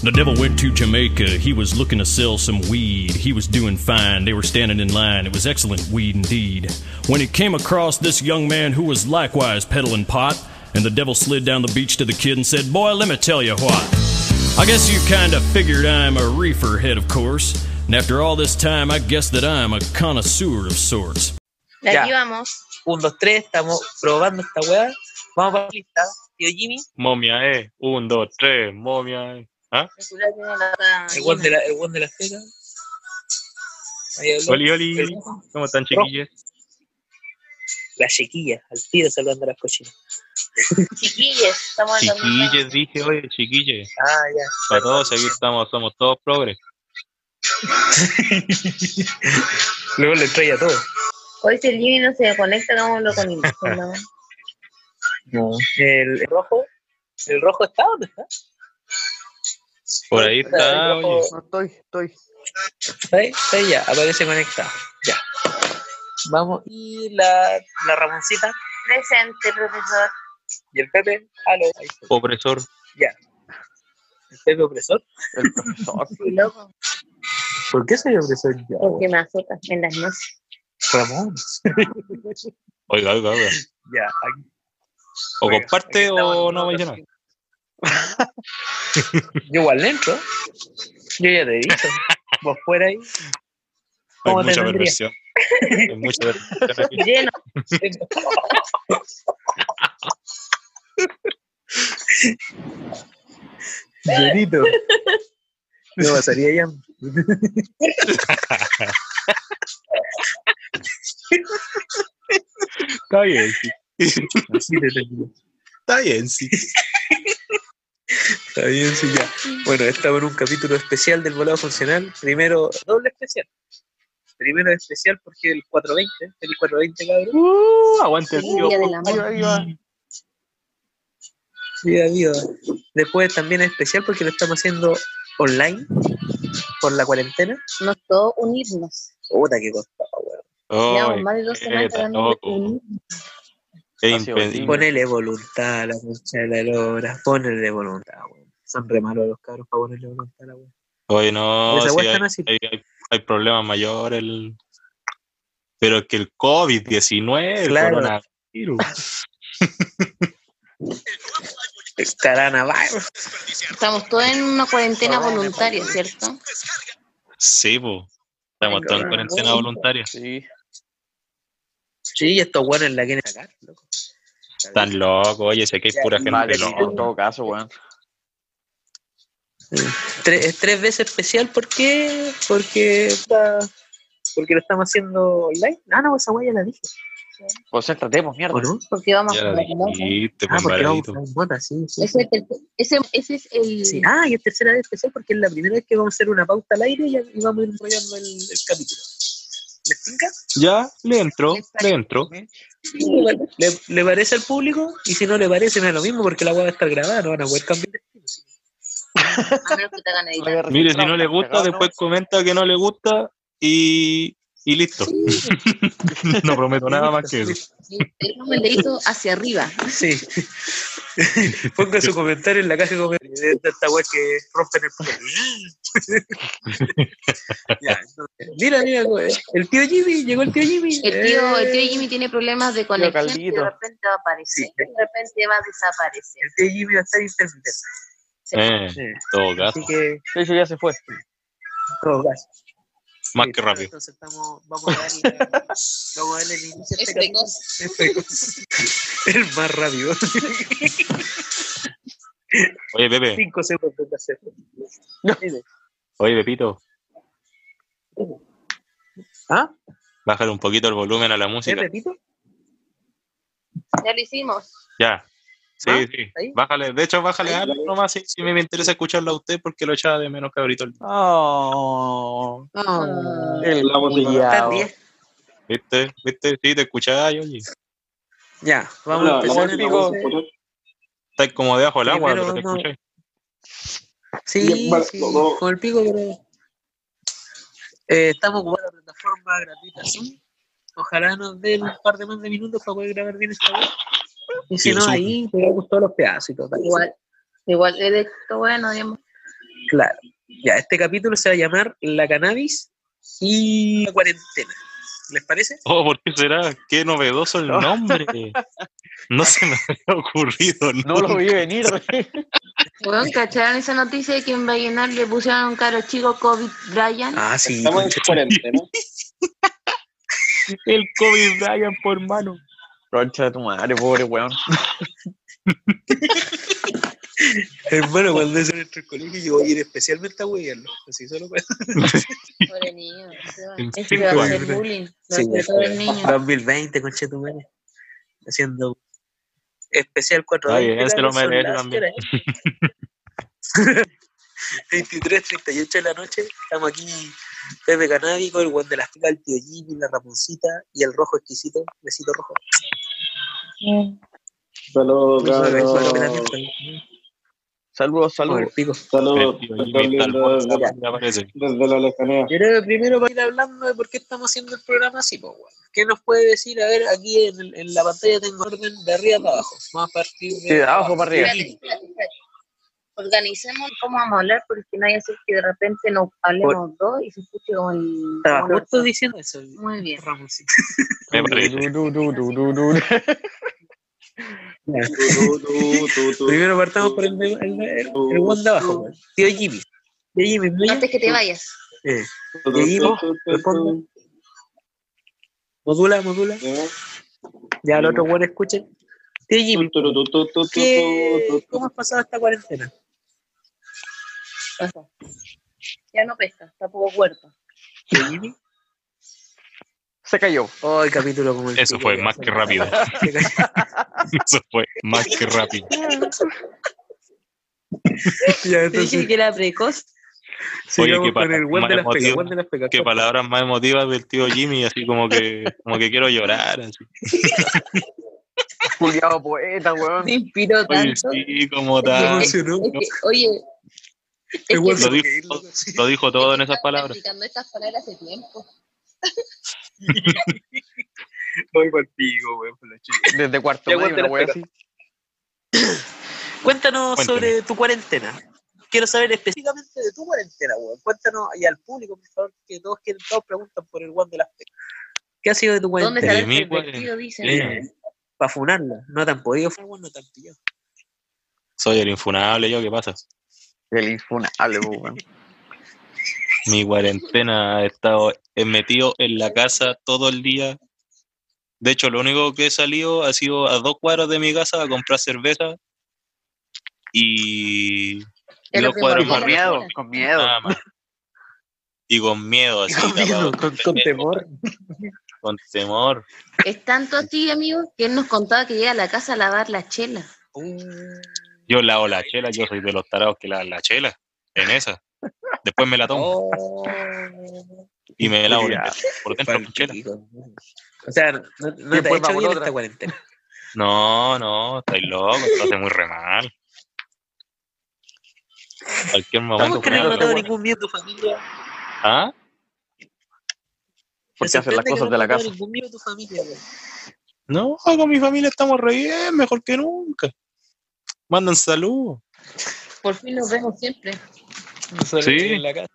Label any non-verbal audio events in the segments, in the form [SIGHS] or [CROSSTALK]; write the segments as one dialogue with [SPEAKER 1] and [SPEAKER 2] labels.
[SPEAKER 1] The devil went to Jamaica. He was looking to sell some weed. He was doing fine. They were standing in line. It was excellent weed indeed. When he came across this young man who was likewise peddling pot, and the devil slid down the beach to the kid and said, Boy, let me tell you what. I guess you kinda figured I'm a reefer head, of course. And after all this time, I guess that I'm a connoisseur of sorts.
[SPEAKER 2] De
[SPEAKER 3] Ya.
[SPEAKER 2] aquí vamos.
[SPEAKER 3] Un, dos, tres, estamos probando esta weá. Vamos para la lista. Tío Jimmy,
[SPEAKER 4] Momia E. Un, dos, tres. Momia E.
[SPEAKER 3] el weón de la, el weón de la feca. Ahí habló.
[SPEAKER 4] Oli, oli. ¿Cómo están, chiquillos?
[SPEAKER 3] La chiquilla, al tiro saludando a las cochinas.
[SPEAKER 2] Chiquilles, estamos en
[SPEAKER 4] Chiquilles, dije, oye, chiquilles.
[SPEAKER 3] Ah, ya.
[SPEAKER 4] Para todos, aquí estamos, somos todos progres.
[SPEAKER 3] Luego le trae a todo.
[SPEAKER 2] Hoy si el Jimmy no se conecta, hagámoslo con Instagram. ¿no?
[SPEAKER 3] No. El, el rojo, ¿el rojo está dónde está?
[SPEAKER 4] Por ahí está, oye.
[SPEAKER 5] No estoy, estoy.
[SPEAKER 3] Está ahí, está ahí ya, aparece conectado. Ya. Vamos. Y la, la Ramoncita
[SPEAKER 2] Presente, profesor.
[SPEAKER 3] y el Pepe. Aló. Ahí está.
[SPEAKER 4] Opresor.
[SPEAKER 3] El Pepe opresor. [LAUGHS]
[SPEAKER 5] El profesor.
[SPEAKER 2] Qué loco. Oh,
[SPEAKER 3] ¿Por qué soy opresor yo?
[SPEAKER 2] Porque me azota en las noches.
[SPEAKER 3] Ramón.
[SPEAKER 4] Oiga, oiga, oiga.
[SPEAKER 3] [LAUGHS] Ya, aquí-
[SPEAKER 4] O
[SPEAKER 3] oiga, aquí
[SPEAKER 4] comparte
[SPEAKER 3] estamos
[SPEAKER 4] o no me dice
[SPEAKER 3] nosotros.
[SPEAKER 4] nada.
[SPEAKER 3] [LAUGHS] Yo igual le entro. Yo ya te he dicho. Vos fuera ahí.
[SPEAKER 4] Hay
[SPEAKER 3] ¿Cómo te
[SPEAKER 4] mucha
[SPEAKER 3] tendría?
[SPEAKER 4] perversión. Hay mucha perversión aquí.
[SPEAKER 2] Lleno.
[SPEAKER 3] [LAUGHS] Llenito. No pasaría [LAUGHS] ya.
[SPEAKER 4] Está
[SPEAKER 3] [LAUGHS]
[SPEAKER 4] bien, sí.
[SPEAKER 3] Así de tranquilo.
[SPEAKER 4] Está bien, sí.
[SPEAKER 3] Está bien, sí, ya. Bueno, estamos en un capítulo especial del volado funcional. Primero, doble especial. Primero especial porque el 420, feliz 420, cabrón.
[SPEAKER 4] Uh, aguante el tío.
[SPEAKER 2] Día del amor.
[SPEAKER 5] Ahí va, ahí
[SPEAKER 3] Viva, viva. Después también especial porque lo estamos haciendo online por la cuarentena.
[SPEAKER 2] Nos tocó unirnos.
[SPEAKER 3] Puta, qué costado, weón.
[SPEAKER 2] Llevamos
[SPEAKER 4] Oy,
[SPEAKER 2] más de dos semanas
[SPEAKER 4] está
[SPEAKER 2] tratando de
[SPEAKER 4] loco.
[SPEAKER 2] unirnos.
[SPEAKER 4] es
[SPEAKER 5] Ha sido
[SPEAKER 4] impen-
[SPEAKER 5] horrible.
[SPEAKER 3] Ponele voluntad a la concha de la lora. Ponele voluntad, weón. Son re malos los cabros para ponerle voluntad a la weón.
[SPEAKER 4] Oye, no,
[SPEAKER 3] Esa
[SPEAKER 4] sí,
[SPEAKER 3] weá
[SPEAKER 4] hay,
[SPEAKER 3] están así.
[SPEAKER 4] hay- hay- hay problemas mayores. el- Pero que el COVID-19, el
[SPEAKER 3] Claro.
[SPEAKER 4] coronavirus.
[SPEAKER 3] Carana, va.
[SPEAKER 2] Estamos todos en una cuarentena voluntaria, ¿cierto?
[SPEAKER 4] Sí, po. Estamos
[SPEAKER 3] Ay,
[SPEAKER 4] todos
[SPEAKER 3] no,
[SPEAKER 4] en cuarentena
[SPEAKER 2] no.
[SPEAKER 4] voluntaria.
[SPEAKER 5] Sí.
[SPEAKER 3] Sí, y estos weones la quieren sacar, loco.
[SPEAKER 4] Están locos, oye, sé que hay
[SPEAKER 3] Ya,
[SPEAKER 4] pura
[SPEAKER 3] y
[SPEAKER 4] gente
[SPEAKER 5] Vale,
[SPEAKER 3] pelón.
[SPEAKER 4] loca.
[SPEAKER 5] en todo caso, weón.
[SPEAKER 3] Tres, es tres veces especial, ¿por qué? Porque, está- porque lo estamos haciendo online. Ah, no, esa weá ya la dije.
[SPEAKER 5] Concéntrate, pues mierda.
[SPEAKER 3] ¿O no?
[SPEAKER 2] Porque vamos
[SPEAKER 4] Ya
[SPEAKER 2] a
[SPEAKER 4] lo
[SPEAKER 2] jugar ¿no?
[SPEAKER 4] dijiste,
[SPEAKER 3] Ah,
[SPEAKER 4] pues,
[SPEAKER 3] porque vamos
[SPEAKER 4] baradito.
[SPEAKER 3] a buscar botas, sí, sí,
[SPEAKER 2] Ese
[SPEAKER 3] sí.
[SPEAKER 2] es el, ese, ese es el [LAUGHS]
[SPEAKER 3] Sí. Ah, y es tercera vez especial porque es la primera vez que vamos a hacer una pauta al aire y, y vamos a ir enrollando el, el capítulo. ¿Les pinca?
[SPEAKER 4] Ya, le entro, le entro.
[SPEAKER 3] ¿Le, le parece al público? Y si no le parece, me da lo mismo porque la weá va a estar grabada, no van a poder cambiar de estilo. sí.
[SPEAKER 2] a menos que te hagan editar.
[SPEAKER 4] Mire, si no le gusta, después comenta que no le gusta y, y listo. [LAUGHS] no prometo nada más que eso.
[SPEAKER 2] Sí, Tenemos el dedito hacia arriba.
[SPEAKER 3] Sí.
[SPEAKER 4] [LAUGHS]
[SPEAKER 3] Ponga su comentario en la caja de comentarios de de esta web que rompen el papel.
[SPEAKER 4] [LAUGHS]
[SPEAKER 3] Ya, entonces, mira, mira, güey, el tío Jimmy, llegó el tío Jimmy.
[SPEAKER 2] El tío, el tío
[SPEAKER 3] Eh,
[SPEAKER 2] Jimmy tiene problemas de conexión y de
[SPEAKER 5] Caldito.
[SPEAKER 2] repente va a aparecer.
[SPEAKER 3] Sí.
[SPEAKER 2] De repente va a desaparecer.
[SPEAKER 3] El tío Jimmy va a estar intermitente.
[SPEAKER 4] Eh,
[SPEAKER 3] Sí.
[SPEAKER 4] todo gato.
[SPEAKER 3] Así que, en
[SPEAKER 5] Sí, sí, ya se fue.
[SPEAKER 3] todo caso.
[SPEAKER 4] Más
[SPEAKER 3] Sí,
[SPEAKER 4] que rápido.
[SPEAKER 3] Entonces, estamos, vamos a darle, vamos a darle el inicio a
[SPEAKER 2] Es
[SPEAKER 3] este capítulo. [LAUGHS]
[SPEAKER 2] precoz.
[SPEAKER 3] Es precoz. El más rápido.
[SPEAKER 4] Oye, Pepe,
[SPEAKER 3] Cinco segundos de hacer.
[SPEAKER 4] oye, Pepito,
[SPEAKER 3] ¿Ah?
[SPEAKER 4] bájale un poquito el volumen a la
[SPEAKER 3] ¿Eh,
[SPEAKER 4] música.
[SPEAKER 3] repito?
[SPEAKER 2] [LAUGHS] Ya lo hicimos.
[SPEAKER 4] Ya. Sí,
[SPEAKER 3] ¿Ah?
[SPEAKER 4] sí.
[SPEAKER 3] ¿Ahí?
[SPEAKER 4] Bájale, de hecho, bájale
[SPEAKER 3] Ahí,
[SPEAKER 4] algo nomás. Si, si me interesa escucharlo a usted, porque lo echaba de menos cabrito.
[SPEAKER 5] Oh,
[SPEAKER 2] Ah.
[SPEAKER 3] Eh,
[SPEAKER 5] el
[SPEAKER 4] La botella.
[SPEAKER 3] Están
[SPEAKER 5] botellado.
[SPEAKER 3] diez.
[SPEAKER 4] ¿Viste? ¿Viste? Sí, te escuchaba, yo. oye.
[SPEAKER 3] Ya, vamos a empezar. entonces.
[SPEAKER 4] Estás como debajo del agua,
[SPEAKER 3] Primero
[SPEAKER 4] pero te
[SPEAKER 3] vamos-
[SPEAKER 4] escuché.
[SPEAKER 3] Sí, sí, con el pico, pero. Eh, estamos ocupando la plataforma gratuita Zoom. Ojalá nos den un par de más de minutos para poder grabar bien esta web. Y si
[SPEAKER 4] el
[SPEAKER 3] no,
[SPEAKER 4] Zoom.
[SPEAKER 3] ahí pegamos todos los pedazos y todo.
[SPEAKER 2] Igual, igual, él es todo eh, bueno, digamos.
[SPEAKER 3] Claro. Ya, este capítulo se va a llamar La cannabis y la cuarentena. ¿Les parece?
[SPEAKER 4] Oh, ¿por qué será? Qué novedoso el
[SPEAKER 5] No.
[SPEAKER 4] nombre. No se me había ocurrido.
[SPEAKER 5] No lo
[SPEAKER 4] nunca.
[SPEAKER 5] vi
[SPEAKER 3] [LAUGHS]
[SPEAKER 5] venir.
[SPEAKER 2] Weón, ¿cacharon esa noticia de que en Vallenar le pusieron caro chico COVID Brian?
[SPEAKER 3] Ah, sí.
[SPEAKER 6] Estamos en
[SPEAKER 3] concha. [LAUGHS]
[SPEAKER 6] cuarentena.
[SPEAKER 4] El COVID Brian por mano.
[SPEAKER 5] Concha de tu madre, pobre weón.
[SPEAKER 3] Hermano, cuando es en nuestro colegio, yo voy a ir especialmente a huearlo. Así solo para.
[SPEAKER 2] Pobre niño. se va-
[SPEAKER 4] En
[SPEAKER 2] Este va a hacer
[SPEAKER 4] cinco años.
[SPEAKER 2] bullying. Lo
[SPEAKER 3] Sí,
[SPEAKER 2] hace
[SPEAKER 3] ya
[SPEAKER 2] todo el
[SPEAKER 3] fue.
[SPEAKER 2] niño.
[SPEAKER 3] 2020, concha tu madre. Haciendo especial 4
[SPEAKER 4] Está bien, se lo merece también.
[SPEAKER 3] [LAUGHS] 23, 38 de la noche, estamos aquí Pepe Canábico, el guan de las picas, el tío Jimmy, la Ramoncita y el rojo exquisito, besito rojo.
[SPEAKER 6] Saludos, cabros.
[SPEAKER 3] Por
[SPEAKER 5] Saludos, saludos.
[SPEAKER 3] el pico.
[SPEAKER 6] Saludos,
[SPEAKER 4] El tío
[SPEAKER 6] Carlos,
[SPEAKER 4] Jimmy está hermoso,
[SPEAKER 6] desde-
[SPEAKER 4] ya aparece.
[SPEAKER 6] desde la lejanía.
[SPEAKER 3] Yo creo que primero para ir hablando de por qué estamos haciendo el programa así, pues, weón. ¿Qué nos puede decir? A ver, aquí en, el- en la pantalla tengo orden de arriba para abajo. Vamos a partir de,
[SPEAKER 5] Sí, de abajo para arriba.
[SPEAKER 2] Espérate, espérate, espérate. Organicemos cómo vamos a hablar, porque no hay hacer que de repente nos hablemos dos y se escuche como el.
[SPEAKER 3] Estaba
[SPEAKER 2] como el-
[SPEAKER 3] justo diciendo eso,
[SPEAKER 2] Muy bien.
[SPEAKER 3] Ramoncita.
[SPEAKER 4] Me parece.
[SPEAKER 5] Du, du, du, du, du, du.
[SPEAKER 6] Tú, tú, tú, tú.
[SPEAKER 3] Primero partamos por el, de- el, el, el guan de abajo, weón. Tío Jimmy. Tío Jimmy, ¿me
[SPEAKER 2] Antes que te vayas.
[SPEAKER 3] Eh,
[SPEAKER 6] Tú, tú,
[SPEAKER 3] Y vos,
[SPEAKER 6] tú, tú,
[SPEAKER 3] responde.
[SPEAKER 6] tú.
[SPEAKER 3] modula, modula.
[SPEAKER 6] Ya.
[SPEAKER 3] Ya el otro weón escuche. Tío Jimmy,
[SPEAKER 6] Tú, tú, tú, tú, tú, tú,
[SPEAKER 3] ¿qué,
[SPEAKER 6] tú.
[SPEAKER 3] ¿cómo has pasado esta cuarentena?
[SPEAKER 2] Pasa. Ya no pesca, tampoco cuerpo.
[SPEAKER 3] Tío Jimmy.
[SPEAKER 5] Se cayó.
[SPEAKER 3] Oh, el capítulo como el
[SPEAKER 4] Eso
[SPEAKER 3] pico,
[SPEAKER 4] fue
[SPEAKER 3] weón.
[SPEAKER 4] más que rápido. [LAUGHS] Eso fue más que rápido.
[SPEAKER 3] ya, entonces,
[SPEAKER 2] que era precoz.
[SPEAKER 3] sigamos
[SPEAKER 4] qué
[SPEAKER 3] con
[SPEAKER 4] pa-
[SPEAKER 3] el guan de las
[SPEAKER 4] emotivo.
[SPEAKER 3] pegas, guan de las pegas.
[SPEAKER 4] Qué palabras más emotivas del tío Jimmy, así como que, como que quiero llorar. Así.
[SPEAKER 5] Juliado poeta, weón.
[SPEAKER 2] Te inspiró
[SPEAKER 4] Oye,
[SPEAKER 2] tanto.
[SPEAKER 4] sí, como
[SPEAKER 2] [LAUGHS]
[SPEAKER 3] Me
[SPEAKER 4] tal.
[SPEAKER 3] emocionó.
[SPEAKER 2] Es que, oye, es que
[SPEAKER 3] El weón
[SPEAKER 4] Lo
[SPEAKER 3] se
[SPEAKER 4] dijo.
[SPEAKER 3] quiere ir, loco, sí.
[SPEAKER 4] Lo dijo todo en esas palabras.
[SPEAKER 2] practicando estas palabras hace tiempo.
[SPEAKER 3] Voy pa'l pico, weón, por la chica.
[SPEAKER 5] Desde cuarto
[SPEAKER 3] Ya
[SPEAKER 5] medio,
[SPEAKER 3] aguante
[SPEAKER 5] una
[SPEAKER 3] la
[SPEAKER 5] weón así.
[SPEAKER 3] pega. Cuéntanos
[SPEAKER 4] Cuéntame.
[SPEAKER 3] sobre tu cuarentena. Quiero saber específicamente de tu cuarentena, weón. Cuéntanos y al público, por favor, que todos, quieren, todos preguntan por el guan de las pegas. ¿Qué ha sido de tu
[SPEAKER 2] ¿Dónde
[SPEAKER 3] cuarentena?
[SPEAKER 2] está
[SPEAKER 4] Pues, De
[SPEAKER 2] el
[SPEAKER 4] mí,
[SPEAKER 2] pervertido? Dicen.
[SPEAKER 4] Eh,
[SPEAKER 3] Para funarla. No te han podido funar, weón, no te han pillado.
[SPEAKER 4] Soy el infunable, yo, ¿qué pasa?
[SPEAKER 5] El infunable, po, weón.
[SPEAKER 4] Mi cuarentena he estado he metido en la casa todo el día. De hecho, lo único que he salido ha sido a dos cuadras de mi casa a comprar cerveza y
[SPEAKER 2] Es lo
[SPEAKER 4] dos
[SPEAKER 2] que
[SPEAKER 4] cuadras
[SPEAKER 2] importa.
[SPEAKER 4] más
[SPEAKER 5] Con
[SPEAKER 4] arriba,
[SPEAKER 5] miedo, con miedo.
[SPEAKER 4] nada más. Y con miedo, así,
[SPEAKER 3] Con miedo,
[SPEAKER 4] tapado,
[SPEAKER 3] con- con temor.
[SPEAKER 4] Con temor.
[SPEAKER 2] Es tanto así, amigos, que él nos contaba que llega a la casa a lavar la chela.
[SPEAKER 4] Yo lavo la chela, yo soy de los tarados que lavan la chela en esa. Después me la tomo
[SPEAKER 3] Oh,
[SPEAKER 4] y me lavo
[SPEAKER 5] Ya.
[SPEAKER 4] por dentro con chela.
[SPEAKER 3] O sea, no, no te ha
[SPEAKER 5] Después
[SPEAKER 3] hecho
[SPEAKER 5] vamos
[SPEAKER 3] bien
[SPEAKER 5] a otra.
[SPEAKER 3] esta cuarentena.
[SPEAKER 4] No, no, estáis loco, esto hace muy re mal. Cualquier momento.
[SPEAKER 3] Vamos que no he
[SPEAKER 5] funable,
[SPEAKER 3] notado
[SPEAKER 5] weón.
[SPEAKER 3] ningún miedo a tu familia.
[SPEAKER 4] ¿Ah?
[SPEAKER 5] Porque hacen las cosas de la casa.
[SPEAKER 3] No ningún miedo a tu familia, weón.
[SPEAKER 4] No, con mi familia estamos re bien, mejor que nunca. Mandan saludos.
[SPEAKER 2] Por fin nos vemos siempre.
[SPEAKER 4] Sí.
[SPEAKER 3] En la casa.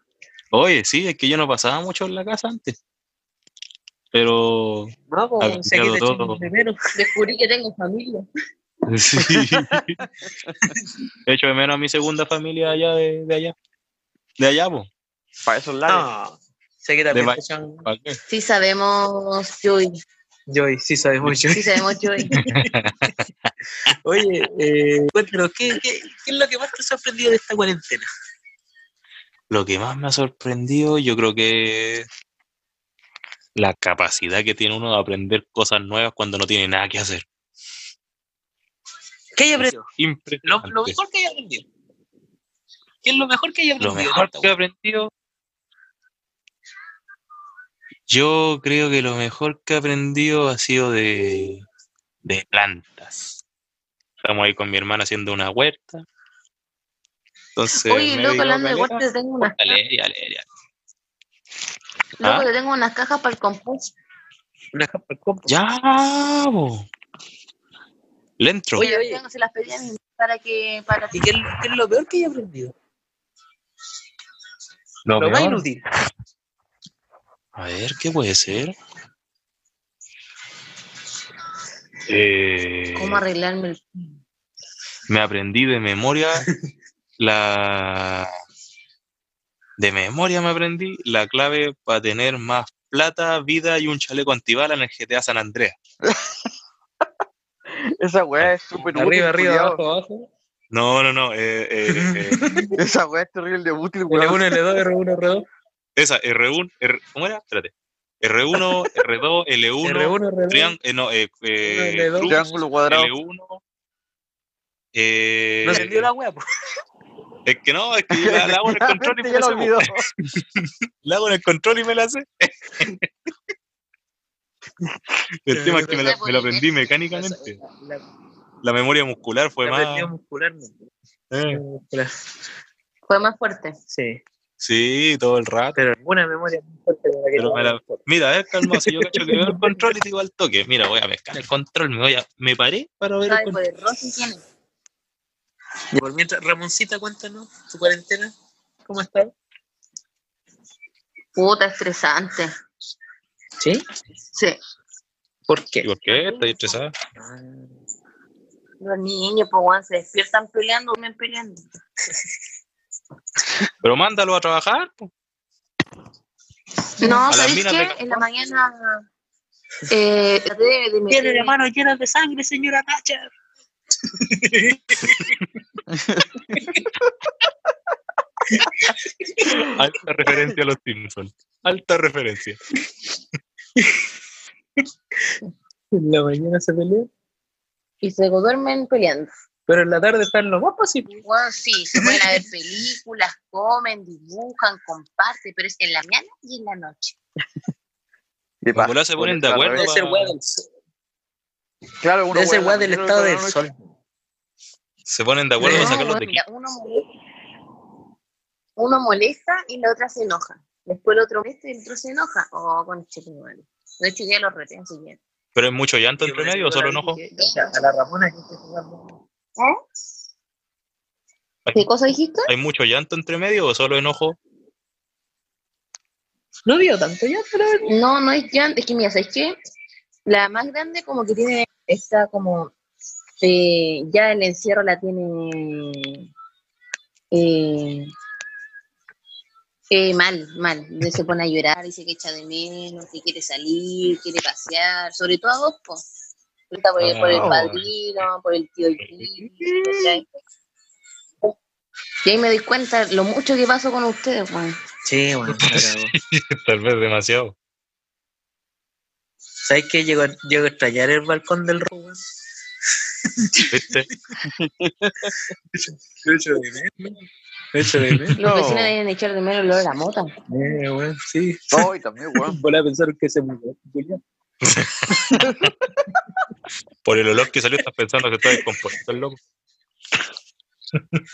[SPEAKER 4] Oye, sí, es que yo no pasaba mucho en la casa antes. Pero [LAUGHS]
[SPEAKER 3] No,
[SPEAKER 4] Ah,
[SPEAKER 3] pues, sé que te
[SPEAKER 4] claro,
[SPEAKER 3] echan
[SPEAKER 4] todo.
[SPEAKER 3] de menos.
[SPEAKER 2] Descubrí que tengo familia.
[SPEAKER 4] sí.
[SPEAKER 3] [LAUGHS]
[SPEAKER 4] De hecho, de menos a mi segunda familia allá de, de allá. De allá, po.
[SPEAKER 5] Para esos lares.
[SPEAKER 4] Ah.
[SPEAKER 3] No, sé que también
[SPEAKER 4] De
[SPEAKER 3] te echan...
[SPEAKER 4] ¿Para qué?
[SPEAKER 2] Sí sabemos, Joy.
[SPEAKER 3] Joy, sí sabemos Joy.
[SPEAKER 2] Sí sabemos,
[SPEAKER 4] [LAUGHS]
[SPEAKER 2] Joy.
[SPEAKER 3] [LAUGHS] Oye, eh, cuéntanos, ¿qué, qué, qué es lo que más te ha sorprendido de esta cuarentena?
[SPEAKER 4] Lo que más me ha sorprendido, yo creo que es la capacidad que tiene uno de aprender cosas nuevas cuando no tiene nada que hacer.
[SPEAKER 3] ¿Qué hay aprendido? Lo,
[SPEAKER 4] Impresionante.
[SPEAKER 3] lo mejor que hay aprendido. ¿Qué es lo mejor que hay aprendido?
[SPEAKER 4] Lo mejor que he aprendido. Yo creo que lo mejor que he aprendido ha sido de, de plantas. Estamos ahí con mi hermana haciendo una huerta. Entonces,
[SPEAKER 2] Oye,
[SPEAKER 4] me
[SPEAKER 2] loco,
[SPEAKER 4] dedico
[SPEAKER 2] hablando de
[SPEAKER 4] caleta.
[SPEAKER 2] huerta, te tengo unas,
[SPEAKER 4] A leer y a leer y a leer.
[SPEAKER 2] loco,
[SPEAKER 4] ¿Ah?
[SPEAKER 2] te tengo unas cajas para el compost.
[SPEAKER 3] Una capa de compost.
[SPEAKER 4] Ya, bo. Le entro.
[SPEAKER 3] Oye,
[SPEAKER 2] Oye,
[SPEAKER 3] oye.
[SPEAKER 2] oye. Se las pedí a mi mamá para que... Para
[SPEAKER 3] ¿Y qué, es- qué es lo peor que hay aprendido?
[SPEAKER 4] Lo,
[SPEAKER 3] Lo más
[SPEAKER 4] peor.
[SPEAKER 3] inútil.
[SPEAKER 4] A ver, ¿qué puede ser? Eh,
[SPEAKER 2] ¿Cómo arreglarme el
[SPEAKER 4] me aprendí de memoria la. De memoria me aprendí la clave para tener más plata, vida y un chaleco antibala en el GTA San Andreas.
[SPEAKER 5] Esa weá es súper útil.
[SPEAKER 3] Arriba, arriba,
[SPEAKER 5] culiao.
[SPEAKER 3] abajo, abajo.
[SPEAKER 4] No, no, no. eh, eh, eh,
[SPEAKER 5] Esa weá es terrible de útil, weón.
[SPEAKER 3] L1, L2, R1, R2.
[SPEAKER 4] esa, R1. R- ¿Cómo era? Espérate. R1, R2, L1.
[SPEAKER 3] R1, R2.
[SPEAKER 4] trián- eh, no, eh, eh,
[SPEAKER 3] L2.
[SPEAKER 4] cruz,
[SPEAKER 5] Triángulo cuadrado.
[SPEAKER 4] L1. eh,
[SPEAKER 3] No entendió la wea, pues. po.
[SPEAKER 4] Es que no, es que yo la, la
[SPEAKER 5] [LAUGHS]
[SPEAKER 4] hago en el control y me la
[SPEAKER 5] ya lo
[SPEAKER 4] sé,
[SPEAKER 5] olvidó.
[SPEAKER 4] po. La hago en el control y me [LAUGHS] la sé. el tema es que me la, me la aprendí mecánicamente.
[SPEAKER 3] La,
[SPEAKER 4] La memoria muscular fue
[SPEAKER 3] la aprendió
[SPEAKER 4] más.
[SPEAKER 3] muscularmente.
[SPEAKER 4] eh,
[SPEAKER 3] Muscular.
[SPEAKER 2] Fue más fuerte.
[SPEAKER 3] Sí,
[SPEAKER 4] sí, todo el rato.
[SPEAKER 3] pero alguna memoria muy fuerte como la que
[SPEAKER 4] Pero
[SPEAKER 3] tengo.
[SPEAKER 4] me la- Mira, a ver, calma, si yo cacho que veo [LAUGHS] el control y digo al toque. Mira, voy a pescar el control, me voy a. Me paré para ver el
[SPEAKER 2] Ay,
[SPEAKER 4] control.
[SPEAKER 2] pues Rosy tiene.
[SPEAKER 3] Y por mientras, Ramoncita, cuéntanos tu cuarentena. ¿Cómo ha estado?
[SPEAKER 2] Puta, estresante.
[SPEAKER 3] ¿Sí?
[SPEAKER 2] Sí.
[SPEAKER 3] ¿Por qué?
[SPEAKER 4] ¿Y por qué? ¿Estás estresada?
[SPEAKER 3] Ah,
[SPEAKER 2] Los niños, pues, weón, se despiertan peleando, duermen peleando.
[SPEAKER 4] Pero mándalo a trabajar. pues. po.
[SPEAKER 2] No,
[SPEAKER 4] las
[SPEAKER 2] ¿sabéis
[SPEAKER 4] minas
[SPEAKER 2] qué?
[SPEAKER 4] de-
[SPEAKER 2] En la mañana eh, traté de, de meter-
[SPEAKER 3] Tiene las manos llenas de sangre, señora Thatcher.
[SPEAKER 4] Alta referencia a los Simpsons. Alta referencia.
[SPEAKER 3] En la mañana se pelea,
[SPEAKER 2] y se duermen peleando.
[SPEAKER 3] pero en la tarde están lo más posible.
[SPEAKER 2] Bueno, sí, se pueden ver películas, comen, dibujan, comparten, pero es en la mañana y en la noche.
[SPEAKER 5] De
[SPEAKER 4] Los
[SPEAKER 5] paz.
[SPEAKER 4] bolas se ponen de acuerdo.
[SPEAKER 3] Debe ser
[SPEAKER 4] pa-
[SPEAKER 3] weá del sol.
[SPEAKER 5] Claro, una
[SPEAKER 3] Debe ser
[SPEAKER 5] weá
[SPEAKER 3] weá
[SPEAKER 5] de
[SPEAKER 3] del
[SPEAKER 5] la
[SPEAKER 3] estado del
[SPEAKER 5] noche. [LAUGHS]
[SPEAKER 3] sol.
[SPEAKER 4] Se ponen de acuerdo
[SPEAKER 2] No,
[SPEAKER 4] para sacarlos
[SPEAKER 2] bueno,
[SPEAKER 4] de aquí.
[SPEAKER 2] mira, uno, molesta, uno molesta y la otra se enoja. Después el otro molesta y el otro se enoja. Oh, con De hecho, ya los reté ¿Eh? así que-
[SPEAKER 4] ¿Pero es mucho llanto entre medio o solo enojo?
[SPEAKER 3] A la Ramona que esté jugando.
[SPEAKER 2] ¿Eh? ¿Qué cosa dijiste?
[SPEAKER 4] ¿Hay mucho llanto entre medio o solo enojo?
[SPEAKER 3] No dio tanto ya, pero.
[SPEAKER 2] No, no es llanto. Es que mira, ¿sabes qué? La más grande como que tiene, está como, eh, ya el encierro la tiene eh, eh, mal, mal. Se pone a llorar, dice que echa de menos, que quiere salir, quiere pasear, sobre todo a vos, po. Pregunta Por, el- por el
[SPEAKER 4] Ah.
[SPEAKER 2] padrino, por el tío Gil, ¿cachai? Y ahí me doy cuenta lo mucho que paso con ustedes, weón.
[SPEAKER 3] Sí,
[SPEAKER 4] [LAUGHS]
[SPEAKER 3] bueno,
[SPEAKER 4] Tal vez demasiado.
[SPEAKER 3] ¿Sabes qué? Llego, llego a estallar el balcón del robo.
[SPEAKER 4] ¿Viste?
[SPEAKER 3] Lo hecho de menos. Lo hecho de
[SPEAKER 5] [LAUGHS]
[SPEAKER 3] menos.
[SPEAKER 2] Los
[SPEAKER 5] No.
[SPEAKER 2] vecinos deben echar de menos el olor a la mota.
[SPEAKER 3] Eh, bueno, sí.
[SPEAKER 5] No, y también, weón.
[SPEAKER 3] Volá a pensar que se murió. Julián.
[SPEAKER 4] Por el olor que salió estás pensando que está descompuesto el loco.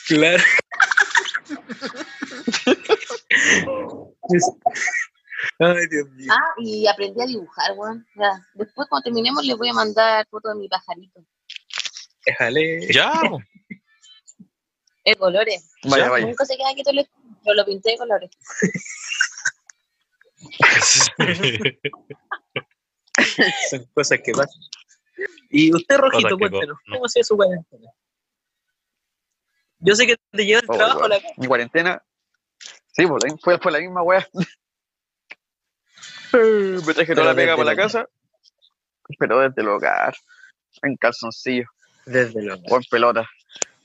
[SPEAKER 3] Claro. Ay, Dios mío.
[SPEAKER 2] Ah, y aprendí a dibujar, weón. Ya. Después, cuando terminemos, les voy a mandar foto de mi pajarito.
[SPEAKER 3] Déjale.
[SPEAKER 4] Ya, po.
[SPEAKER 2] De colores.
[SPEAKER 5] Vaya, vaya.
[SPEAKER 2] Nunca se queda quieto el estudio, pero lo pinté de colores.
[SPEAKER 3] Son cosas que pasan. Y usted, Rojito,
[SPEAKER 4] Cosas que
[SPEAKER 3] cuéntanos,
[SPEAKER 4] no.
[SPEAKER 3] ¿cómo ha sido su cuarentena? Yo sé que te lleva el
[SPEAKER 5] Oh,
[SPEAKER 3] trabajo a
[SPEAKER 5] weón.
[SPEAKER 3] la casa.
[SPEAKER 5] Mi cuarentena. Sí, pues, la- fue, fue la misma [LAUGHS] weá. Me traje toda
[SPEAKER 3] Pero
[SPEAKER 5] la pega
[SPEAKER 3] desde
[SPEAKER 5] para la
[SPEAKER 3] local.
[SPEAKER 5] casa. Pero desde el hogar. En calzoncillo.
[SPEAKER 3] Desde luego.
[SPEAKER 5] O en pelota.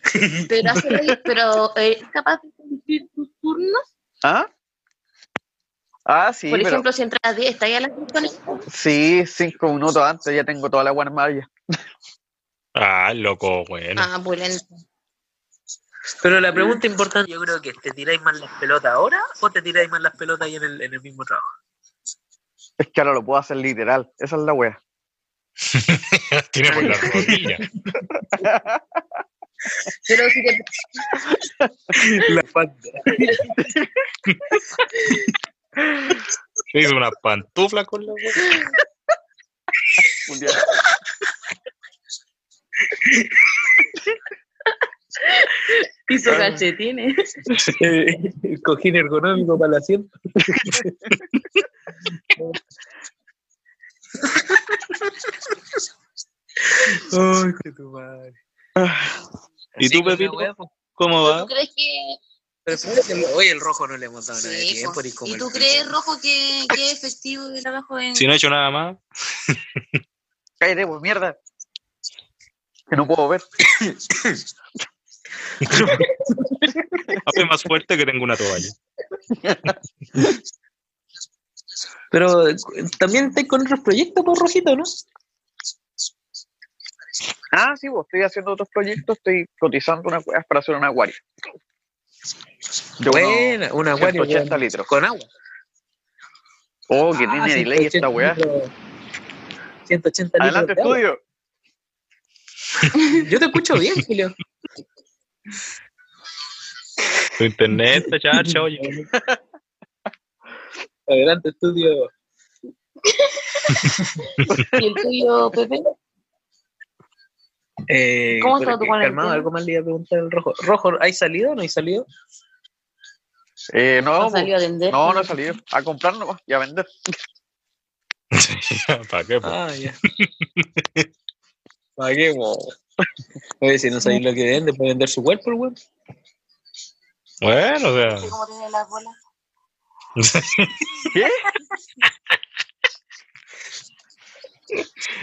[SPEAKER 2] [LAUGHS] Pero, hace reír, pero eh, ¿es capaz de cumplir tus turnos?
[SPEAKER 5] ¿Ah? Ah, sí,
[SPEAKER 2] Por
[SPEAKER 5] pero.
[SPEAKER 2] ejemplo, si entras a las 10, ¿estás ahí a las 10 con él?
[SPEAKER 5] Sí, cinco minutos antes ya tengo toda la weá armada ya.
[SPEAKER 4] [LAUGHS] Ah, loco, bueno.
[SPEAKER 2] Ah, pues lento.
[SPEAKER 3] Pero la pregunta importante, yo creo que ¿te tiráis más las pelotas ahora o te tiráis más las pelotas ahí en el, en el mismo trabajo?
[SPEAKER 5] Es que ahora lo puedo hacer literal. Esa es la weá.
[SPEAKER 4] [LAUGHS] Tiene por la rodilla.
[SPEAKER 2] Pero si te,
[SPEAKER 3] La falta.
[SPEAKER 4] Se hizo una pantufla con la weá.
[SPEAKER 5] Julián.
[SPEAKER 2] Piso cachetines.
[SPEAKER 3] El cojín ergonómico para el asiento. Ay, que tu madre.
[SPEAKER 4] ¿Y tú, Pepito? ¿Cómo va?
[SPEAKER 2] ¿Tú crees que.?
[SPEAKER 3] pues. Pero fíjate, hoy el rojo no le hemos dado nada de
[SPEAKER 2] Sí,
[SPEAKER 3] tiempo.
[SPEAKER 2] po.
[SPEAKER 3] ni como
[SPEAKER 2] ¿Y
[SPEAKER 3] el
[SPEAKER 2] tú
[SPEAKER 3] pico.
[SPEAKER 2] crees, Rojo, que, que es efectivo el trabajo en.?
[SPEAKER 4] Si no he hecho nada más,
[SPEAKER 5] Cállate, pues mierda. Que no puedo ver.
[SPEAKER 4] hable más fuerte que tengo una toalla.
[SPEAKER 3] [LAUGHS] Pero eh, también estáis con otros proyectos, por rojito, ¿no?
[SPEAKER 5] Ah, sí, vos estoy haciendo otros proyectos, estoy cotizando unas weas para hacer un acuario. De unos
[SPEAKER 3] Buena, una buena.
[SPEAKER 5] 180 litros.
[SPEAKER 3] Con agua.
[SPEAKER 5] Oh, que
[SPEAKER 3] Ah,
[SPEAKER 5] tiene delay esta
[SPEAKER 3] 180
[SPEAKER 5] weá.
[SPEAKER 3] litros. 180 litros.
[SPEAKER 5] Adelante,
[SPEAKER 3] de agua.
[SPEAKER 5] estudio.
[SPEAKER 3] Yo te escucho bien, Julio.
[SPEAKER 4] Tu internet, está chacha, [LAUGHS] oye.
[SPEAKER 3] Adelante, estudio.
[SPEAKER 2] ¿Y el tuyo, Pepe?
[SPEAKER 3] Eh,
[SPEAKER 2] ¿Cómo
[SPEAKER 3] pero
[SPEAKER 2] está tu
[SPEAKER 3] que-
[SPEAKER 2] cuarentena?
[SPEAKER 3] calmado, algo más le iba a preguntar al rojo. Rojo, ¿hay salido o no hay salido?
[SPEAKER 5] Eh, no,
[SPEAKER 2] No
[SPEAKER 5] pues,
[SPEAKER 2] salió a vender.
[SPEAKER 5] no, no he salido. A comprar nomás y a vender.
[SPEAKER 4] ¿Para qué? po?
[SPEAKER 3] Ah, ya. [LAUGHS] ¿Para qué, weón? Oye, si no sabéis lo que vende, puede vender su cuerpo, el [LAUGHS] weón.
[SPEAKER 4] Bueno, o sea,
[SPEAKER 2] ¿Viste cómo tiene las bolas?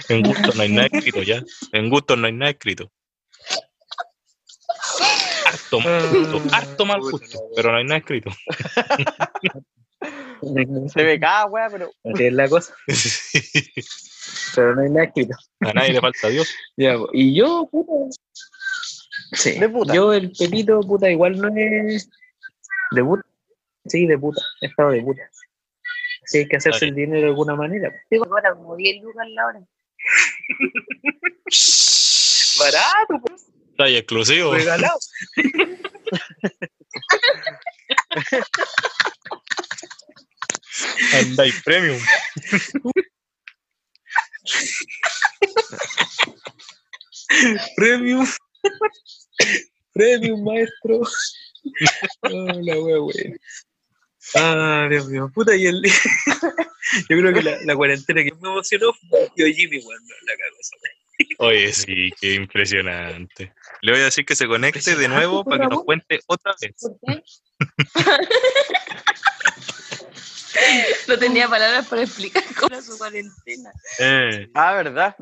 [SPEAKER 4] en gusto no hay nada escrito ya. En gusto no hay nada escrito. Harto mal gusto, harto mal gusto, pero no hay nada escrito.
[SPEAKER 5] Se ve cada wea, pero
[SPEAKER 3] Así es la cosa, pero no hay nada escrito.
[SPEAKER 4] A nadie le falta Dios.
[SPEAKER 3] Ya, po. y yo, puta. Sí,
[SPEAKER 5] De puta.
[SPEAKER 3] yo el Pepito, puta, igual no es. De puta. Sí, de puta. He estado de puta. Así hay que hacerse el dinero de alguna manera. po.
[SPEAKER 2] Digo, ahora como 10 lucas la hora.
[SPEAKER 3] Barato, po,
[SPEAKER 4] Está ahí exclusivo.
[SPEAKER 3] regalado.
[SPEAKER 4] Andáis premium.
[SPEAKER 3] Premium. [LAUGHS] Premium, maestro. [LAUGHS] Ah, la wea, wea. Ah, Dios mío, puta, y el... [LAUGHS] Yo creo que la, la cuarentena que me emocionó fue el tío Jimmy, weón, no, la cago esa wea.
[SPEAKER 4] Oye, sí, qué impresionante. Le voy a decir que se conecte de nuevo para que nos cuente otra vez.
[SPEAKER 2] ¿Por qué? [LAUGHS] no tenía palabras para explicar cómo era su cuarentena.
[SPEAKER 4] Eh,
[SPEAKER 5] Ah, ¿verdad?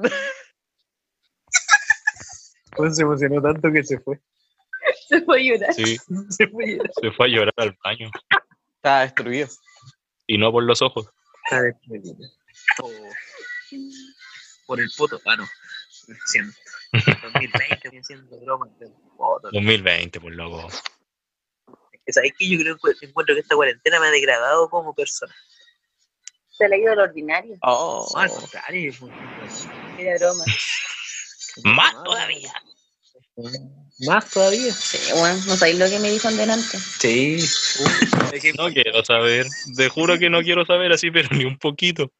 [SPEAKER 3] Weón, se emocionó tanto que se fue. [LAUGHS]
[SPEAKER 2] Se fue a llorar.
[SPEAKER 4] sí,
[SPEAKER 3] Se fue ya.
[SPEAKER 4] se fue a llorar al baño
[SPEAKER 5] Está destruido.
[SPEAKER 4] y no por los ojos.
[SPEAKER 3] Está despedida. O Oh. Por el poto. Ah, no. Siento. 2020 viene siendo bromas del poto.
[SPEAKER 4] 2020, por loco.
[SPEAKER 3] Es ahí que yo creo que encuentro que esta cuarentena me ha degradado como persona.
[SPEAKER 2] Se le ha ido lo ordinario.
[SPEAKER 5] Oh,
[SPEAKER 3] No, al contrario. pues,
[SPEAKER 2] Era broma.
[SPEAKER 4] Más todavía.
[SPEAKER 3] Más todavía.
[SPEAKER 2] Sí, bueno, no sabéis lo que me dijo en delante.
[SPEAKER 3] Sí.
[SPEAKER 4] No quiero saber. Te juro que no quiero saber así, pero ni un poquito.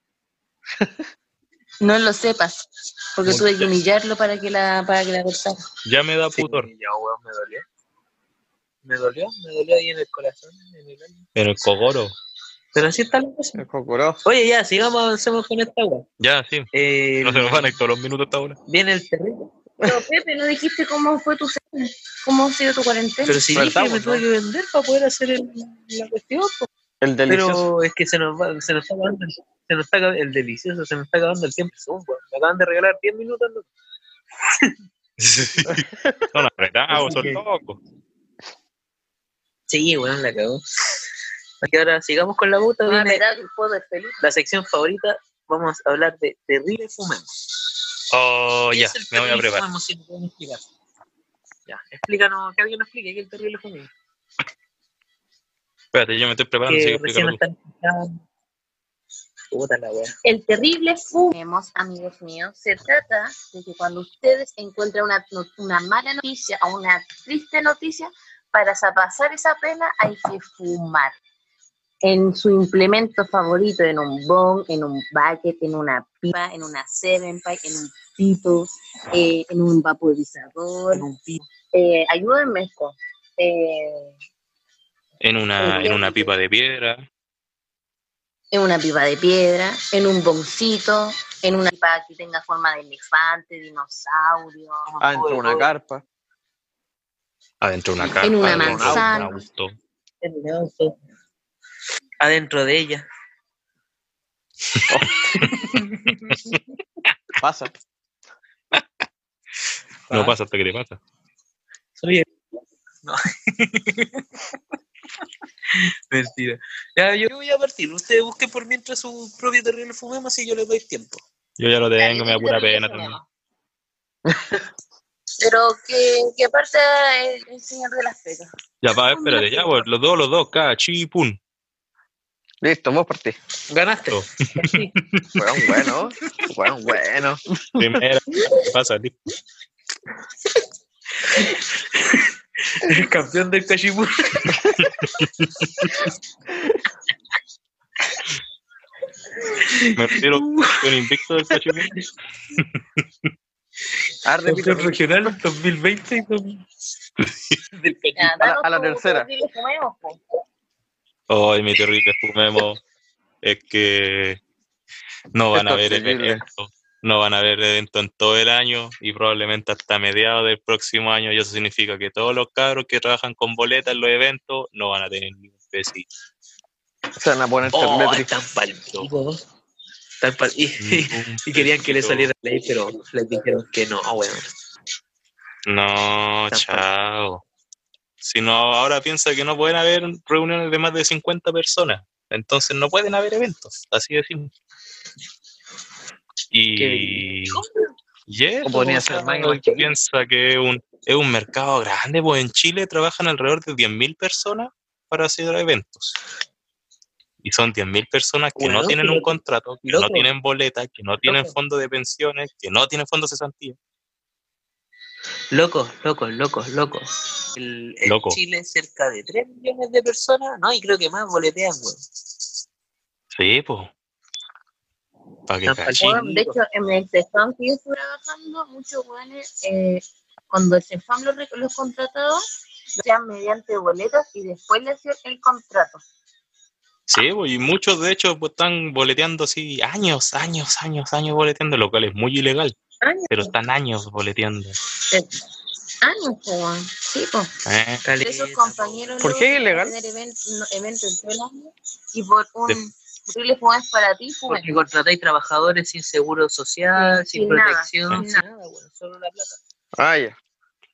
[SPEAKER 2] No lo sepas, porque
[SPEAKER 4] No
[SPEAKER 2] tuve
[SPEAKER 4] lo
[SPEAKER 2] que
[SPEAKER 4] sepas.
[SPEAKER 2] humillarlo para que la, para que la cortara.
[SPEAKER 4] Ya me da
[SPEAKER 3] Sí,
[SPEAKER 4] pudor
[SPEAKER 3] ya, weón, me dolió. Me dolió, me dolió ahí en el corazón. En el alma.
[SPEAKER 4] en el cogoro.
[SPEAKER 3] Pero así está la cosa.
[SPEAKER 5] el cocoró.
[SPEAKER 3] Oye, ya, sigamos, avancemos con esta agua.
[SPEAKER 4] Ya, sí.
[SPEAKER 3] Eh,
[SPEAKER 4] No se nos van a ir todos los minutos hasta ahora. [LAUGHS]
[SPEAKER 3] viene el terrible.
[SPEAKER 2] Pero Pepe, ¿no dijiste cómo fue tu cena? ¿Cómo ha sido tu cuarentena?
[SPEAKER 3] Pero si
[SPEAKER 5] Pero
[SPEAKER 3] dije que me
[SPEAKER 5] estamos,
[SPEAKER 3] tuve
[SPEAKER 5] ¿no?
[SPEAKER 3] que vender para poder hacer el, la cuestión, po.
[SPEAKER 5] El delicioso.
[SPEAKER 3] pero es que se nos, va, se nos está acabando el, se nos está, acab- el delicioso, se nos está acabando el tiempo. Zoom, po. Me acaban de regalar 10 minutos. ¿no?
[SPEAKER 4] Son apretados, son locos.
[SPEAKER 3] Sí, weón, la cagó. Así que ahora sigamos con la puta.
[SPEAKER 2] Me ha
[SPEAKER 3] viene
[SPEAKER 2] apretado que el juego es feliz.
[SPEAKER 3] la sección favorita. Vamos a hablar de terrible fumemos.
[SPEAKER 4] Oh,
[SPEAKER 3] ¿Qué
[SPEAKER 4] ya,
[SPEAKER 3] es el
[SPEAKER 4] me voy a
[SPEAKER 3] terrible
[SPEAKER 4] preparar.
[SPEAKER 3] fumemos, si lo pueden explicar? Ya, explícanos, que alguien nos explique qué es el terrible fumemos.
[SPEAKER 4] Espérate, yo me estoy preparando. así que
[SPEAKER 3] que recién
[SPEAKER 4] explícalo tú.
[SPEAKER 3] están escuchando. Puta la weá.
[SPEAKER 2] El terrible fumemos, amigos míos, se trata de que cuando ustedes encuentran una, no- una mala noticia o una triste noticia, para sa- pasar esa pena hay que fumar. En su implemento favorito, en un bong, en un bucket, en una pipa, en una seven pack, en un pito, eh, en un vaporizador.
[SPEAKER 3] Con un pi-
[SPEAKER 2] Eh, ayúdenme esto. eh,
[SPEAKER 4] En una, en una pipa de piedra.
[SPEAKER 2] en una pipa de piedra, en un boncito, en una pipa que tenga forma de elefante, dinosaurio,
[SPEAKER 5] adentro de Ah, una carpa.
[SPEAKER 4] Adentro de una carpa.
[SPEAKER 2] En una
[SPEAKER 4] de un auto,
[SPEAKER 2] manzana.
[SPEAKER 4] un auto.
[SPEAKER 3] Adentro de ella.
[SPEAKER 5] Pasa.
[SPEAKER 3] Ah.
[SPEAKER 4] No pasa hasta que te pasa.
[SPEAKER 3] Soy el- No. [LAUGHS] Mentira. Ya, yo voy a partir. Ustedes busquen por mientras su propio terrible fumemos y yo les doy tiempo.
[SPEAKER 4] Yo ya lo
[SPEAKER 2] Ya,
[SPEAKER 4] tengo, me da
[SPEAKER 2] yo
[SPEAKER 4] pura
[SPEAKER 2] creo que
[SPEAKER 4] pena
[SPEAKER 2] eso
[SPEAKER 4] también.
[SPEAKER 2] no. [LAUGHS] Pero que, que parte el, el señor de las pecas.
[SPEAKER 4] Ya va, espérate, ya, pues, los dos, los dos, cachipun.
[SPEAKER 5] Listo, vos partís.
[SPEAKER 3] Ganaste.
[SPEAKER 4] Oh.
[SPEAKER 3] Sí.
[SPEAKER 5] Fueron [LAUGHS] bueno. Fueron bueno.
[SPEAKER 2] [LAUGHS]
[SPEAKER 4] Primera, ¿qué pasa? listo.
[SPEAKER 3] El campeón del cachipú.
[SPEAKER 4] [LAUGHS] Me
[SPEAKER 2] [LAUGHS]
[SPEAKER 4] refiero con invicto del cachipún.
[SPEAKER 5] Ah, repito,
[SPEAKER 3] Campeón regional 2020 y con- del cachipú.
[SPEAKER 2] Ya,
[SPEAKER 5] a la-
[SPEAKER 2] danos
[SPEAKER 5] a la
[SPEAKER 2] tu-
[SPEAKER 5] tercera.
[SPEAKER 2] tu terrible fumemos, po.
[SPEAKER 4] Ay, mi terrible fumemo. Es que no van a
[SPEAKER 5] Esto es
[SPEAKER 4] ver
[SPEAKER 5] terrible.
[SPEAKER 4] evento. No van a ver evento en todo el año y probablemente hasta mediados del próximo año. Y eso significa que todos los cabros que trabajan con boletas en los eventos no van a tener ni un pesito.
[SPEAKER 5] se van a poner
[SPEAKER 3] Oh,
[SPEAKER 5] terrible.
[SPEAKER 3] tan palpico. Tan pal- [LAUGHS] y,
[SPEAKER 4] Ni
[SPEAKER 3] y-
[SPEAKER 4] un
[SPEAKER 3] y querían que le
[SPEAKER 4] pesito.
[SPEAKER 3] saliera ley, pero les dijeron que no, Ah, weón.
[SPEAKER 4] No,
[SPEAKER 3] Tampoco.
[SPEAKER 4] chao. Si no, ahora piensa que no pueden haber reuniones de más de 50 personas. Entonces no pueden haber eventos, así de simple. Y. y eso,
[SPEAKER 5] O podría
[SPEAKER 4] o
[SPEAKER 5] ser
[SPEAKER 4] sea,
[SPEAKER 5] más igual.
[SPEAKER 4] piensa que es un, es un mercado grande, pues en Chile trabajan alrededor de 10.000 personas para hacer eventos. Y son 10.000 personas que
[SPEAKER 3] Bueno,
[SPEAKER 4] no tienen un
[SPEAKER 3] pero-
[SPEAKER 4] contrato, que no
[SPEAKER 3] loco.
[SPEAKER 4] tienen boleta, que no tienen
[SPEAKER 3] Loco.
[SPEAKER 4] fondo de pensiones, que no tienen fondo de cesantía.
[SPEAKER 3] Locos, locos, locos, locos. El, en
[SPEAKER 4] Loco.
[SPEAKER 3] Chile cerca de 3 millones de personas, no, y creo que más boletean, weón.
[SPEAKER 4] Sí, po. Para que
[SPEAKER 3] Tan
[SPEAKER 4] cache.
[SPEAKER 3] Sí.
[SPEAKER 2] Bueno, de hecho, en el CEFAM que yo estuve trabajando, muchos buenos, eh, cuando el CEFAM los, re- los contrataba, lo hacían mediante boletas y después le hacían el contrato.
[SPEAKER 4] Sí, po, y muchos de hecho pues, están boleteando así años, años, años, años boleteando, lo cual es muy ilegal,
[SPEAKER 2] Años,
[SPEAKER 4] pero están años boleteando.
[SPEAKER 2] años, po, weón. sí, po.
[SPEAKER 4] ¿eh?
[SPEAKER 3] Caleta,
[SPEAKER 2] Esos compañeros
[SPEAKER 5] ¿Por
[SPEAKER 2] luego
[SPEAKER 5] qué es
[SPEAKER 2] van a
[SPEAKER 5] ilegal?
[SPEAKER 2] tener event- no, eventos todo el año y por
[SPEAKER 4] De-
[SPEAKER 2] un terrible fumás para ti, pues.
[SPEAKER 3] Porque contratáis trabajadores sin seguro social, sin,
[SPEAKER 2] Sin nada,
[SPEAKER 3] protección,
[SPEAKER 2] sin
[SPEAKER 3] sin nada, weón, solo la plata.
[SPEAKER 5] Ah, ya.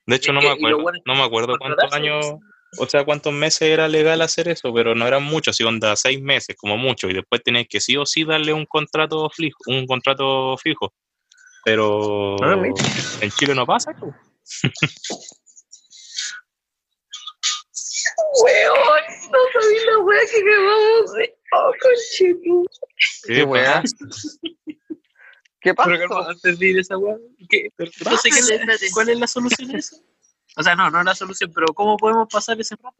[SPEAKER 4] De hecho, no
[SPEAKER 3] Es
[SPEAKER 4] me
[SPEAKER 3] que- pues. y lo
[SPEAKER 4] acuerdo,
[SPEAKER 3] bueno es
[SPEAKER 4] no me acuerdo cuántos años,
[SPEAKER 3] contratarse,
[SPEAKER 4] o sea, cuántos meses era legal hacer eso, pero no eran muchos, si onda seis meses como mucho, y después tenés que sí o sí darle un contrato fijo, un contrato fijo. Pero
[SPEAKER 5] Ah, mira.
[SPEAKER 4] en Chile no pasa eso.
[SPEAKER 2] Weón, no sabía la wea que acabamos de. Oh, conchito.
[SPEAKER 4] pues.
[SPEAKER 5] Qué weá. ¿Qué
[SPEAKER 3] Pero calma,
[SPEAKER 5] pasa?
[SPEAKER 3] antes de ir a esa weá, ¿qué? Entonces,
[SPEAKER 2] [LAUGHS]
[SPEAKER 3] ¿qué le- ¿cuál es la solución a eso? O sea, no, no es la solución, pero ¿cómo podemos pasar ese rato,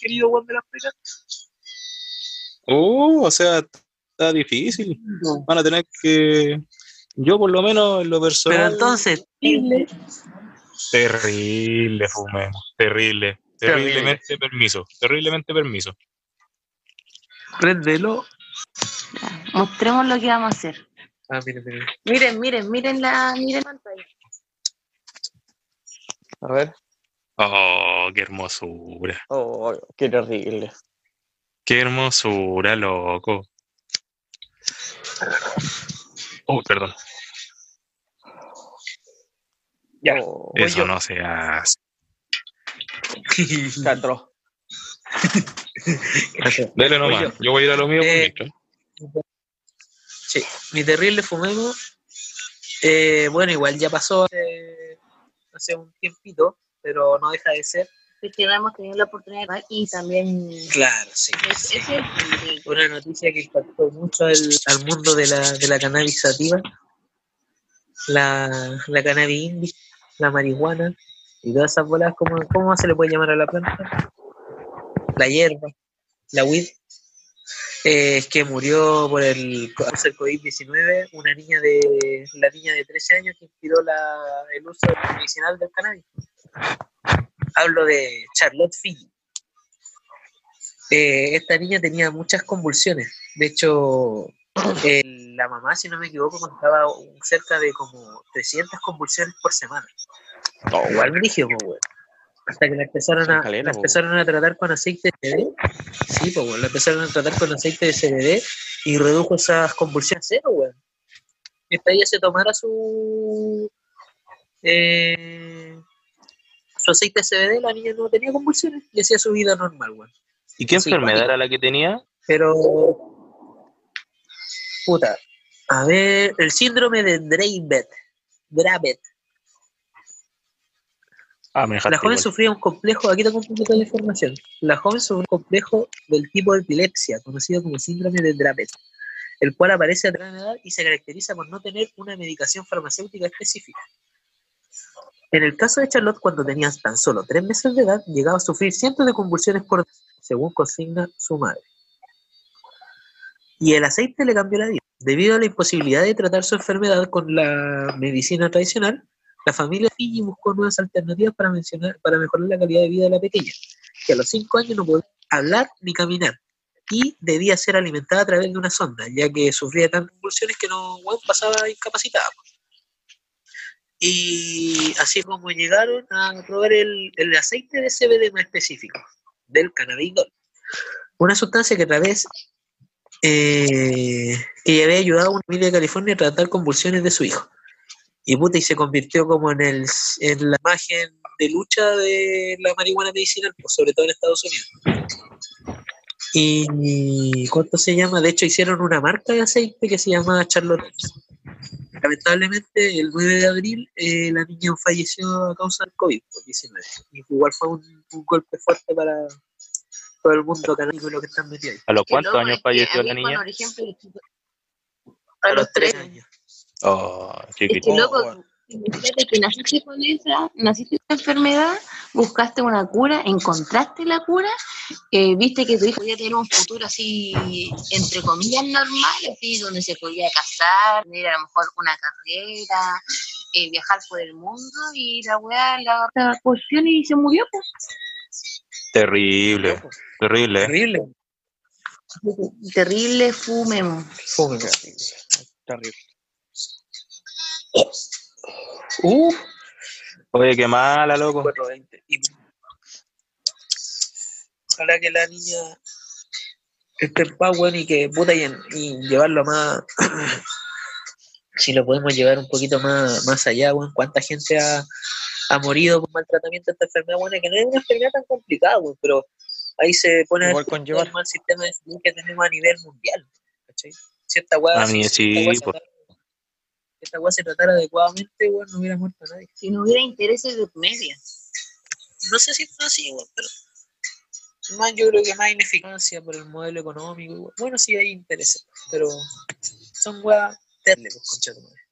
[SPEAKER 3] querido Juan de las Pecas?
[SPEAKER 4] Uh, o sea, está difícil. Van a tener que. Yo, por lo menos, en lo personal.
[SPEAKER 3] Pero entonces,
[SPEAKER 4] Terrible, fumemos. Terrible.
[SPEAKER 5] Terrible.
[SPEAKER 4] Terriblemente permiso. Terriblemente permiso.
[SPEAKER 3] préndelo.
[SPEAKER 2] Mostremos lo que vamos a hacer.
[SPEAKER 3] Ah, mire, mire.
[SPEAKER 2] Miren, miren, miren la, miren la pantalla.
[SPEAKER 5] A ver.
[SPEAKER 4] Oh, qué hermosura.
[SPEAKER 5] Oh, qué terrible.
[SPEAKER 4] Qué hermosura, loco. Oh, perdón.
[SPEAKER 3] Ya.
[SPEAKER 5] Oh,
[SPEAKER 4] Eso no se hace.
[SPEAKER 5] Catro.
[SPEAKER 4] Dele nomás. Yo voy a ir a lo mío. pues, por
[SPEAKER 3] Eh,
[SPEAKER 4] mientras.
[SPEAKER 3] Sí, mi terrible fumemo. eh, bueno, igual ya pasó hace, hace un tiempito, pero no deja de ser.
[SPEAKER 2] Porque no hemos tenido la oportunidad de- y también.
[SPEAKER 3] Claro, sí.
[SPEAKER 2] Es, es el-
[SPEAKER 3] Una noticia que impactó mucho al, al mundo de la, de la cannabis sativa, la, la cannabis indie, la marihuana y todas esas bolas, ¿cómo, ¿cómo se le puede llamar a la planta? La hierba, la weed. Eh, es que murió por el co- causa del COVID-19 una niña de la niña de 13 años que inspiró la, el uso medicinal del cannabis. Hablo de Charlotte Fiji. Eh, esta niña tenía muchas convulsiones. De hecho, eh, la mamá, si no me equivoco, contaba un- cerca de como 300 convulsiones por semana. Igual brígido, pues, weón. Hasta que la empezaron,
[SPEAKER 7] Son
[SPEAKER 3] a,
[SPEAKER 7] caleta,
[SPEAKER 3] la
[SPEAKER 7] po.
[SPEAKER 3] empezaron a tratar con aceite de CBD. Sí, pues, weón, la empezaron a tratar con aceite de CBD y redujo esas convulsiones a cero, weón. Esta ella se tomara su... eh, su aceite de CBD, la niña no tenía convulsiones y hacía su vida normal, weón.
[SPEAKER 4] ¿Y qué
[SPEAKER 3] Sí, cuático.
[SPEAKER 4] enfermedad era la que tenía?
[SPEAKER 3] Pero. Puta. A ver, el síndrome de Dravet. Dravet.
[SPEAKER 4] Ah, me
[SPEAKER 3] La
[SPEAKER 4] dejaste
[SPEAKER 3] joven
[SPEAKER 4] igual.
[SPEAKER 3] sufría un complejo. Aquí tengo un poquito de información. La joven sufrió un complejo del tipo de epilepsia, conocido como síndrome de Dravet, el cual aparece a temprana edad y se caracteriza por no tener una medicación farmacéutica específica. En el caso de Charlotte, cuando tenía tan solo tres meses de edad, llegaba a sufrir cientos de convulsiones por día, según consigna su madre. Y el aceite le cambió la vida. Debido a la imposibilidad de tratar su enfermedad con la medicina tradicional, la familia Fiji buscó nuevas alternativas para, mencionar, para mejorar la calidad de vida de la pequeña, que a los 5 años no podía hablar ni caminar y debía ser alimentada a través de una sonda, ya que sufría tantas convulsiones que no weón, pasaba incapacitada. po. Y así como llegaron a probar el, el aceite de CBD más específico, del cannabidol, una sustancia que a través eh, que le había ayudado a una familia de California a tratar convulsiones de su hijo. Y puta, y se convirtió como en, el, en la imagen de lucha de la marihuana medicinal, pues, sobre todo en Estados Unidos. Y ¿cuánto se llama? De hecho, hicieron una marca de aceite que se llama Charlotte. Lamentablemente, el 9 de abril, eh, la niña falleció a causa del COVID-19. Y igual fue un, un golpe fuerte para todo el mundo canábico y lo que están metidos ahí.
[SPEAKER 4] ¿A los
[SPEAKER 2] Qué
[SPEAKER 4] cuántos
[SPEAKER 2] loco,
[SPEAKER 4] años
[SPEAKER 2] es que
[SPEAKER 4] falleció
[SPEAKER 2] a mí
[SPEAKER 4] la
[SPEAKER 2] cuando,
[SPEAKER 4] niña?
[SPEAKER 2] por ejemplo, a los tres años.
[SPEAKER 4] Oh,
[SPEAKER 2] Es
[SPEAKER 4] chiquitito.
[SPEAKER 2] que loco, imagínate que naciste con esa, naciste con esa enfermedad, buscaste una cura, encontraste la cura, eh, viste que tu hijo podía tener un futuro así, entre comillas, normal, así, donde se podía casar, tener a lo mejor una carrera, eh, viajar por el mundo, y la weá, la, la cuestión y se murió, pues.
[SPEAKER 4] Terrible, terrible. ¿eh?
[SPEAKER 3] Terrible.
[SPEAKER 2] Terrible fumemos.
[SPEAKER 3] Fome, weón.
[SPEAKER 5] Terrible.
[SPEAKER 3] Uh,
[SPEAKER 4] Oye, qué mala, loco.
[SPEAKER 3] 420. Y... Ojalá que la niña esté en paz, weón, y que puta y, en- y llevarlo más. [CLEARS THROAT] si lo podemos llevar un poquito más, más allá, weón. ¿Cuánta gente ha, ha morido por maltratamiento de esta enfermedad, weón? Que no es una enfermedad tan complicada, weón, pero ahí se pone a
[SPEAKER 7] Igual
[SPEAKER 3] ver
[SPEAKER 7] conllevar.
[SPEAKER 3] el mal sistema de salud que tenemos a nivel mundial, ¿cachai? Si esta weá
[SPEAKER 4] A mí
[SPEAKER 3] si- si
[SPEAKER 4] sí,
[SPEAKER 3] esta weá se
[SPEAKER 4] pues. po.
[SPEAKER 3] tratara- si esta weá se tratara adecuadamente, weón, no hubiera muerto nadie.
[SPEAKER 2] Si no hubiera intereses de media.
[SPEAKER 3] No sé si fue así, weón, pero. Más, yo creo que más ineficacia por el modelo económico. weón. Bueno, sí hay intereses, pero son weas terribles, pues, concha de tu madre. [SIGHS]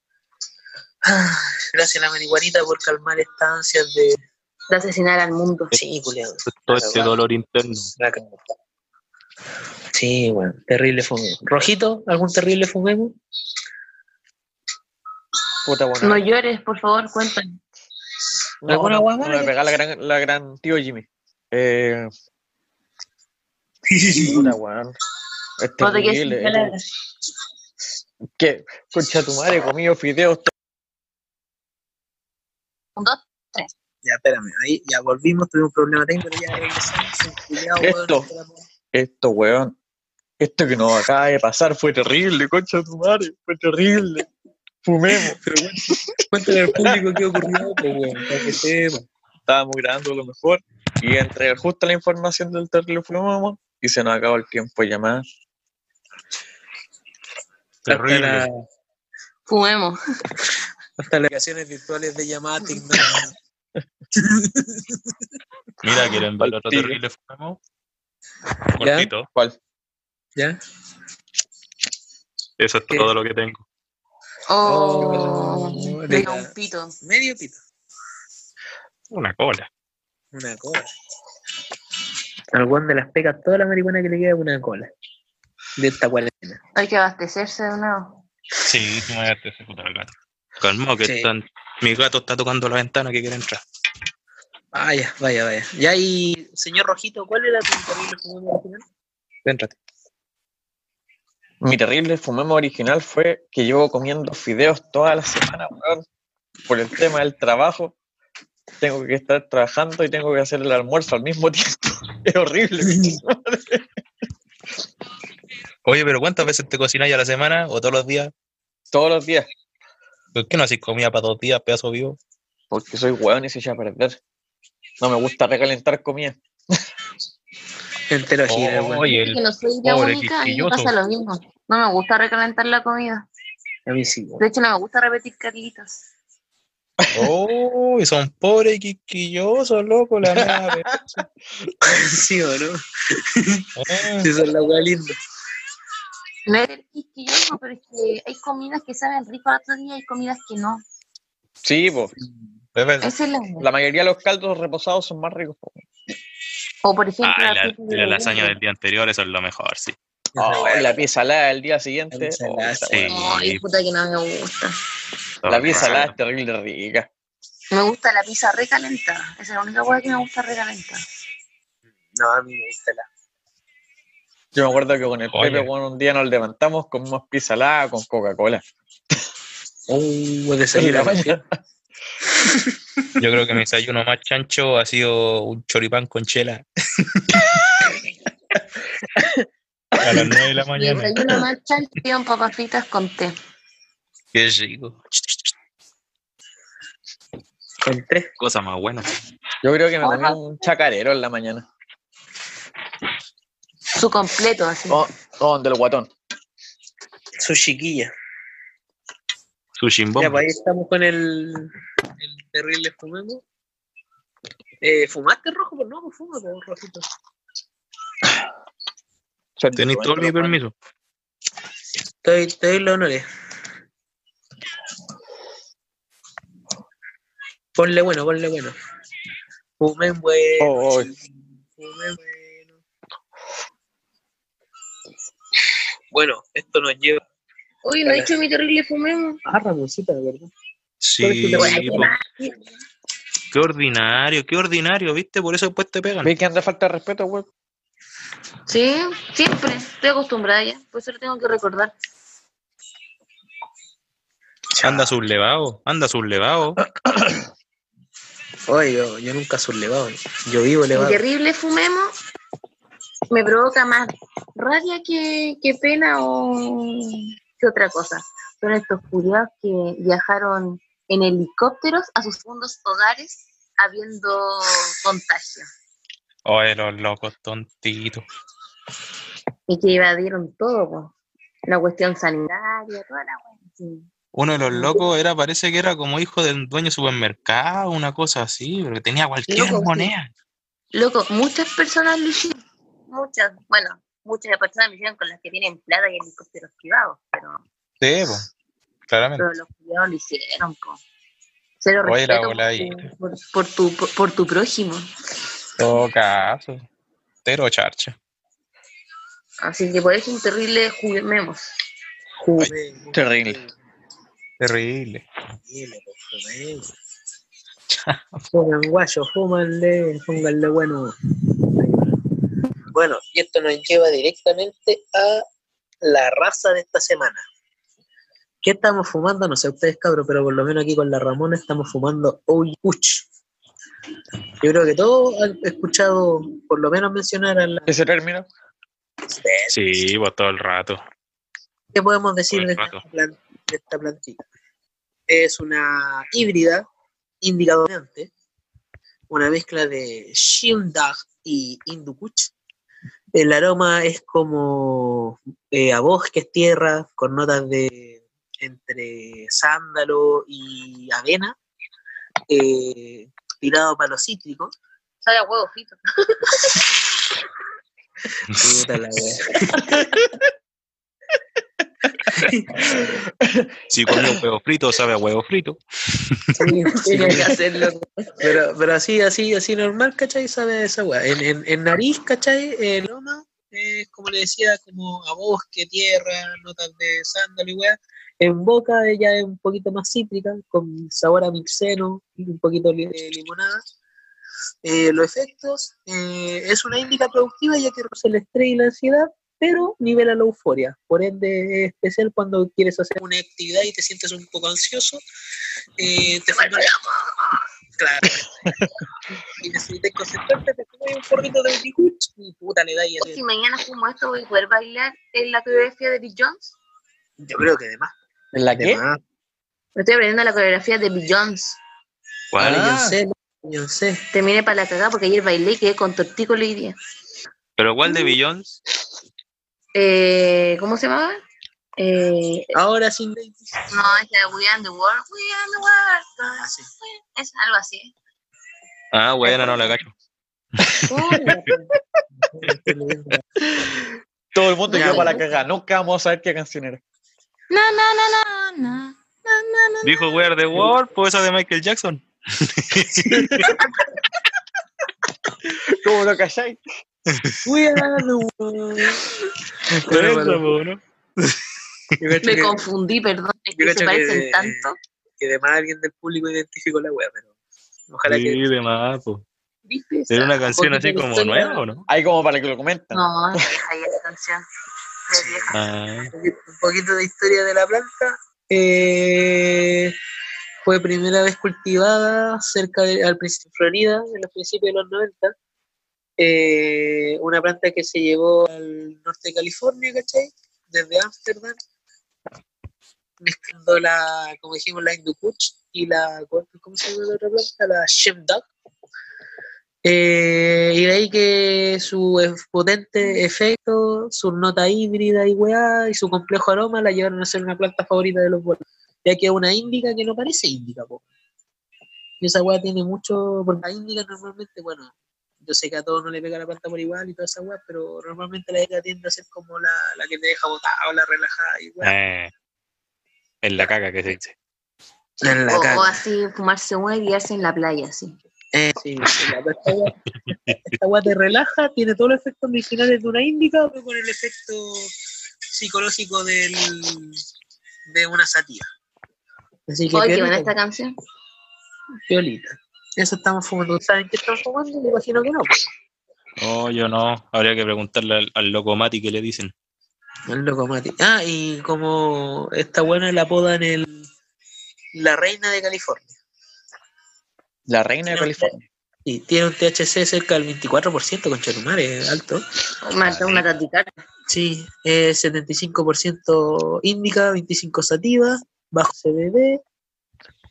[SPEAKER 3] Ah, Gracias a la marihuanita por calmar estas ansias de.
[SPEAKER 2] De asesinar al mundo.
[SPEAKER 3] Sí, culiado.
[SPEAKER 4] Todo este dolor interno.
[SPEAKER 3] La cagó. Sí, bueno, terrible fumemos. ¿Rojito? ¿Algún terrible fumemos?
[SPEAKER 5] Puta, bueno.
[SPEAKER 2] No llores, por favor, cuéntame.
[SPEAKER 5] No,
[SPEAKER 3] ¿Alguna
[SPEAKER 5] no,
[SPEAKER 3] guamala
[SPEAKER 5] no le
[SPEAKER 3] que-
[SPEAKER 5] pegá la gran, la gran tío Jimmy. Eh, puta, weón. Este Es
[SPEAKER 2] No te quedes sin
[SPEAKER 5] terrible.
[SPEAKER 2] palabras.
[SPEAKER 5] ¿Qué? Concha tu madre, he comido fideos.
[SPEAKER 2] Un, dos,
[SPEAKER 3] Ya, espérame, ahí ya volvimos, tuvimos un problema técnico, pero ya regresamos. culiao, weón,
[SPEAKER 5] Esto.
[SPEAKER 3] esperamos.
[SPEAKER 5] Esto, weón. Esto que nos acaba de pasar fue terrible, concha tu madre. Fue terrible. Fumemos.
[SPEAKER 3] Cuéntale al público qué ocurrió, pues, weón, para que sepa.
[SPEAKER 5] Estábamos grabando lo mejor. Y entre justo la información del terrible fumemos y se nos acabó el tiempo de llamar.
[SPEAKER 3] Hasta, la-
[SPEAKER 4] Terrible.
[SPEAKER 2] Fumemos.
[SPEAKER 3] hasta las aplicaciones virtuales de [LAUGHS] llamada Tigna.
[SPEAKER 4] Mira, quieren ver otro
[SPEAKER 5] Tío.
[SPEAKER 4] terrible [LAUGHS] fumemos.
[SPEAKER 3] Ya.
[SPEAKER 4] Cortito.
[SPEAKER 5] ¿Cuál?
[SPEAKER 3] ¿Ya?
[SPEAKER 4] Eso es
[SPEAKER 3] ¿Qué?
[SPEAKER 4] todo lo que tengo.
[SPEAKER 2] Oh,
[SPEAKER 3] Oh,
[SPEAKER 2] me
[SPEAKER 3] de-
[SPEAKER 2] da un pito.
[SPEAKER 3] Medio pito.
[SPEAKER 4] Una cola.
[SPEAKER 3] Una cola. Al weón de las pecas, toda la marihuana que le queda es una cola. De esta cuarentena.
[SPEAKER 2] Hay que abastecerse de nuevo.
[SPEAKER 4] Sí, me voy a hacer puta el gato. Calmado, que
[SPEAKER 3] Sí.
[SPEAKER 4] están... mi gato está tocando la ventana que quiere entrar.
[SPEAKER 3] Ah, ya, vaya, vaya. Ya, y señor Rojito, ¿cuál era tu terrible fumemos original?
[SPEAKER 4] Céntrate.
[SPEAKER 5] Mi terrible fumemo original fue que llevo comiendo fideos toda la semana, weón. Por el tema del trabajo, tengo que estar trabajando y tengo que hacer el almuerzo al mismo [LAUGHS] tiempo.
[SPEAKER 3] [LAUGHS]
[SPEAKER 5] Es horrible.
[SPEAKER 4] Oye, pero ¿cuántas veces te cocinas a la semana o todos los días?
[SPEAKER 5] Todos los días,
[SPEAKER 4] ¿Por qué no haces comida para dos días, pedazo vivo?
[SPEAKER 5] porque soy weón y se echa a perder. No me gusta recalentar comida.
[SPEAKER 3] Entero gira,
[SPEAKER 4] Oh,
[SPEAKER 3] weón.
[SPEAKER 4] oye,
[SPEAKER 2] Es
[SPEAKER 4] el-
[SPEAKER 2] que no soy la
[SPEAKER 4] pobre
[SPEAKER 2] única y me
[SPEAKER 4] quisquilloso.
[SPEAKER 2] pasa lo mismo. No me gusta recalentar la comida.
[SPEAKER 3] A mí sí, weón.
[SPEAKER 2] De hecho, no me gusta repetir carlitos.
[SPEAKER 4] oh, y son pobres y quisquillosos, loco, la madre.
[SPEAKER 3] [LAUGHS] Sí, weón. ¿no?
[SPEAKER 4] Ah,
[SPEAKER 3] Sí, son la weá linda.
[SPEAKER 2] No es el quisquilloso, pero es que hay comidas que saben rico al otro día y hay comidas que no.
[SPEAKER 5] Sí, po.
[SPEAKER 4] es verdad.
[SPEAKER 2] Esa es la idea.
[SPEAKER 5] La mayoría de los caldos reposados son más ricos. po.
[SPEAKER 2] O por ejemplo,
[SPEAKER 4] Ay, Ah, la,
[SPEAKER 2] pizza de
[SPEAKER 4] la lasaña
[SPEAKER 2] legumbres.
[SPEAKER 4] del día anterior, eso es lo mejor, sí.
[SPEAKER 5] Oh, la pieza salada del día
[SPEAKER 3] Ah, La
[SPEAKER 5] siguiente.
[SPEAKER 3] pizza
[SPEAKER 5] oh,
[SPEAKER 3] salada,
[SPEAKER 5] esa
[SPEAKER 4] sí.
[SPEAKER 5] weá.
[SPEAKER 2] Ay, puta que no me gusta.
[SPEAKER 5] la pieza
[SPEAKER 4] Todo
[SPEAKER 5] salada
[SPEAKER 4] raro.
[SPEAKER 5] es terrible rica.
[SPEAKER 2] Me gusta la pizza recalentada. Esa es la única hueá que me gusta recalentada.
[SPEAKER 3] No, a mí me gusta la.
[SPEAKER 5] Yo me acuerdo que con el
[SPEAKER 4] Oye.
[SPEAKER 5] Pepe, weón, un día nos levantamos, comimos pizza salada con Coca-Cola.
[SPEAKER 3] Uh, de
[SPEAKER 5] En
[SPEAKER 3] salir
[SPEAKER 5] la
[SPEAKER 3] a
[SPEAKER 5] mañana.
[SPEAKER 4] Yo creo que mi desayuno más chancho ha sido un choripán con chela. A las 9 de
[SPEAKER 2] Y
[SPEAKER 4] la
[SPEAKER 2] el
[SPEAKER 4] mañana.
[SPEAKER 2] desayuno más chancho papas fritas con té.
[SPEAKER 4] Qué rico.
[SPEAKER 3] con té.
[SPEAKER 4] Cosa más buena.
[SPEAKER 5] Yo creo que me
[SPEAKER 2] Ahora-
[SPEAKER 5] comí un chacarero en la mañana.
[SPEAKER 2] Su completo, así.
[SPEAKER 5] Oh, oh, del guatón.
[SPEAKER 3] Su chiquilla.
[SPEAKER 4] Su chimbón.
[SPEAKER 3] Ya, pues ahí estamos con el, el terrible fumemos. Eh, ¿Fumaste rojo? Pues no, pues fúmate, rojito.
[SPEAKER 4] Tenéis todo
[SPEAKER 2] pues,
[SPEAKER 4] mi permiso.
[SPEAKER 3] Estoy, estoy los honores. Ponle bueno, ponle bueno. Fumen bueno.
[SPEAKER 5] Oh, oh.
[SPEAKER 3] Fumen bueno. Bueno, esto nos lleva.
[SPEAKER 2] Uy, no he hecho mi terrible fumemos.
[SPEAKER 3] Ah, Ramoncita, de verdad.
[SPEAKER 2] pues,
[SPEAKER 4] Sí,
[SPEAKER 3] Pero es que te
[SPEAKER 4] po. qué ordinario, qué ordinario, ¿viste? Por eso después te pegan.
[SPEAKER 5] ¿Veis que anda falta de respeto, weón?
[SPEAKER 2] Sí, siempre. Estoy acostumbrada ya. Por eso lo tengo que recordar.
[SPEAKER 4] Anda sublevado, anda sublevado.
[SPEAKER 3] Oye, yo, yo nunca sublevado. Yo vivo
[SPEAKER 2] Mi
[SPEAKER 3] elevado.
[SPEAKER 2] terrible fumemos me provoca más rabia que, que pena o que otra cosa. Son estos curiosos que viajaron en helicópteros a sus fundos hogares habiendo contagio
[SPEAKER 4] Oye, los locos tontitos.
[SPEAKER 2] y que evadieron todo, po. la cuestión sanitaria, toda la cuestión.
[SPEAKER 4] Uno de los locos era, parece que era como hijo del dueño de supermercado, una cosa así, pero que tenía cualquier
[SPEAKER 2] Loco, sí.
[SPEAKER 4] moneda.
[SPEAKER 2] Loco, muchas personas lo hicieron. Muchas, bueno, muchas personas lo hicieron con las que tienen plata y helicópteros privados, pero,
[SPEAKER 4] Sí, po, claramente.
[SPEAKER 2] pero los cuidados lo hicieron, po. Cero
[SPEAKER 4] Oye, la
[SPEAKER 2] respeto
[SPEAKER 4] bola ahí.
[SPEAKER 2] por, por- por tu, por, por tu prójimo.
[SPEAKER 4] Todo caso. Cero charcha.
[SPEAKER 2] Así que por eso un terrible juguemos.
[SPEAKER 3] Fumemos,
[SPEAKER 5] terrible.
[SPEAKER 4] Terrible.
[SPEAKER 3] fumemos. Fuman guayo, fumanle, pónganle bueno. Bueno, y esto nos lleva directamente a la raza de esta semana. ¿Qué estamos fumando? No sé ustedes, cabros, pero por lo menos aquí con la Ramona estamos fumando Oyuch. Yo creo que todos han escuchado, por lo menos mencionar a la...
[SPEAKER 5] Ese término.
[SPEAKER 4] Sí, pues todo el rato.
[SPEAKER 3] ¿Qué podemos decir
[SPEAKER 4] Buen
[SPEAKER 3] de esta,
[SPEAKER 4] rato.
[SPEAKER 3] plan- de esta plantita? Es una híbrida indica dominante, una mezcla de Shimdag y Hindukuch. El aroma es como eh, a bosques, tierra, con notas de entre sándalo y avena, eh, tirado para los cítricos.
[SPEAKER 2] Sabe a huevo frito.
[SPEAKER 3] Puta la wea.
[SPEAKER 4] Si comió [COUGHS] huevo frito, sabe a huevo frito.
[SPEAKER 3] [LAUGHS] Tiene que hacerlo. Pero, pero así, así, así normal, ¿cachai? Sabe a esa weá. En, en, en nariz, ¿cachai? El aroma es, como le decía, como a bosque, tierra, notas de sándalo y weá. En boca ella es un poquito más cítrica, con sabor a mixeno y un poquito li- de limonada. Eh, los efectos eh, es una índica productiva ya que reduce el estrés y la ansiedad, pero nivela la euforia. Por ende, es especial cuando quieres hacer una actividad y te sientes un poco ansioso. Eh, te falta [LAUGHS] Claro. y necesitas concentrarte, te tomas un porrito de Ubiquich y puta, le da y
[SPEAKER 2] Si mañana fumo esto, voy a poder bailar en la coreografía de Bill Jones.
[SPEAKER 3] Yo creo que además.
[SPEAKER 5] ¿En la qué?
[SPEAKER 3] Ah,
[SPEAKER 2] Me estoy aprendiendo la coreografía de Bill Jones.
[SPEAKER 4] ¿Cuál?
[SPEAKER 5] Ah.
[SPEAKER 3] Yo sé, yo sé.
[SPEAKER 2] Terminé para la cagada porque ayer bailé y quedé con tortícolis hoy día. Mm.
[SPEAKER 4] ¿Pero cuál de Billions?
[SPEAKER 2] Eh, ¿Cómo se llamaba? Eh,
[SPEAKER 3] Ahora sin ladies.
[SPEAKER 2] no, es la We Are the World. We Are the World.
[SPEAKER 3] Ah, sí.
[SPEAKER 2] Es algo así. ¿eh?
[SPEAKER 4] Ah, buena, no la cacho.
[SPEAKER 5] Todo el mundo
[SPEAKER 2] Ya,
[SPEAKER 5] quedó para la
[SPEAKER 2] bueno.
[SPEAKER 5] cagada. Nunca vamos a saber qué canción era.
[SPEAKER 2] No, no, no, no, no. No, no, no.
[SPEAKER 4] Dijo Where the World, pues esa de Michael Jackson.
[SPEAKER 5] ¿Cómo lo calláis?
[SPEAKER 3] Cuidado.
[SPEAKER 4] Por eso, po, ¿no?
[SPEAKER 3] Yo cacho
[SPEAKER 2] Me
[SPEAKER 3] que-
[SPEAKER 2] confundí, perdón. Es
[SPEAKER 3] Yo
[SPEAKER 2] que
[SPEAKER 3] cacho
[SPEAKER 2] se
[SPEAKER 3] que
[SPEAKER 2] parecen
[SPEAKER 3] de-
[SPEAKER 2] tanto.
[SPEAKER 3] que además alguien del público identificó la wea, pero ojalá que.
[SPEAKER 4] Sí, de más, po.
[SPEAKER 2] ¿Viste?
[SPEAKER 4] Era una canción
[SPEAKER 3] Porque
[SPEAKER 4] así
[SPEAKER 3] tiene
[SPEAKER 4] como
[SPEAKER 3] historia.
[SPEAKER 4] nueva, ¿o no?
[SPEAKER 5] Hay como para que lo comenten.
[SPEAKER 2] No, ahí la canción. De vieja.
[SPEAKER 4] Ah,
[SPEAKER 3] un poquito de historia de la planta. Eh, fue primera vez cultivada cerca de, al principio de Florida, en los principios de los 90. Eh, una planta que se llevó al norte de California, ¿cachai? Desde Ámsterdam, mezclando la, como dijimos, la Indukuch y la, ¿cómo se llama la otra planta? La Shemduck. Eh, y de ahí que su ef- potente efecto, su nota híbrida y weá, y su complejo aroma la llevaron a ser una planta favorita de los bolos. Ya que es una índica que no parece índica, po. Y esa weá tiene mucho. Porque la índica normalmente, bueno, yo sé que a todos no le pega la planta por igual y toda esa weá, pero normalmente la índica tiende a ser como la, la que te deja botado, la relajada y weá.
[SPEAKER 4] eh, en la caca que se dice.
[SPEAKER 3] En
[SPEAKER 2] O- o, así, fumarse una y guiarse en la playa, sí.
[SPEAKER 3] Eh, sí, sí, la- esta agua, te relaja, tiene todos los efectos medicinales de una índica, pero con el efecto psicológico del, de una satía. Así que,
[SPEAKER 2] Oye, qué buena
[SPEAKER 3] piolita,
[SPEAKER 2] esta canción.
[SPEAKER 3] piolita. Eso estamos fumando. ¿Saben qué estamos fumando? Me imagino que no. pues.
[SPEAKER 4] No, yo no. Habría que preguntarle al, al loco Mati qué le dicen.
[SPEAKER 3] El loco Mati. Ah, y como está buena la apodan el la reina de California.
[SPEAKER 5] La reina de
[SPEAKER 3] No.
[SPEAKER 5] California.
[SPEAKER 3] Y tiene un THC cerca del 24%, con Chetumare, alto.
[SPEAKER 2] Marta,
[SPEAKER 5] Ah,
[SPEAKER 2] una taticata.
[SPEAKER 3] Sí, es 75% índica, 25% sativa, bajo CBD.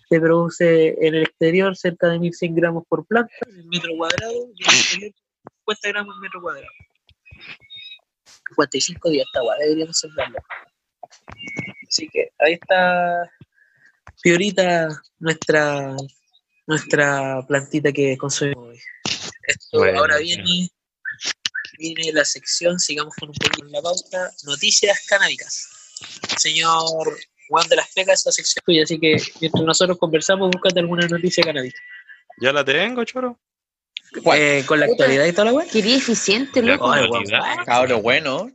[SPEAKER 3] Se produce en el exterior cerca de 1100 gramos por planta, en metro cuadrado, y en el interior 50 gramos en metro cuadrado. 45 días esta guay, deberíamos sembrarla. Así que ahí está Fiorita, nuestra, nuestra plantita que consumimos hoy. Esto
[SPEAKER 4] Bueno,
[SPEAKER 3] ahora
[SPEAKER 4] bien.
[SPEAKER 3] viene, viene la sección, sigamos con un poquito en la pauta, noticias canábicas. Señor Juan de las Pecas, la sección tuya, así que mientras nosotros conversamos, búscate alguna noticia canábica.
[SPEAKER 4] Ya la tengo, choro.
[SPEAKER 3] Eh, con la actualidad y toda la web.
[SPEAKER 2] Quería eficiente,
[SPEAKER 4] La
[SPEAKER 2] loco.
[SPEAKER 3] Ay,
[SPEAKER 4] comodidad.
[SPEAKER 5] Cabro bueno.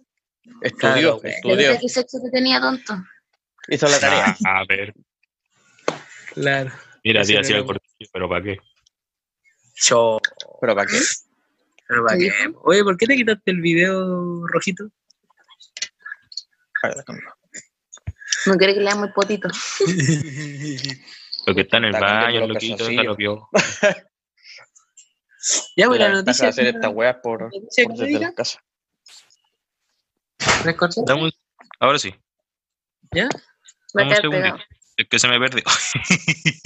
[SPEAKER 3] Cabro
[SPEAKER 5] Estudió,
[SPEAKER 3] bueno.
[SPEAKER 5] estudió.
[SPEAKER 2] qué sexo te tenía tonto.
[SPEAKER 5] Hizo la tarea.
[SPEAKER 4] Ah, a ver.
[SPEAKER 3] Claro.
[SPEAKER 4] Mira,
[SPEAKER 3] Ese
[SPEAKER 4] sí,
[SPEAKER 3] era
[SPEAKER 4] hacía
[SPEAKER 3] el
[SPEAKER 4] el cortillo, pero ¿para qué?
[SPEAKER 3] Yo.
[SPEAKER 5] Pero ¿para qué?
[SPEAKER 3] Pero pa'
[SPEAKER 2] ¿Qué
[SPEAKER 3] qué. Oye, ¿por qué te quitaste el video rojito?
[SPEAKER 2] No quiere que le amo el potito.
[SPEAKER 4] [LAUGHS] Lo que está en el
[SPEAKER 5] Está
[SPEAKER 4] baño,
[SPEAKER 5] contento con
[SPEAKER 4] loquito,
[SPEAKER 5] los
[SPEAKER 4] está lo vio.
[SPEAKER 3] ya, pues
[SPEAKER 5] La
[SPEAKER 3] la
[SPEAKER 5] ventaja
[SPEAKER 3] noticia.
[SPEAKER 5] de hacer estas weas por, por
[SPEAKER 3] noticia
[SPEAKER 5] desde
[SPEAKER 3] canábica,
[SPEAKER 5] las casas.
[SPEAKER 3] ¿la encontré?
[SPEAKER 4] Dame un- Ahora sí,
[SPEAKER 3] ¿Ya?
[SPEAKER 2] Va a
[SPEAKER 4] dame un
[SPEAKER 2] quedar
[SPEAKER 4] segundo.
[SPEAKER 2] pegado.
[SPEAKER 4] Es que se me perdió.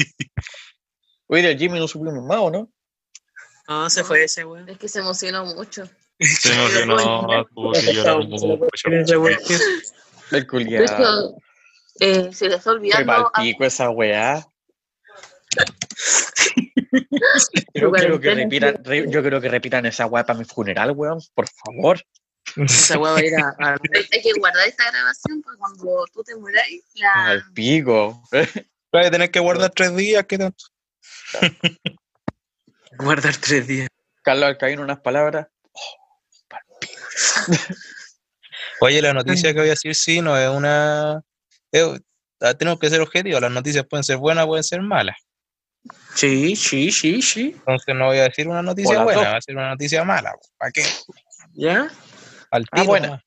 [SPEAKER 4] [LAUGHS]
[SPEAKER 5] Oye, del Jimmy no supimos más, ¿o no?
[SPEAKER 3] No, se fue ese, weón.
[SPEAKER 2] Es que se emocionó mucho.
[SPEAKER 4] Se me emocionó, tuve que llorar mucho.
[SPEAKER 5] El
[SPEAKER 2] De hecho,
[SPEAKER 5] culiado.
[SPEAKER 2] eh, se le está
[SPEAKER 5] Fue
[SPEAKER 2] olvidando. Ah, a-
[SPEAKER 5] palpico esa
[SPEAKER 3] [LAUGHS]
[SPEAKER 5] weá. Yo
[SPEAKER 2] Jugar
[SPEAKER 5] quiero, que
[SPEAKER 2] en tenis.
[SPEAKER 5] repitan, re- yo quiero que repitan esa weá para mi funeral, weón. Por favor.
[SPEAKER 3] Esa weá va a ir a- a-
[SPEAKER 2] Hay que guardar esta grabación para cuando tú te mueras. La...
[SPEAKER 5] Al pico.
[SPEAKER 4] Voy a tener que guardar tres días, ¿qué tanto?
[SPEAKER 3] guardar tres días.
[SPEAKER 5] Carlos Alcaín, unas palabras.
[SPEAKER 4] Oye, la noticia que voy a decir sí no es una. es- ah, tenemos que ser objetivos. Las noticias pueden ser buenas, pueden ser malas.
[SPEAKER 3] Sí, sí, sí, sí.
[SPEAKER 4] Entonces no voy a decir una noticia
[SPEAKER 5] las
[SPEAKER 4] buena,
[SPEAKER 5] dos.
[SPEAKER 4] va a ser una noticia mala. ¿Para qué?
[SPEAKER 3] ¿Ya?
[SPEAKER 4] Al
[SPEAKER 5] Ah,
[SPEAKER 4] tiro
[SPEAKER 5] buena.
[SPEAKER 4] nomás.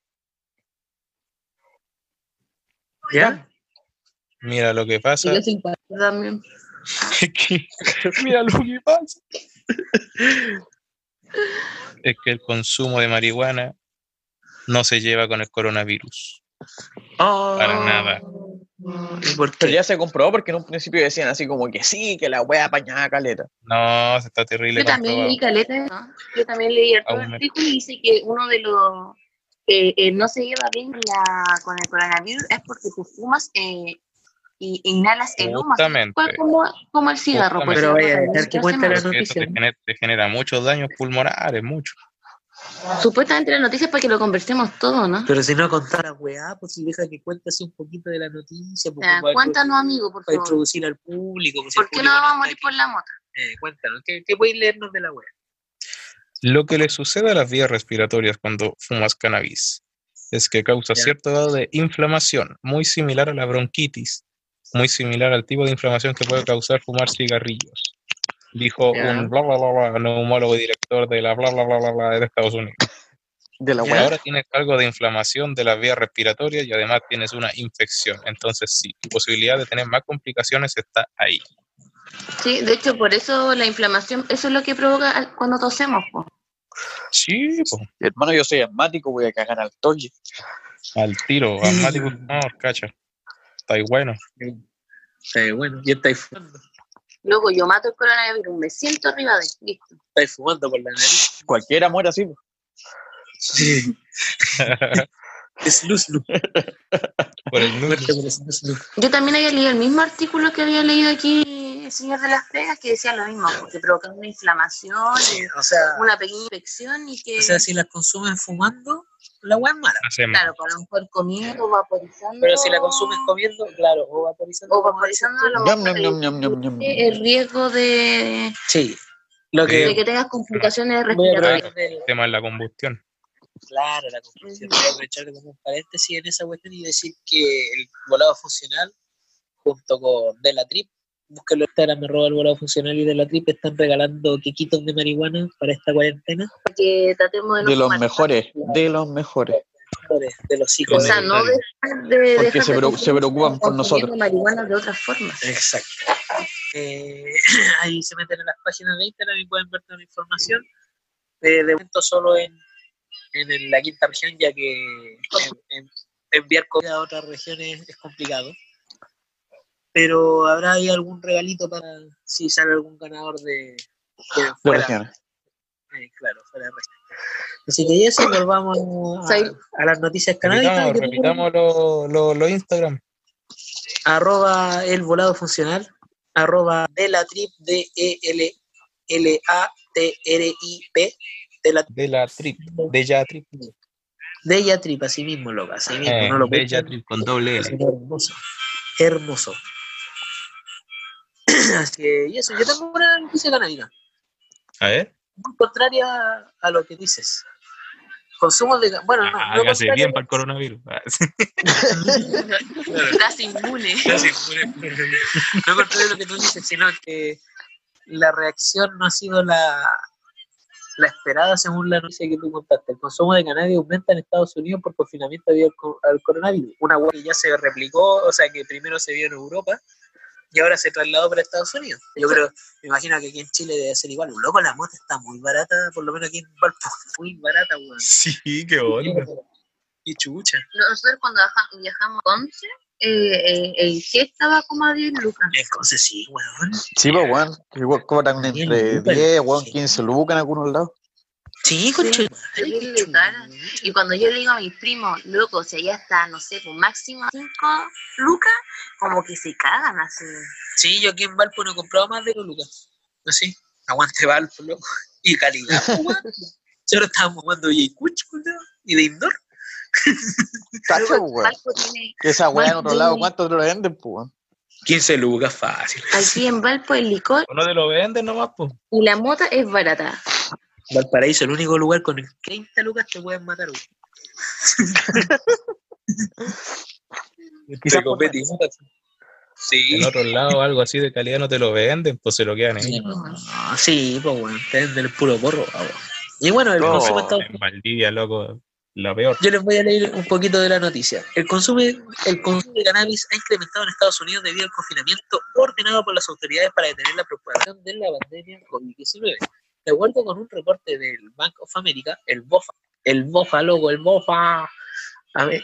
[SPEAKER 3] ¿Ya?
[SPEAKER 4] Mira lo que pasa.
[SPEAKER 2] Y yo soy padre también.
[SPEAKER 4] Es que- Mira lo que pasa. Es que el consumo de marihuana no se lleva con el coronavirus.
[SPEAKER 3] Oh.
[SPEAKER 4] Para nada.
[SPEAKER 3] ¿Y por
[SPEAKER 5] Pero
[SPEAKER 3] qué?
[SPEAKER 5] ya se comprobó porque en un principio decían así como que sí, que la wea apañaba caleta.
[SPEAKER 4] No, se está terrible
[SPEAKER 2] Yo también
[SPEAKER 4] comprobado.
[SPEAKER 2] leí caleta, ¿no? Yo también leí el
[SPEAKER 4] Aún me-
[SPEAKER 2] artículo y dice que uno de los que eh, no se lleva bien con la- con el coronavirus es porque tú fumas eh, y inhalas el humo. así
[SPEAKER 4] Justamente.
[SPEAKER 2] cual como, como el cigarro. Pues,
[SPEAKER 4] Justamente.
[SPEAKER 3] Pero vaya a
[SPEAKER 2] supuestamente,
[SPEAKER 3] dejar que
[SPEAKER 2] la
[SPEAKER 3] cuente la
[SPEAKER 2] noticia-
[SPEAKER 4] Porque eso te
[SPEAKER 3] noticia.
[SPEAKER 4] genera, te genera muchos daños pulmonares, mucho.
[SPEAKER 2] Supuestamente la noticia es para que lo conversemos todo, ¿no?
[SPEAKER 3] Pero si no contara weá, pues si deja que cuente así un poquito de la noticia. Pues,
[SPEAKER 2] Ah,
[SPEAKER 3] para
[SPEAKER 2] cuéntanos, amigo, por
[SPEAKER 3] para
[SPEAKER 2] favor.
[SPEAKER 3] introducir al público. pues,
[SPEAKER 2] ¿Por
[SPEAKER 3] el
[SPEAKER 2] qué no
[SPEAKER 3] público
[SPEAKER 2] vamos a
[SPEAKER 3] está
[SPEAKER 2] morir
[SPEAKER 3] aquí.
[SPEAKER 2] por la mota?
[SPEAKER 3] Eh, cuéntanos, ¿qué, ¿qué podéis leernos de la wea?
[SPEAKER 4] Lo que le sucede a las vías respiratorias cuando fumas cannabis es que causa
[SPEAKER 3] Ya.
[SPEAKER 4] cierto grado de inflamación, muy similar a la bronquitis, muy similar al tipo de inflamación que puede causar fumar cigarrillos. Dijo
[SPEAKER 3] Ya.
[SPEAKER 4] un bla bla bla bla neumólogo y director de la bla bla bla bla bla de Estados Unidos.
[SPEAKER 5] De la
[SPEAKER 3] Ya.
[SPEAKER 4] Y
[SPEAKER 5] wea.
[SPEAKER 4] ahora tienes algo de inflamación de las vías respiratorias y además tienes una infección. Entonces, sí, tu posibilidad de tener más complicaciones está ahí.
[SPEAKER 2] Sí, de hecho, por eso la inflamación, eso es lo que provoca cuando tosemos. po.
[SPEAKER 4] Sí, pues, po,
[SPEAKER 5] Hermano, yo soy asmático, voy a cagar al toque.
[SPEAKER 4] al tiro,
[SPEAKER 3] [LAUGHS]
[SPEAKER 4] asmático, no, cacha. Está ahí bueno. [LAUGHS]
[SPEAKER 3] Eh, bueno, ya estáis fumando.
[SPEAKER 2] Luego yo mato el coronavirus, me siento arriba de listo.
[SPEAKER 3] Estáis fumando por la nariz.
[SPEAKER 5] Cualquiera muere así. po.
[SPEAKER 3] es luz, luz.
[SPEAKER 4] Por el número.
[SPEAKER 3] Muerte por ese luz, luz.
[SPEAKER 2] Yo también había leído el mismo artículo que había leído aquí el señor de las Pegas, que decía lo mismo, que provoca una inflamación, eh,
[SPEAKER 3] O sea,
[SPEAKER 2] una pequeña infección y que,
[SPEAKER 3] o sea, si las consumen fumando, la wea es mala.
[SPEAKER 4] hacemos.
[SPEAKER 2] claro, a lo mejor comiendo, vaporizando.
[SPEAKER 3] Pero si la consumes comiendo, claro, o vaporizando.
[SPEAKER 2] O
[SPEAKER 3] como dices
[SPEAKER 2] vaporizando, a lo
[SPEAKER 5] Ñam,
[SPEAKER 2] mejor
[SPEAKER 5] ñam, ñam, ñam, ñam, ñam.
[SPEAKER 2] eh, el riesgo de,
[SPEAKER 3] tú. Sí. Lo
[SPEAKER 4] Sí.
[SPEAKER 2] de
[SPEAKER 3] que
[SPEAKER 2] que tengas complicaciones
[SPEAKER 3] voy a
[SPEAKER 2] respiratorias.
[SPEAKER 3] aprovechar del-
[SPEAKER 4] tema de la combustión.
[SPEAKER 3] Claro, la conclusión. Voy a aprovechar de como un paréntesis en esa cuestión y decir que el volado funcional, junto con De La Trip, búsquenlo en Instagram, me roba el volado funcional y De La Trip, están regalando quequitos de marihuana para esta cuarentena.
[SPEAKER 2] que tratemos de no
[SPEAKER 5] De los
[SPEAKER 2] fumar.
[SPEAKER 5] mejores, de los mejores.
[SPEAKER 3] Flores este, De los
[SPEAKER 2] O
[SPEAKER 3] hijos.
[SPEAKER 2] sea, no
[SPEAKER 4] Comentario.
[SPEAKER 2] dejar de.
[SPEAKER 5] Porque
[SPEAKER 2] dejar
[SPEAKER 5] se
[SPEAKER 2] de
[SPEAKER 5] preo-
[SPEAKER 2] consumir,
[SPEAKER 5] se preocupan por
[SPEAKER 2] consumiendo
[SPEAKER 5] nosotros.
[SPEAKER 2] marihuana de otras formas.
[SPEAKER 3] Exacto. Eh, [CLEARS THROAT] ahí se meten en las páginas de Instagram y pueden ver toda la información. Eh, de momento solo en, en el- la quinta región, ya que en- en- enviar comida a otras regiones es complicado. Pero habrá ahí algún regalito para si sale algún ganador de, de
[SPEAKER 5] De
[SPEAKER 3] fuera.
[SPEAKER 5] regiones.
[SPEAKER 3] eh, claro, fuera de región. Así que eso, volvamos
[SPEAKER 2] Sí.
[SPEAKER 3] a, a las noticias
[SPEAKER 4] Repitamos,
[SPEAKER 3] canadienses. que
[SPEAKER 4] repitamos los lo, lo Instagram.
[SPEAKER 3] arroba el volado funcional, arroba de la trip D E L L A T R I P de la
[SPEAKER 4] De la trip. De ya trip.
[SPEAKER 3] de ella trip, así mismo loca, así mismo,
[SPEAKER 4] Eh,
[SPEAKER 3] no lo
[SPEAKER 4] de ya
[SPEAKER 3] busquen,
[SPEAKER 4] trip con doble
[SPEAKER 3] así
[SPEAKER 4] L.
[SPEAKER 3] que hermoso, hermoso. [CLEARS THROAT] así que y eso, yo tengo una noticia canadina,
[SPEAKER 4] A ver.
[SPEAKER 3] muy contraria a lo que dices. Consumo de ga- bueno, no, Ah, no
[SPEAKER 4] Hágase
[SPEAKER 3] contraria,
[SPEAKER 4] bien para el coronavirus. [LAUGHS] Ah,
[SPEAKER 2] Estás
[SPEAKER 4] sí.
[SPEAKER 2] inmune.
[SPEAKER 3] no contrario a lo que tú dices, sino que la reacción no ha sido la, la esperada según la noticia que tú contaste. El consumo de cannabis aumenta en Estados Unidos por confinamiento debido al, co- al coronavirus. Una hueá que ya se replicó, o sea que primero se vio en Europa y ahora se trasladó para Estados Unidos. Yo creo, me imagino que aquí en Chile debe ser igual. Loco, la mota está muy barata, por lo menos aquí en Valpo, muy barata, weón.
[SPEAKER 4] Sí, qué onda.
[SPEAKER 3] Y chucha.
[SPEAKER 2] Nosotros cuando baja- viajamos a 11, eh, eh, el jet estaba como a 10 lucas.
[SPEAKER 3] Entonces sí, weón.
[SPEAKER 5] Sí, pues, weón. que Igual cobran entre
[SPEAKER 3] Bien, Uber.
[SPEAKER 5] 10, weón, 15 lucas en algunos lados.
[SPEAKER 3] Sí, conche.
[SPEAKER 2] Sí, le cara. Y cuando yo le digo a mis primos, loco, si allá está, no sé, con máximo 5 lucas, como que se cagan así.
[SPEAKER 3] Sí, yo aquí en Valpo no compraba más de dos lucas. Así, aguante Valpo, loco. Y calidad, pues, weón. Solo estábamos jugando Yakuch, culiao, y de indoor.
[SPEAKER 5] Cacho,
[SPEAKER 2] Luego,
[SPEAKER 5] weón.
[SPEAKER 2] Valpo tiene-
[SPEAKER 5] Que esa weá en
[SPEAKER 2] Más
[SPEAKER 5] otro
[SPEAKER 2] de-
[SPEAKER 5] lado, ¿cuánto te lo venden, pues, weón?
[SPEAKER 3] 15 lucas fácil.
[SPEAKER 2] aquí en Valpo el licor
[SPEAKER 4] Uno te lo vende nomás, pues.
[SPEAKER 2] y la mota es barata.
[SPEAKER 3] Valparaíso, el único lugar con el 30 lucas te pueden matar, weón.
[SPEAKER 5] Quizás por
[SPEAKER 3] Te copete y matas. Sí.
[SPEAKER 4] En otros lados algo así de calidad no te lo venden, pues se lo quedan ahí.
[SPEAKER 3] Sí, no, no, sí, pues bueno, te venden el puro porro. ah, bueno. Y bueno, el
[SPEAKER 5] No.
[SPEAKER 3] consumo está
[SPEAKER 4] En Valdivia, loco, lo peor.
[SPEAKER 3] Yo les voy a leer un poquito de la noticia. El consumo, el consumo de cannabis ha incrementado en Estados Unidos debido al confinamiento ordenado por las autoridades para detener la propagación de la pandemia COVID-19. De acuerdo con un reporte del Bank of America, el BOFA, el BOFA, loco, el BOFA, a, me-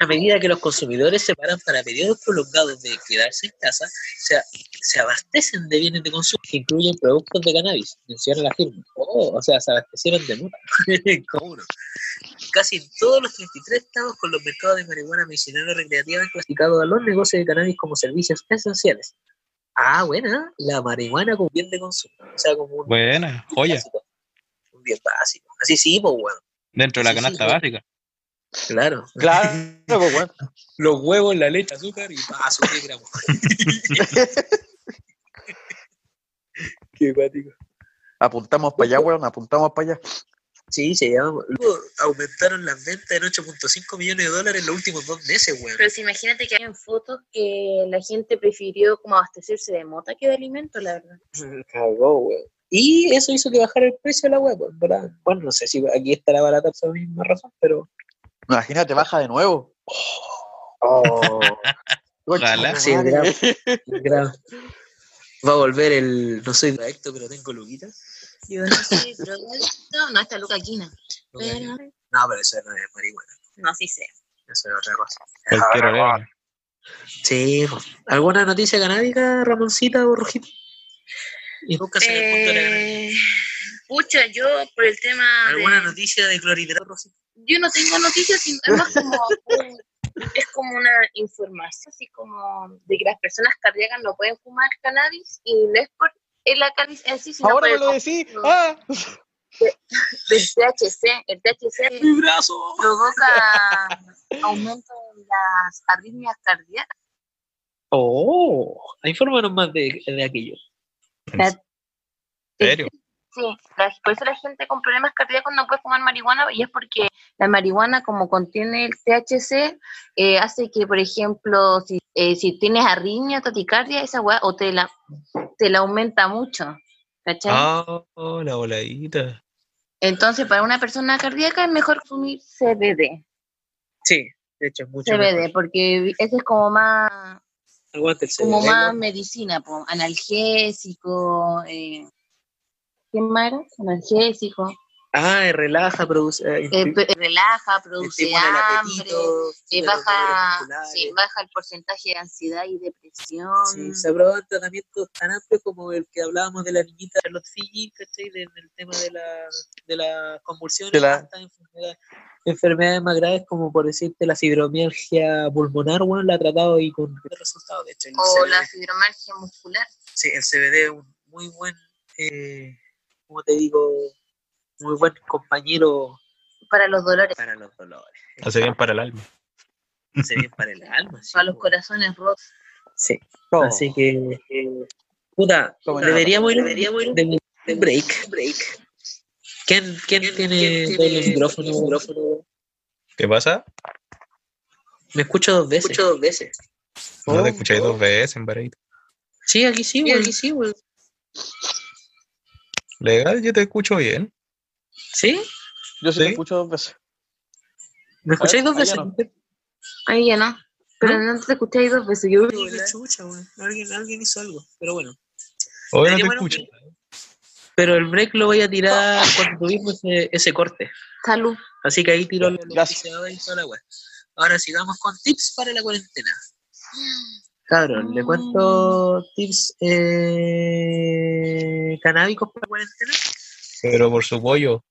[SPEAKER 3] a medida que los consumidores se paran para periodos prolongados de quedarse en casa, se, a- se abastecen de bienes de consumo que incluyen productos de cannabis, menciona la firma. Oh, o sea, se abastecieron de [LAUGHS] muta. ¿Cómo no? casi en todos los 33 estados con los mercados de marihuana medicinal o recreativa han clasificado a los negocios de cannabis como servicios esenciales. Ah, buena, la marihuana como bien de consumo, o sea, como un bien
[SPEAKER 4] Buena, joya.
[SPEAKER 3] básico. Un bien básico. Así sí, pues bueno,
[SPEAKER 4] Dentro de la
[SPEAKER 3] Sí, sí,
[SPEAKER 4] canasta
[SPEAKER 3] sí.
[SPEAKER 4] básica.
[SPEAKER 3] claro.
[SPEAKER 5] Claro, pues, weón.
[SPEAKER 3] Los huevos, la leche, azúcar y paso, qué gramos. qué cuático.
[SPEAKER 5] Apuntamos para allá, weón, apuntamos para allá.
[SPEAKER 3] Sí, se llama. Luego aumentaron las ventas en 8.5 millones de dólares en los últimos dos meses, [LAUGHS] weón.
[SPEAKER 2] Pero si imagínate que hay en fotos que la gente prefirió como abastecerse de mota que de alimentos, la verdad.
[SPEAKER 3] Cagó, weón. Y eso hizo que bajara el precio de la web, ¿verdad? Bueno, no sé si aquí estará barata por la misma razón, pero.
[SPEAKER 5] Imagínate, baja de nuevo.
[SPEAKER 4] Ojalá.
[SPEAKER 3] Sí, mira. Gra- Va a volver el. No soy directo, pero tengo luquitas.
[SPEAKER 2] Yo no sé, drogadicto. No, esta Luca Quina. Pero,
[SPEAKER 3] No, pero eso no es marihuana.
[SPEAKER 2] no, sí sé.
[SPEAKER 3] Eso es otra cosa.
[SPEAKER 4] Cualquier orégano.
[SPEAKER 3] Sí, po. ¿alguna noticia canábica, Ramoncita o Rojito? Y nunca se le punto la cannabis.
[SPEAKER 2] Eh, pucha, yo por el tema de...
[SPEAKER 3] ¿Alguna noticia de clorhidrato, Rojito?
[SPEAKER 2] Yo no tengo noticias, sino es más como... un- Es como una información, así como de que las personas cardíacas no pueden fumar cannabis y no es por el cannabis en sí, sino por
[SPEAKER 5] Ahora me
[SPEAKER 2] el,
[SPEAKER 5] lo
[SPEAKER 2] con-
[SPEAKER 5] decís.
[SPEAKER 2] pues, no.
[SPEAKER 5] ¡Ah!
[SPEAKER 2] del THC. El THC
[SPEAKER 3] ¡Mi brazo!
[SPEAKER 2] provoca aumento en las arritmias cardíacas.
[SPEAKER 3] ¡Oh! Infórmanos más de, de aquello.
[SPEAKER 4] ¿En serio?
[SPEAKER 2] Sí, la- por eso la gente con problemas cardíacos no puede fumar marihuana y es porque la marihuana como contiene el THC eh, hace que, por ejemplo, si, eh, si tienes arritmia, taquicardia, esa weá, o te la, te la aumenta mucho, ¿cachai?
[SPEAKER 4] Ah, la voladita.
[SPEAKER 2] Entonces, para una persona cardíaca es mejor consumir CBD,
[SPEAKER 3] Sí, de hecho es mucho. mejor.
[SPEAKER 2] CBD, porque ese es como más
[SPEAKER 3] Aguante el
[SPEAKER 2] como
[SPEAKER 3] cerebro.
[SPEAKER 2] más medicina, po, analgésico, eh, ¿qué más era? Analgésico,
[SPEAKER 3] Ah, eh, relaja, produce. eh,
[SPEAKER 2] eh, pe- relaja, produce
[SPEAKER 3] estimula el
[SPEAKER 2] hambre,
[SPEAKER 3] apetito,
[SPEAKER 2] eh,
[SPEAKER 3] estimula los
[SPEAKER 2] baja,
[SPEAKER 3] glóbulos
[SPEAKER 2] sí,
[SPEAKER 3] oculares.
[SPEAKER 2] baja el porcentaje de ansiedad y depresión.
[SPEAKER 3] Sí, se aprobaban tratamientos tan amplios como el que hablábamos de la niñita Charlotte Fiji, ¿cachai? De- Del tema de la, de las convulsiones,
[SPEAKER 5] De la-
[SPEAKER 3] hasta enfermedades, enfermedades más graves como por decirte la fibromialgia pulmonar, bueno, la ha tratado y con resultados, de hecho. el
[SPEAKER 2] o
[SPEAKER 3] CBD
[SPEAKER 2] la fibromialgia muscular.
[SPEAKER 3] Sí, el CBD es un muy buen, eh, como te digo, muy buen compañero
[SPEAKER 2] Para los dolores,
[SPEAKER 3] para los dolores.
[SPEAKER 4] Hace bien para el alma.
[SPEAKER 3] Se bien [LAUGHS] para el alma. sí,
[SPEAKER 2] para los
[SPEAKER 3] bueno.
[SPEAKER 2] corazones rotos.
[SPEAKER 3] Sí.
[SPEAKER 5] No.
[SPEAKER 3] Así que, eh, puta,
[SPEAKER 5] Como nada.
[SPEAKER 3] deberíamos ir, deberíamos ir de, de break. break. ¿Quién, quién, tiene, doble micrófono?
[SPEAKER 4] ¿Qué pasa?
[SPEAKER 3] Me escucho dos veces. dos veces. Oh.
[SPEAKER 4] No te escucháis dos veces, Barito.
[SPEAKER 3] Sí, aquí sí, güey. Sí,
[SPEAKER 4] Legal, yo te escucho bien.
[SPEAKER 5] Yo sí te
[SPEAKER 4] ¿Sí?
[SPEAKER 5] escucho dos veces.
[SPEAKER 3] ¿Me escucháis dos
[SPEAKER 5] Ah,
[SPEAKER 3] veces?
[SPEAKER 5] ya no.
[SPEAKER 2] Ahí ya no, pero no, te escuché ahí dos veces. Yo,
[SPEAKER 3] Qué chucha, güey. Alguien, alguien hizo algo, pero bueno.
[SPEAKER 4] Hoy no te
[SPEAKER 3] Deberíamos
[SPEAKER 4] escucho.
[SPEAKER 3] Pero el break lo voy a tirar cuando tuvimos ese, ese corte.
[SPEAKER 2] salud.
[SPEAKER 3] Así que ahí tiró lo
[SPEAKER 5] Gracias.
[SPEAKER 3] y toda la wea. Ahora sigamos con tips para la cuarentena. Cabrón, ¿le cuento tips eh, canábicos para la cuarentena?
[SPEAKER 4] Pero por su pollo.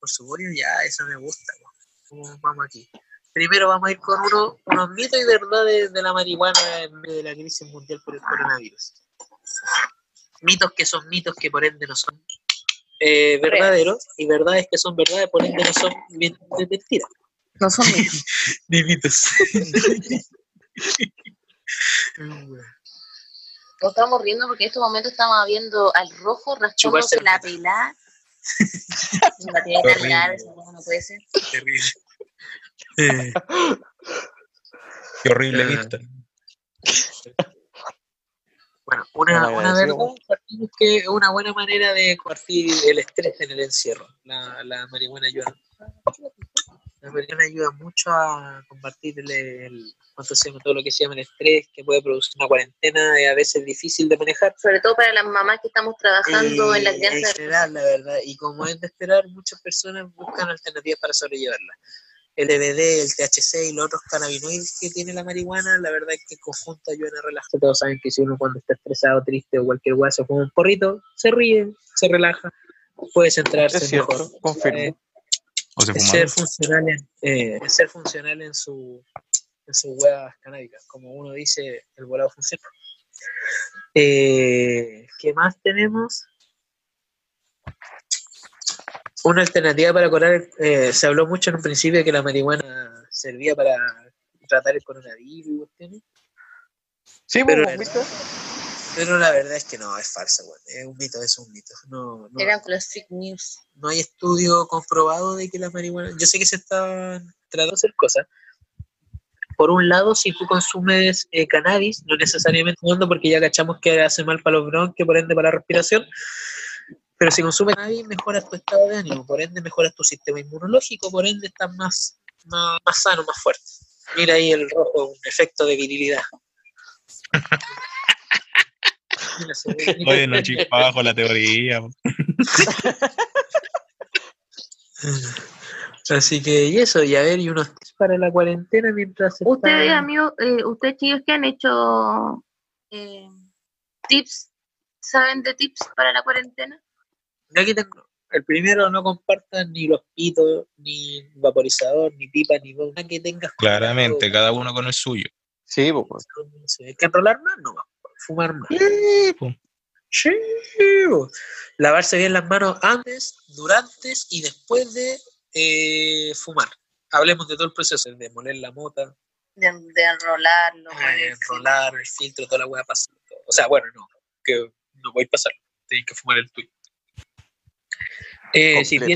[SPEAKER 3] Por supuesto, ya, eso me gusta. po. ¿Cómo vamos aquí? Primero vamos a ir con uno, unos mitos y verdades de la marihuana en medio de la crisis mundial por el coronavirus. Mitos que son mitos que por ende no son eh, verdaderos y verdades que son verdades por ende no son men- mentiras.
[SPEAKER 2] No son míos.
[SPEAKER 3] Ni mitos.
[SPEAKER 2] Nos estamos riendo porque en estos momentos estamos viendo al rojo
[SPEAKER 3] Chuparse
[SPEAKER 2] raspándose
[SPEAKER 3] el
[SPEAKER 2] la
[SPEAKER 3] pito. [LAUGHS]
[SPEAKER 2] pelada. La tiene que
[SPEAKER 4] Horrible.
[SPEAKER 2] largar, esa cosa no puede ser.
[SPEAKER 3] Terrible. Eh,
[SPEAKER 4] Qué horrible
[SPEAKER 3] Ah.
[SPEAKER 4] vista.
[SPEAKER 3] Bueno, una,
[SPEAKER 5] Mal
[SPEAKER 3] una
[SPEAKER 5] agradecido,
[SPEAKER 3] verdad, partimos que es una buena manera de combatir el estrés en el encierro. La, la marihuana ayuda. La marihuana ayuda mucho a combatir el, el- ¿cuánto se llama? todo lo que se llama el estrés que puede producir una cuarentena, es a veces difícil de manejar.
[SPEAKER 2] Sobre todo para las mamás que estamos trabajando en la
[SPEAKER 3] Eh,
[SPEAKER 2] crianza.
[SPEAKER 3] en general, la verdad. Y como es de esperar, muchas personas buscan alternativas para sobrellevarla. El DBD, el THC y los otros cannabinoides que tiene la marihuana, la verdad es que en conjunto ayudan a relajar. Todos saben que si uno cuando está estresado, triste o cualquier guaso con un porrito, se ríe, se relaja, puede centrarse
[SPEAKER 5] Es cierto,
[SPEAKER 3] mejor.
[SPEAKER 5] confirmo.
[SPEAKER 3] Eh,
[SPEAKER 4] O se
[SPEAKER 3] es
[SPEAKER 4] fuma.
[SPEAKER 3] ser funcional en, eh, es ser funcional en su en sus huevas canábicas como uno dice el volado funciona Eh, ¿qué más tenemos? una alternativa para curar el- eh, se habló mucho en un principio de que la marihuana servía para tratar el coronavirus y cuestiones,
[SPEAKER 5] Sí,
[SPEAKER 3] Pero
[SPEAKER 5] pues,
[SPEAKER 3] la
[SPEAKER 5] ¿viste?
[SPEAKER 3] pero la verdad es que no, es falso, weón. es un mito, es un mito. No, no,
[SPEAKER 2] Eran los fake news.
[SPEAKER 3] no hay estudio comprobado de que la marihuana. Yo sé que se están tratando de hacer cosas. Por un lado, si tú consumes eh, cannabis, no necesariamente fumando, porque ya cachamos que hace mal para los bronquios, por ende para la respiración. Pero si consumes cannabis, mejoras tu estado de ánimo, por ende mejoras tu sistema inmunológico, por ende estás más, más, más sano, más fuerte. Mira ahí el rojo, un efecto de virilidad. Mira, se ve bonito.
[SPEAKER 4] Oye, no chispa con
[SPEAKER 3] [LAUGHS]
[SPEAKER 4] la teoría. po.
[SPEAKER 3] Así que, y eso, y a ver, y unos tips para la cuarentena mientras está-
[SPEAKER 2] Ustedes, amigos, eh, ustedes chicos que han hecho eh, tips, ¿saben de tips para la cuarentena?
[SPEAKER 3] Yo aquí tengo, el primero, no compartas ni los pitos, ni vaporizador, ni pipa, ni bomba, nada que tengas. contacto,
[SPEAKER 4] Claramente, cada uno con el suyo.
[SPEAKER 5] Sí, pues.
[SPEAKER 3] no sé, Hay que enrolar más, no, fumar más.
[SPEAKER 4] po.
[SPEAKER 3] Sí, po. Lavarse bien las manos antes, durante y después de eh, fumar. Hablemos de todo el proceso, de moler la mota,
[SPEAKER 2] De, de enrolarlo.
[SPEAKER 3] eh, enrolar el filtro, toda la weá pasando. O sea, bueno, no, que no voy a pasar, tenéis que fumar el tuyo. Eh, si,
[SPEAKER 5] Completo.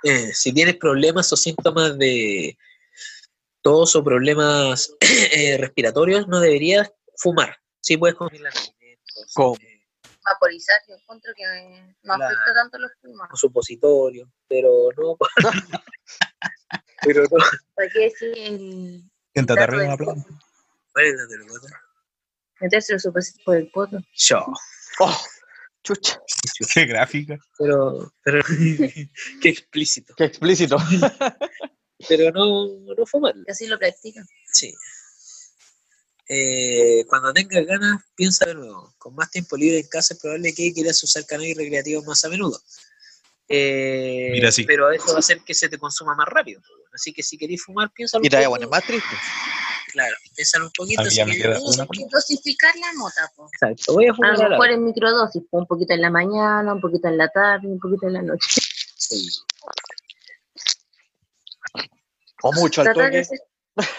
[SPEAKER 3] tienes, eh, si tienes problemas o síntomas de tos o problemas [CLEARS THROAT] eh, respiratorios, no deberías fumar. Sí puedes consumir alimentos,
[SPEAKER 5] Com-
[SPEAKER 3] eh,
[SPEAKER 2] Vaporizar, yo encuentro que no
[SPEAKER 3] La-
[SPEAKER 2] afecta tanto los pulmones.
[SPEAKER 3] un supositorio, pero no... [LAUGHS] pero no...
[SPEAKER 2] ¿Para qué decir el
[SPEAKER 4] Siéntate
[SPEAKER 2] Claro,
[SPEAKER 4] arriba una
[SPEAKER 2] el-
[SPEAKER 4] planta.
[SPEAKER 3] Bueno, lo boto.
[SPEAKER 2] meterse los supósitos por el poto?
[SPEAKER 3] Yo.
[SPEAKER 5] Oh, chucha.
[SPEAKER 4] Qué gráfica.
[SPEAKER 3] Pero, pero [LAUGHS] qué explícito.
[SPEAKER 5] Qué explícito.
[SPEAKER 3] Pero no, no fumar.
[SPEAKER 2] Casi lo practican.
[SPEAKER 3] Sí. Eh, cuando tengas ganas, piensa de nuevo. Con más tiempo libre en casa es probable que quieras usar cannabis recreativo más a menudo. Eh,
[SPEAKER 4] Mira, sí.
[SPEAKER 3] Pero eso va a hacer que se te consuma más rápido. Así que si querés fumar, piénsalo
[SPEAKER 5] Y
[SPEAKER 3] un
[SPEAKER 5] te
[SPEAKER 3] poco.
[SPEAKER 5] bueno, es más triste.
[SPEAKER 3] Claro, piénsalo un poquito.
[SPEAKER 4] Ah,
[SPEAKER 3] si
[SPEAKER 4] ya me
[SPEAKER 3] querés.
[SPEAKER 4] queda
[SPEAKER 2] Tienes
[SPEAKER 4] una.
[SPEAKER 2] que dosificar la mota, po.
[SPEAKER 3] Exacto, voy a
[SPEAKER 2] A
[SPEAKER 3] fumar
[SPEAKER 2] lo
[SPEAKER 3] ahora.
[SPEAKER 2] mejor en microdosis, po, un poquito en la mañana, un poquito en la tarde, un poquito en la noche.
[SPEAKER 3] Sí.
[SPEAKER 5] O mucho al
[SPEAKER 2] Tratar de,
[SPEAKER 5] toque.
[SPEAKER 2] hacer,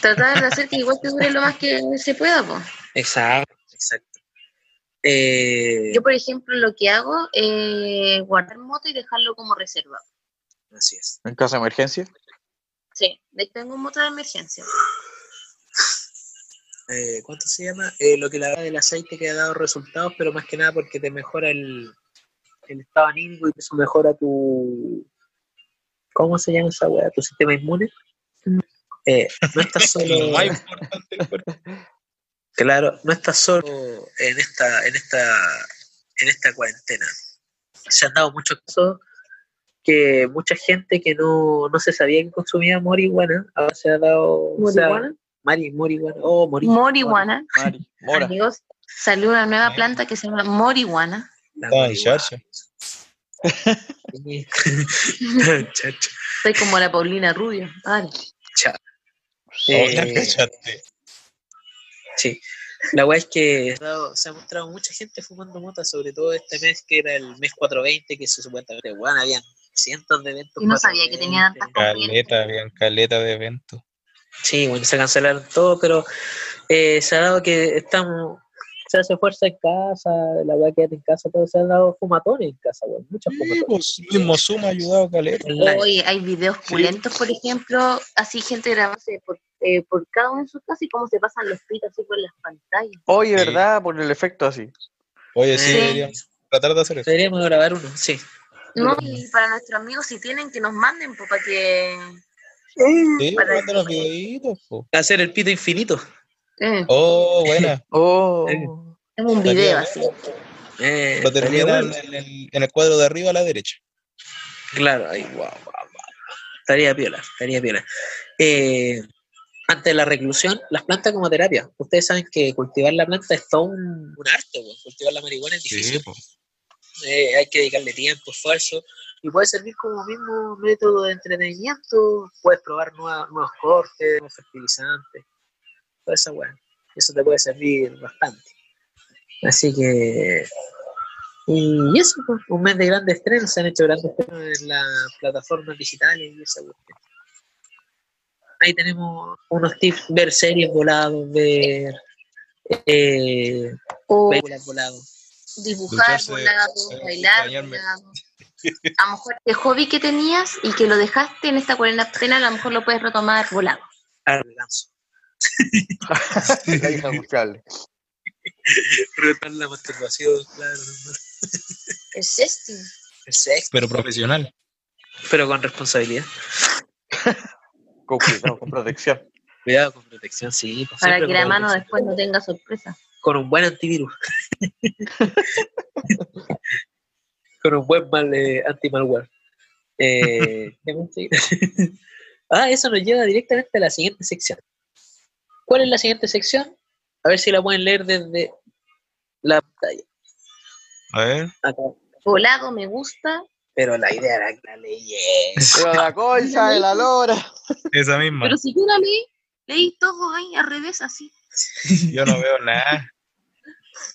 [SPEAKER 2] tratar de hacer que igual te dure lo más que se pueda, po.
[SPEAKER 3] Exacto, exacto. Eh,
[SPEAKER 2] Yo, por ejemplo, lo que hago es guardar moto y dejarlo como reserva.
[SPEAKER 3] así es.
[SPEAKER 5] En caso de emergencia.
[SPEAKER 2] Sí, de- tengo un moto de emergencia.
[SPEAKER 3] eh, ¿cuánto se llama? Eh, lo que la del aceite que ha dado resultados, pero más que nada porque te mejora el, el estado anímico y eso mejora tu. ¿Cómo se llama esa weá? Tu sistema inmune. Eh, no
[SPEAKER 4] [LAUGHS]
[SPEAKER 3] estás
[SPEAKER 4] Lo
[SPEAKER 3] solo.
[SPEAKER 4] más importante del cuerpo.
[SPEAKER 3] Claro, no estás solo en esta, en esta, en esta cuarentena. Se han dado muchos casos que mucha gente que no, no se sabía que consumía marihuana, ahora se ha dado o sea,
[SPEAKER 2] Morihuana.
[SPEAKER 3] mari- marihuana, oh, mori-
[SPEAKER 2] Morihuana.
[SPEAKER 5] Mari, Mora.
[SPEAKER 2] Amigos, salió una nueva planta que se llama Morihuana.
[SPEAKER 3] la
[SPEAKER 4] Estaba en
[SPEAKER 3] marihuana.
[SPEAKER 4] charcha.
[SPEAKER 3] Sí. [LAUGHS] Chacho.
[SPEAKER 2] Soy como la Paulina Rubio. Vale.
[SPEAKER 4] Oh, ya
[SPEAKER 3] Eh,
[SPEAKER 4] cachaste.
[SPEAKER 3] sí. La weá es que se ha dado- se ha mostrado mucha gente fumando mota, sobre todo este mes que era el mes 420, que se supuestamente, weón, habían cientos de eventos.
[SPEAKER 2] Y no sabía que tenía
[SPEAKER 3] 420.
[SPEAKER 2] tantas
[SPEAKER 4] Caleta, habían caleta de evento.
[SPEAKER 3] Sí, bueno, se cancelaron todo, pero eh, se ha dado que estamos, se hace fuerza en casa, la weá quédate en casa, todo, se han dado fumatones en casa, weón, muchas fumatones.
[SPEAKER 4] pues, mismo Zoom ha ayudado caleta.
[SPEAKER 3] Online.
[SPEAKER 2] Oye, hay videos pulentos, por ejemplo, así gente grabándose por eh, por cada uno en su casa y cómo se pasan los pitos así por las pantallas.
[SPEAKER 5] [LAUGHS] Oye,
[SPEAKER 7] Sí.
[SPEAKER 5] ¿verdad? Por el efecto así.
[SPEAKER 7] Oye, sí,
[SPEAKER 3] Sí.
[SPEAKER 7] deberíamos tratar de hacer eso.
[SPEAKER 3] Deberíamos grabar uno, sí.
[SPEAKER 2] No, y para nuestros amigos, si tienen, que nos manden, pues, para que...
[SPEAKER 7] Sí,
[SPEAKER 2] para-
[SPEAKER 7] mándanos videitos, po.
[SPEAKER 3] Hacer el pito infinito.
[SPEAKER 2] Mm,
[SPEAKER 7] Oh, buena. [LAUGHS]
[SPEAKER 5] Oh.
[SPEAKER 2] tengo un
[SPEAKER 7] Estaría
[SPEAKER 2] video
[SPEAKER 7] bueno.
[SPEAKER 2] así.
[SPEAKER 3] Eh,
[SPEAKER 7] Lo
[SPEAKER 3] estaría
[SPEAKER 7] terminan
[SPEAKER 3] bueno.
[SPEAKER 7] en el, en el cuadro de arriba a la derecha.
[SPEAKER 3] Claro, ahí, guau, guau, guau. Estaría piola, estaría piola. Eh, ante la reclusión, las plantas como terapia. Ustedes saben que cultivar la planta es todo un, un arte, weón. cultivar la marihuana es difícil. Eh, hay que dedicarle tiempo, esfuerzo. Y puede servir como mismo método de entretenimiento. Puedes probar nueva- nuevos cortes, nuevos fertilizantes. Toda esa weá. Eso te puede servir bastante. Así que. Y eso, pues, un mes de grandes estrenos. Se han hecho grandes estrenos en las plataformas digitales y esa cuestión. Ahí tenemos unos tips: ver series volados, ver. eh,
[SPEAKER 2] O
[SPEAKER 3] películas volados.
[SPEAKER 2] dibujar
[SPEAKER 7] Ducharse,
[SPEAKER 2] por lado,
[SPEAKER 7] eh,
[SPEAKER 2] bailar
[SPEAKER 7] bañarme.
[SPEAKER 2] por lado. A lo mejor el hobby que tenías y que lo dejaste en esta cuarentena, a lo mejor lo puedes retomar volado.
[SPEAKER 3] Ah, Arreganzo.
[SPEAKER 5] La hija buscarle.
[SPEAKER 3] Retar la masturbación, claro.
[SPEAKER 2] El sexting.
[SPEAKER 3] El sexo,
[SPEAKER 7] Pero profesional.
[SPEAKER 3] pero con responsabilidad.
[SPEAKER 5] Con cuidado, con protección.
[SPEAKER 3] Cuidado con protección, sí. pues,
[SPEAKER 2] Para
[SPEAKER 3] siempre
[SPEAKER 2] que la
[SPEAKER 3] con
[SPEAKER 2] mano
[SPEAKER 3] protección.
[SPEAKER 2] después no tenga sorpresa.
[SPEAKER 3] Con un buen antivirus. con un buen mal, eh, anti-malware. Eh, ¿qué más sigue? [LAUGHS] ah, eso nos lleva directamente a la siguiente sección. ¿Cuál es la siguiente sección? A ver si la pueden leer desde la pantalla.
[SPEAKER 7] A ver.
[SPEAKER 3] Acá.
[SPEAKER 2] Volado me gusta.
[SPEAKER 3] Pero la idea era que la leyes.
[SPEAKER 5] Pero la concha de la lora.
[SPEAKER 7] Esa misma.
[SPEAKER 2] Pero si tú la leí, leí todo ahí al revés, así.
[SPEAKER 7] Yo no veo [LAUGHS] nada.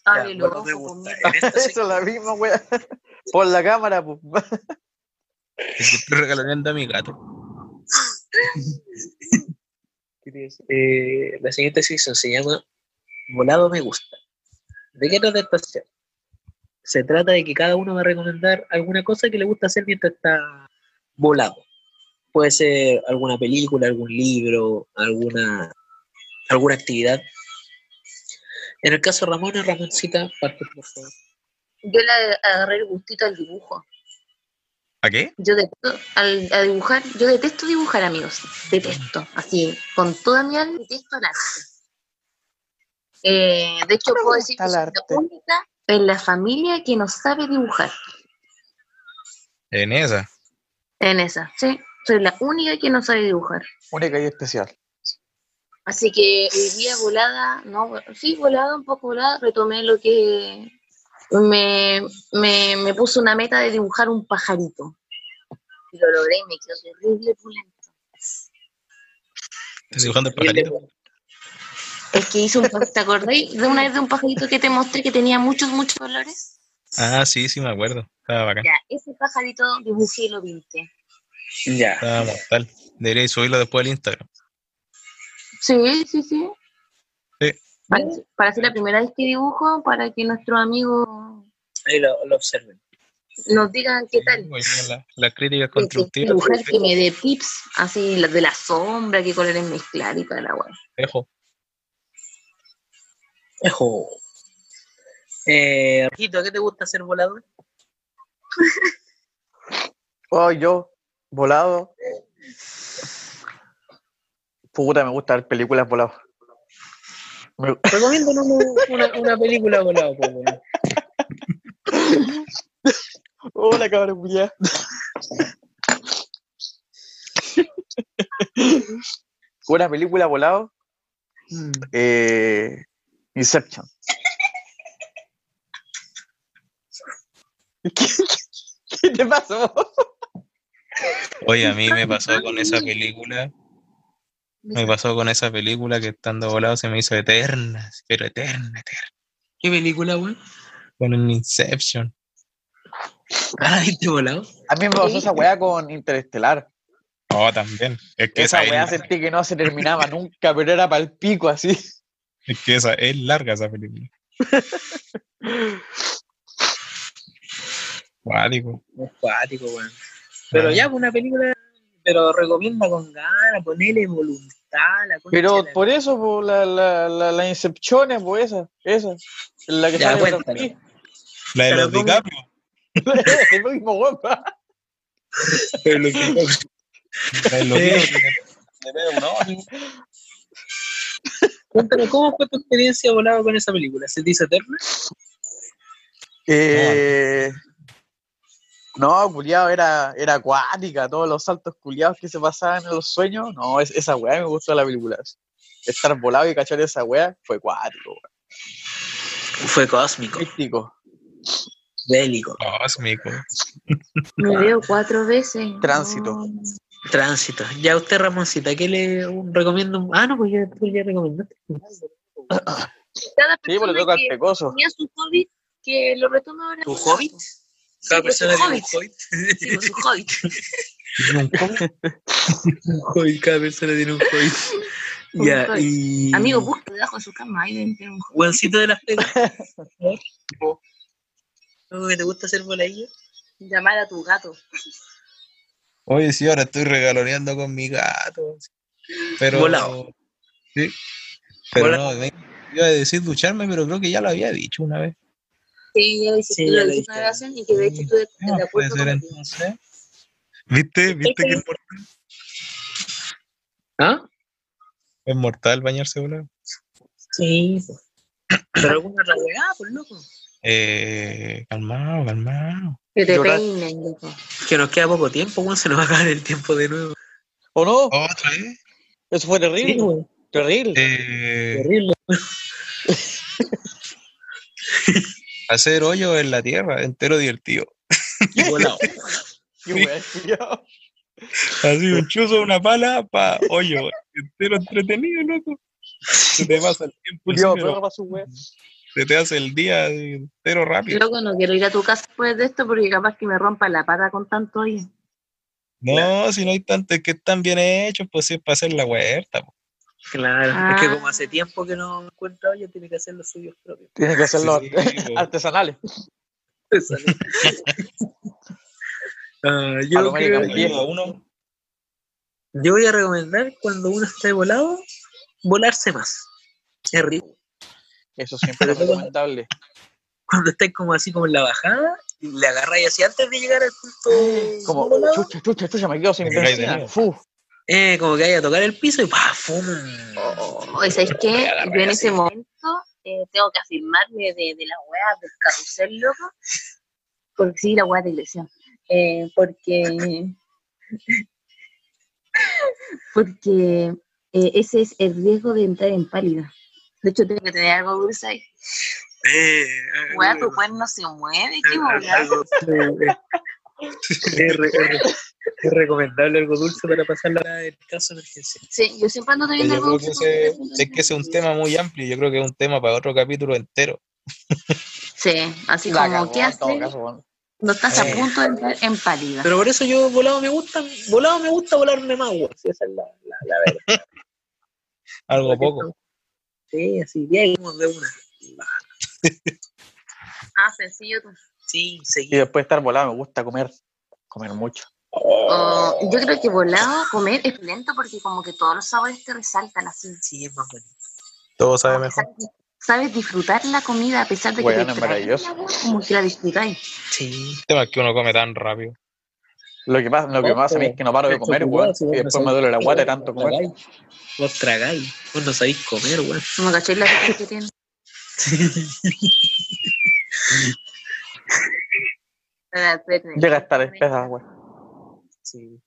[SPEAKER 2] Abre los
[SPEAKER 3] bueno, me
[SPEAKER 2] ojos,
[SPEAKER 3] gusta.
[SPEAKER 2] mierda.
[SPEAKER 3] En esta
[SPEAKER 5] Eso es la misma, wea. Por la cámara, pues. [LAUGHS]
[SPEAKER 7] Es que estoy regalando a mi gato.
[SPEAKER 3] Eh, la siguiente sección se llama Volado me gusta. ¿De qué trata esta sección? Se trata de que cada uno va a recomendar alguna cosa que le gusta hacer mientras está volado. Puede ser alguna película, algún libro, alguna, alguna actividad. En el caso de Ramona, Ramoncita, parte por favor.
[SPEAKER 2] Yo le agarré el gustito al dibujo.
[SPEAKER 7] ¿A qué?
[SPEAKER 2] Yo detesto al, a dibujar, yo detesto dibujar, amigos. Detesto. Así, con toda mi alma, detesto el arte. Eh, de hecho,
[SPEAKER 5] me
[SPEAKER 2] puedo
[SPEAKER 5] gusta
[SPEAKER 2] decir que
[SPEAKER 5] el
[SPEAKER 2] soy la
[SPEAKER 5] arte.
[SPEAKER 2] única en la familia que no sabe dibujar.
[SPEAKER 7] En esa.
[SPEAKER 2] En esa, sí. Soy la única que no sabe dibujar.
[SPEAKER 5] Única y especial.
[SPEAKER 2] Así que hoy día volada, no, sí, volada, un poco volada, retomé lo que me, me, me puso una meta de dibujar un pajarito. Y lo logré y me quedó terrible pulento.
[SPEAKER 7] Estás dibujando el pajarito.
[SPEAKER 2] Es que hice un pajarito, ¿te acordáis de una vez de un pajarito que te mostré que tenía muchos, muchos colores?
[SPEAKER 7] Ah, sí, sí, me acuerdo. Estaba bacán.
[SPEAKER 2] Ya, ese pajarito dibujé y lo pinté.
[SPEAKER 3] Ya.
[SPEAKER 7] Estaba mortal. Deberíais subirlo después al Instagram.
[SPEAKER 2] Sí, sí, sí.
[SPEAKER 7] Sí.
[SPEAKER 2] Para, para ser la primera vez que dibujo, para que nuestros amigos
[SPEAKER 3] Ahí lo, lo observen.
[SPEAKER 2] nos digan qué tal.
[SPEAKER 7] Oye, la- Las críticas
[SPEAKER 2] que- que
[SPEAKER 7] constructivas.
[SPEAKER 2] dibujar que me dé tips, así las de la sombra, qué colores mezclar y toda la weá.
[SPEAKER 7] Dejo.
[SPEAKER 3] Ejo. Eh, Rojito, ¿qué te gusta hacer volador?
[SPEAKER 5] Oh, yo, volado. Puta, me gusta ver películas voladas. Me- [LAUGHS]
[SPEAKER 3] Recomiendo una, una película volado, pues, po, weón.
[SPEAKER 5] Hola, cabrón, ya. Una película volado. Mm. Eh, Inception. ¿Qué, qué te pasó?
[SPEAKER 7] Oye, a mí me pasó con esa película. Me pasó con esa película que estando volado se me hizo eterna. Pero eterna, eterna.
[SPEAKER 3] ¿Qué película, weón?
[SPEAKER 7] Con un Inception.
[SPEAKER 3] Ah, ¿viste volado?
[SPEAKER 5] A mí me pasó esa weá con Interestelar.
[SPEAKER 7] Oh, también. Es que
[SPEAKER 5] Esa
[SPEAKER 7] esa,
[SPEAKER 5] weá
[SPEAKER 7] es, la-
[SPEAKER 5] sentí que no se terminaba nunca, pero era para el pico así.
[SPEAKER 7] es que esa es larga esa película. [LAUGHS] Guático.
[SPEAKER 3] Es cuático, weón. Pero ya, pues, una película, pero recomienda con ganas, ponele voluntad, está la concha
[SPEAKER 5] Pero
[SPEAKER 3] de la-
[SPEAKER 5] por eso, por la, la, la, la Inception es por esa, esa, en la que
[SPEAKER 3] Ya,
[SPEAKER 5] sale Brad
[SPEAKER 3] cuéntalo.
[SPEAKER 5] Pitt.
[SPEAKER 4] La de
[SPEAKER 3] Pero
[SPEAKER 4] los
[SPEAKER 3] ¿cómo?
[SPEAKER 4] DiCaprio.
[SPEAKER 5] [LAUGHS] El mismo weón, pa.
[SPEAKER 4] La de los
[SPEAKER 3] Eh.
[SPEAKER 4] DiCaprio. Le pega una hora.
[SPEAKER 3] Cuéntame, ¿cómo fue tu experiencia volado con esa película? ¿Se te hizo eterna?
[SPEAKER 5] Eh, no, culiado, era, era acuática, todos los saltos culiados que se pasaban en los sueños. No, es- esa weá me gustó de la película. Estar volado y cachar esa weá fue cuático, weón.
[SPEAKER 3] Fue cósmico,
[SPEAKER 5] Místico.
[SPEAKER 3] bélico,
[SPEAKER 4] Cósmico.
[SPEAKER 2] Me veo cuatro veces.
[SPEAKER 5] Tránsito.
[SPEAKER 2] No.
[SPEAKER 3] tránsito. Ya usted, Ramoncita, ¿qué le recomienda? Ah, no, pues ya, tú ya recomendaste.
[SPEAKER 2] Cada
[SPEAKER 5] Sí, pues
[SPEAKER 2] persona
[SPEAKER 5] le toca al
[SPEAKER 2] que
[SPEAKER 3] [LAUGHS]
[SPEAKER 5] pecoso.
[SPEAKER 2] tenía su hobbit, que lo retoma ahora.
[SPEAKER 3] ¿Tu hobbit?
[SPEAKER 2] Sí, pues, su hobbit.
[SPEAKER 3] hobbit. [LAUGHS]
[SPEAKER 2] Sí, pues, su hobbit.
[SPEAKER 3] Un hobbit, cada persona tiene un hobbit.
[SPEAKER 2] Un
[SPEAKER 3] ya,
[SPEAKER 2] hobbit.
[SPEAKER 3] y.
[SPEAKER 2] Amigo, busca debajo de su cama. Ahí deben tener un hobbit.
[SPEAKER 3] Juancito de las [LAUGHS] pegas. ¿Cómo que te gusta hacer voladillo?
[SPEAKER 2] Llamar a tu gato.
[SPEAKER 4] Oye, sí, ahora estoy regaloneando con mi gato. Pero.
[SPEAKER 3] Volado.
[SPEAKER 4] Sí. Pero
[SPEAKER 3] Volado.
[SPEAKER 4] no, me- iba a decir ducharme, pero creo que ya lo había dicho una vez.
[SPEAKER 2] Sí, ya lo hiciste,
[SPEAKER 3] Sí,
[SPEAKER 2] tú
[SPEAKER 3] ya
[SPEAKER 2] lo
[SPEAKER 3] lo
[SPEAKER 2] dijiste en
[SPEAKER 3] dije.
[SPEAKER 2] una oración y que de hecho tú de,
[SPEAKER 4] Ah,
[SPEAKER 2] de
[SPEAKER 4] puede
[SPEAKER 2] acuerdo
[SPEAKER 4] ser
[SPEAKER 2] contigo.
[SPEAKER 4] entonces. ¿Viste? ¿Viste que es mortal?
[SPEAKER 3] ¿Ah?
[SPEAKER 4] Es mortal bañarse volado.
[SPEAKER 3] Sí. pues. Pero alguna otra weá, pues loco.
[SPEAKER 4] Eh, calmado, calmado.
[SPEAKER 2] Que te
[SPEAKER 5] Llorar.
[SPEAKER 2] peinen, loco.
[SPEAKER 3] Que nos queda poco tiempo, weón. Se nos va a acabar el tiempo de nuevo.
[SPEAKER 5] ¿O no?
[SPEAKER 4] ¿Otra vez?
[SPEAKER 5] Eso fue terrible,
[SPEAKER 3] Sí, weón.
[SPEAKER 5] terrible.
[SPEAKER 4] Eh,
[SPEAKER 3] Terrible.
[SPEAKER 4] hacer hoyo en la tierra, entero divertido.
[SPEAKER 3] Volado.
[SPEAKER 5] [LAUGHS] Qué weá, culiao.
[SPEAKER 4] Así un chuzo, una pala, pa, hoyo, entero entretenido, loco. Se te pasa el tiempo, así,
[SPEAKER 5] Culiao,
[SPEAKER 4] pero
[SPEAKER 5] perro pa' su weá.
[SPEAKER 4] se te hace el día así, entero rápido.
[SPEAKER 2] Loco, no quiero ir a tu casa después de esto porque capaz que me rompa la pata con tanto hoy.
[SPEAKER 4] No, si no hay tanto, es que están bien hechos, pues sí, es para hacer la huerta. po.
[SPEAKER 3] Claro. Es
[SPEAKER 2] Ah.
[SPEAKER 3] que como hace tiempo que no encuentra hoyo, tiene que hacer los suyos propios. [LAUGHS]
[SPEAKER 5] Tiene que ser los
[SPEAKER 4] Sí, pues, [LAUGHS] sí, po.
[SPEAKER 5] artesanales.
[SPEAKER 3] Eso, [LAUGHS] ¿no? Ah, yo,
[SPEAKER 5] Palomero y
[SPEAKER 3] creo-
[SPEAKER 5] Campo.
[SPEAKER 4] Ayuda a uno.
[SPEAKER 3] yo voy a recomendar cuando uno esté volado, volarse más. Es rico.
[SPEAKER 5] Eso siempre es [LAUGHS] recomendable.
[SPEAKER 3] Cuando estés como así como en la bajada, le agarráis así antes de llegar al punto.
[SPEAKER 5] Ah, Como,
[SPEAKER 3] volado,
[SPEAKER 5] chucha, chucha, chucha, me quedo sin
[SPEAKER 4] Me caí de
[SPEAKER 5] benzina.
[SPEAKER 4] nuevo.
[SPEAKER 5] Fu.
[SPEAKER 3] eh, como que vaya a tocar el piso y pa, fum.
[SPEAKER 5] Oh,
[SPEAKER 2] Oye, oh, ¿sabes qué?
[SPEAKER 4] agarrar
[SPEAKER 2] Yo en ese momento eh, tengo que afirmarme de, de las weas del carrusel, loco. Porque sí, la wea de ilusión. Eh, porque. [LAUGHS] porque eh, ese es el riesgo de entrar en pálida. De hecho, tengo que tener algo dulce ahí.
[SPEAKER 3] Eh,
[SPEAKER 2] Wea,
[SPEAKER 3] eh,
[SPEAKER 2] tu cuerno pues se mueve, qué
[SPEAKER 3] Al-
[SPEAKER 2] wea.
[SPEAKER 3] algo- eh, es, re- es re- es recomendable algo dulce para pasar la hora del caso de emergencia.
[SPEAKER 2] Sí, yo siempre ando
[SPEAKER 4] Pero
[SPEAKER 2] teniendo
[SPEAKER 4] Yo
[SPEAKER 2] algo
[SPEAKER 4] creo que ese,
[SPEAKER 2] dulce.
[SPEAKER 4] es que ese es un tema muy amplio, yo creo que es un tema para otro capítulo entero.
[SPEAKER 2] Sí, así
[SPEAKER 5] La
[SPEAKER 2] como,
[SPEAKER 5] cagó,
[SPEAKER 2] ¿qué
[SPEAKER 5] en todo
[SPEAKER 2] haces?
[SPEAKER 5] caso, weón.
[SPEAKER 2] No estás a
[SPEAKER 3] Eh.
[SPEAKER 2] punto de entrar en pálida.
[SPEAKER 3] Pero por eso yo volado me gusta, volado me gusta volarme más, weón. Sí, esa es la, la, la verdad.
[SPEAKER 4] Algo poco.
[SPEAKER 3] Sí, así, bien, como de una.
[SPEAKER 2] Ah, sencillo tú.
[SPEAKER 3] Sí,
[SPEAKER 5] Y
[SPEAKER 3] seguido.
[SPEAKER 5] después de estar volado, me gusta comer. Comer mucho.
[SPEAKER 2] Oh, yo creo que volado a comer es lento porque como que todos los sabores te resaltan así.
[SPEAKER 3] Sí, es más bonito.
[SPEAKER 4] Todo sabe
[SPEAKER 2] Como que
[SPEAKER 4] mejor.
[SPEAKER 2] Sabes, sabes disfrutar la comida a pesar de que
[SPEAKER 5] Weón,
[SPEAKER 2] te
[SPEAKER 5] es
[SPEAKER 2] traen
[SPEAKER 5] maravilloso.
[SPEAKER 2] la weá, como que la disfrutáis.
[SPEAKER 3] Sí.
[SPEAKER 4] El tema es que uno come tan rápido.
[SPEAKER 5] Lo que pasa, lo que
[SPEAKER 3] Ojo,
[SPEAKER 5] pasa a mí es que no paro de
[SPEAKER 3] esto
[SPEAKER 5] comer,
[SPEAKER 3] cuidado,
[SPEAKER 5] weón.
[SPEAKER 3] si
[SPEAKER 5] Y
[SPEAKER 3] vos no
[SPEAKER 5] después me
[SPEAKER 3] sabés
[SPEAKER 5] duele la guata
[SPEAKER 3] comer,
[SPEAKER 5] de tanto
[SPEAKER 3] vos
[SPEAKER 5] comer.
[SPEAKER 3] tragáis. Vos tragáis, vos no sabéis comer, weón.
[SPEAKER 2] No cacháis la rica que tiene.
[SPEAKER 5] Llega a estar espesa, weón.
[SPEAKER 3] Sí.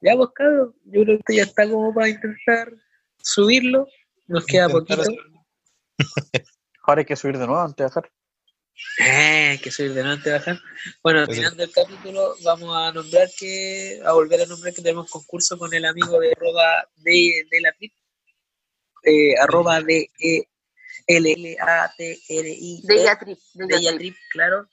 [SPEAKER 3] Ya, pues, cabrón, yo creo que esto ya está como para intentar subirlo. Nos queda
[SPEAKER 4] Intentar
[SPEAKER 3] poquito.
[SPEAKER 5] Ahora hay que subir de nuevo antes de bajar.
[SPEAKER 3] Eh, que subir delante bajar. Bueno, al
[SPEAKER 4] Pues
[SPEAKER 3] final del capítulo vamos a nombrar que, a volver a nombrar que tenemos concurso con el amigo de arroba de, de la trip, eh, arroba de e l l a t r i E
[SPEAKER 2] De ella trip. De
[SPEAKER 3] de
[SPEAKER 2] ella
[SPEAKER 3] ella
[SPEAKER 2] trip.
[SPEAKER 3] trip, claro.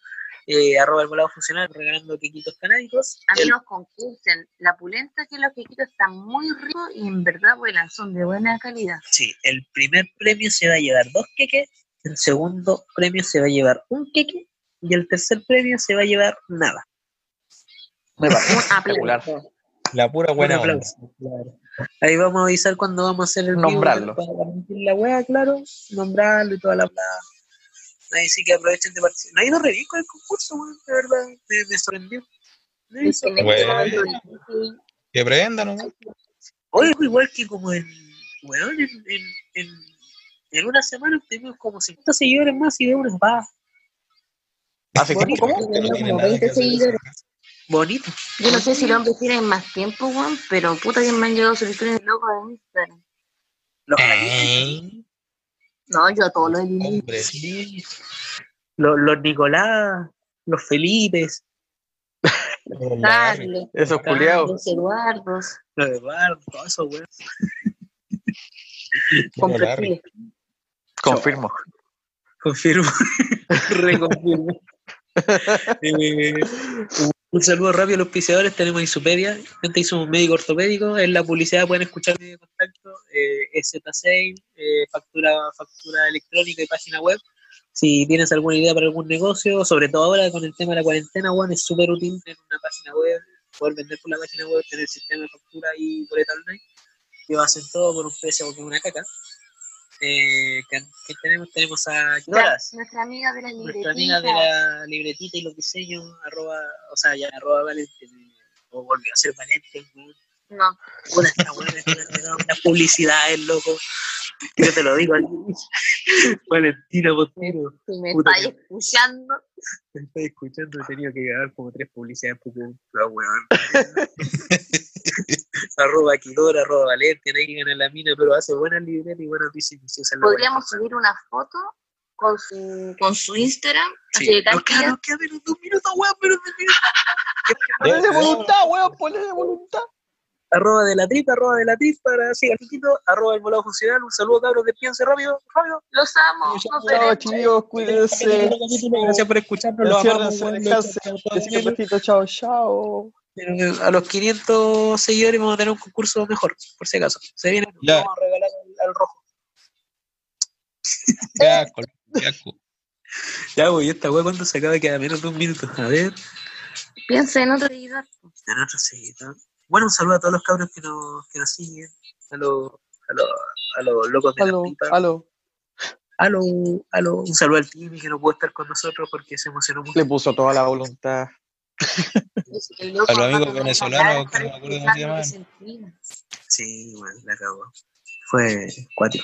[SPEAKER 3] Eh, arroba el volado funcional, regalando quequitos canábicos. El-
[SPEAKER 2] Amigos, concursen. La pulenta que los quequitos están muy ricos y en verdad vuelan, son de buena calidad.
[SPEAKER 3] sí, el primer premio se va a llevar dos queques, el segundo premio se va a llevar un queque y el tercer premio se va a llevar nada.
[SPEAKER 5] Me parece
[SPEAKER 2] Un aplauso. [LAUGHS]
[SPEAKER 5] espectacular.
[SPEAKER 4] La pura
[SPEAKER 3] Un
[SPEAKER 4] buena onda.
[SPEAKER 3] aplauso, claro. Ahí vamos a avisar cuando vamos a hacer el vivo,
[SPEAKER 5] Nombrarlo.
[SPEAKER 3] para transmitir La wea, claro, nombrarlo y toda la plata. Ahí sí que aprovechen de participar. Nadie nos reí con el concurso, weón, de verdad, me, me sorprendió. Nadie
[SPEAKER 2] Dice,
[SPEAKER 3] se-
[SPEAKER 2] en este
[SPEAKER 4] Bueno.
[SPEAKER 2] momento, sí,
[SPEAKER 4] Que aprendan, ¿no?
[SPEAKER 3] Oye, fue igual que como en, weón, en, en, en, en una semana tuvimos como 50 seguidores más y de unos va.
[SPEAKER 5] Hace
[SPEAKER 3] Bueno,
[SPEAKER 5] como-
[SPEAKER 3] ¿cómo?
[SPEAKER 4] Que no tiene
[SPEAKER 2] como
[SPEAKER 4] nada
[SPEAKER 2] 20
[SPEAKER 4] que hacer.
[SPEAKER 2] seguidores.
[SPEAKER 3] Bonito.
[SPEAKER 2] Yo no sé si los hombres tienen más tiempo, weón, pero puta que me han llegado solicitudes loco de Instagram.
[SPEAKER 3] Los
[SPEAKER 4] Eh, Ay,
[SPEAKER 2] No, yo a todos
[SPEAKER 4] Oh,
[SPEAKER 2] los elimino.
[SPEAKER 4] Hombre,
[SPEAKER 3] Sí. Los, los Nicolás, los Felipes,
[SPEAKER 2] Carlos,
[SPEAKER 5] Esos culiados.
[SPEAKER 2] Carlos, Eduardos,
[SPEAKER 3] los Eduardo, todos esos weón.
[SPEAKER 2] con
[SPEAKER 4] Larry.
[SPEAKER 2] perfiles.
[SPEAKER 5] Confirmo.
[SPEAKER 3] Confirmo. [LAUGHS] Reconfirmo. Eh, un saludo rápido a los auspiciadores. Tenemos Insupedia. Antes hizo un médico ortopédico. En la publicidad pueden escuchar mi contacto. Eh, EZ6, eh, factura, factura electrónica y página web. Si tienes alguna idea para algún negocio, sobre todo ahora con el tema de la cuarentena, weón, es súper útil tener una página web, poder vender por la página web, tener sistema de factura y boleta online. Que va a hacer todo por un precio como una caca. Eh, ¿qué, qué tenemos? Tenemos a Kinolas
[SPEAKER 2] Nuestra amiga de la libretita.
[SPEAKER 3] nuestra amiga de la libretita y los diseños, arroba, o sea, ya arroba Valente, eh, o volvió a ser Valente, weón.
[SPEAKER 2] No,
[SPEAKER 3] Una de estas weones que le han pegado unas publicidades, loco. Yo te lo digo, Valentino Botero,
[SPEAKER 2] si me
[SPEAKER 3] Puta
[SPEAKER 2] estáis escuchando,
[SPEAKER 3] te estoy escuchando, he tenido que grabar como tres publicidades porque la weón. arroba Quidora, arroba Valente, nadie gana la mina, pero hace buenas libretas y buenos diseños. esa es la
[SPEAKER 2] podríamos
[SPEAKER 3] buena.
[SPEAKER 2] subir una foto con su, con su Instagram.
[SPEAKER 3] Sí.
[SPEAKER 2] Así de tal
[SPEAKER 3] Nos quedan- nos quedan menos dos minutos, weón, menos dos minutos.
[SPEAKER 5] Ponle voluntad, weón, ponle voluntad.
[SPEAKER 3] arroba de la trip, arroba de la trip, para siga chiquito, arroba el volado funcional, un saludo cabros, despídense rápido, rápido.
[SPEAKER 2] Los amo, nos
[SPEAKER 5] Chao,
[SPEAKER 2] veremos.
[SPEAKER 5] chicos, cuídense.
[SPEAKER 3] Gracias por escucharnos, los amamos,
[SPEAKER 5] Enciérrense en
[SPEAKER 3] weón,
[SPEAKER 5] casa.
[SPEAKER 3] los queremos
[SPEAKER 5] Besito,
[SPEAKER 3] todos.
[SPEAKER 5] besito, chao, chao.
[SPEAKER 3] Pero A los 500 seguidores vamos a tener un concurso mejor, por si acaso. Se viene,
[SPEAKER 4] Ya.
[SPEAKER 3] vamos a regalar al, al rojo.
[SPEAKER 4] Ya, col- ya, cu-
[SPEAKER 3] Ya, güey, esta weá cuando se acaba queda menos de un minuto. A ver,
[SPEAKER 2] Piensa en otro seguidor.
[SPEAKER 3] en otro seguidor. Bueno, un saludo a todos los cabros que nos, que nos siguen, a los, a los, a los locos de
[SPEAKER 5] Aló,
[SPEAKER 3] la pipa.
[SPEAKER 5] aló.
[SPEAKER 3] Aló, aló. Un saludo al Timmy que no pudo estar con nosotros porque se emocionó mucho.
[SPEAKER 5] Le puso toda la voluntad.
[SPEAKER 2] El loco
[SPEAKER 4] A los amigos
[SPEAKER 2] no me
[SPEAKER 4] venezolanos,
[SPEAKER 2] mandaba
[SPEAKER 4] que no me acuerdo
[SPEAKER 2] para
[SPEAKER 4] cómo se llaman.
[SPEAKER 2] explicar lo que sentía.
[SPEAKER 3] Sí, bueno, la cagó. Fue cuatro.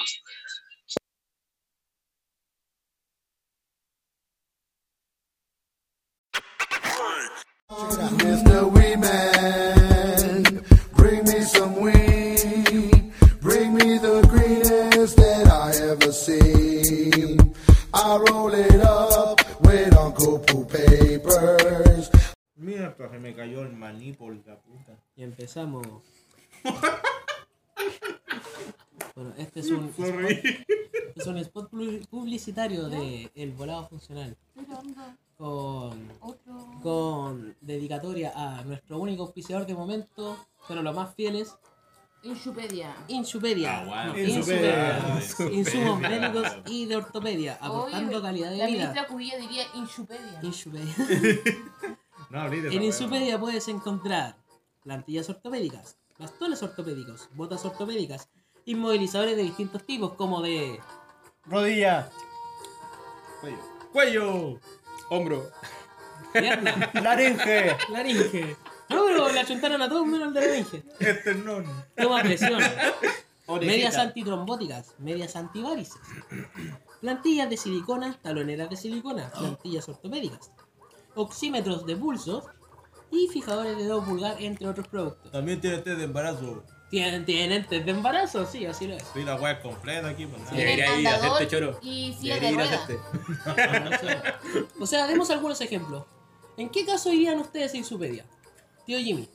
[SPEAKER 6] Mr. Weeman, bring me some weed. Bring me the greenest that I ever seen. I roll it up with Uncle Pooh papers.
[SPEAKER 1] Mierda, se me cayó el maní por la puta.
[SPEAKER 8] Y empezamos. bueno, este es un,
[SPEAKER 1] Sorry.
[SPEAKER 8] [LAUGHS] es un spot pu- publicitario de El Volado Funcional. Con, con dedicatoria a nuestro único auspiciador de momento, pero los más fieles,
[SPEAKER 9] Inshupedia.
[SPEAKER 8] Insupedia. No,
[SPEAKER 1] Insupedia.
[SPEAKER 8] Insupedia. Insumos médicos y de ortopedia, aportando
[SPEAKER 9] Oye,
[SPEAKER 8] calidad de
[SPEAKER 9] La
[SPEAKER 8] vida.
[SPEAKER 9] ministra Cubillo diría Inshupedia.
[SPEAKER 8] Insupedia.
[SPEAKER 1] No hablé de esa
[SPEAKER 8] En
[SPEAKER 1] weá.
[SPEAKER 8] Insupedia puedes encontrar plantillas ortopédicas, bastones ortopédicos, botas ortopédicas, inmovilizadores de distintos tipos como de
[SPEAKER 1] Rodilla. Cuello. Cuello. Hombro.
[SPEAKER 8] pierna,
[SPEAKER 1] [LAUGHS] Laringe.
[SPEAKER 8] laringe. No, pero le achuntaron a todos menos al de laringe.
[SPEAKER 1] Esternón.
[SPEAKER 8] Toma presión. Medias
[SPEAKER 1] Orejita.
[SPEAKER 8] antitrombóticas, medias antivarices. Plantillas de silicona, taloneras de silicona, plantillas ortopédicas. Oxímetros de pulso y fijadores de dedo pulgar, entre otros productos.
[SPEAKER 1] También tiene test de embarazo.
[SPEAKER 8] Tienen, tienen test de embarazo, sí, así lo es.
[SPEAKER 1] Sí, la weá completa aquí. Pues, nada.
[SPEAKER 9] Tienen
[SPEAKER 1] Debería ir a
[SPEAKER 9] andador
[SPEAKER 1] hacerte choro.
[SPEAKER 9] Y silla
[SPEAKER 1] Debería
[SPEAKER 9] de
[SPEAKER 1] ir a
[SPEAKER 9] ruedas.
[SPEAKER 1] hacerte.
[SPEAKER 8] [LAUGHS] O sea, demos algunos ejemplos. ¿En qué caso irían ustedes a Insupedia? Tío Jimmy.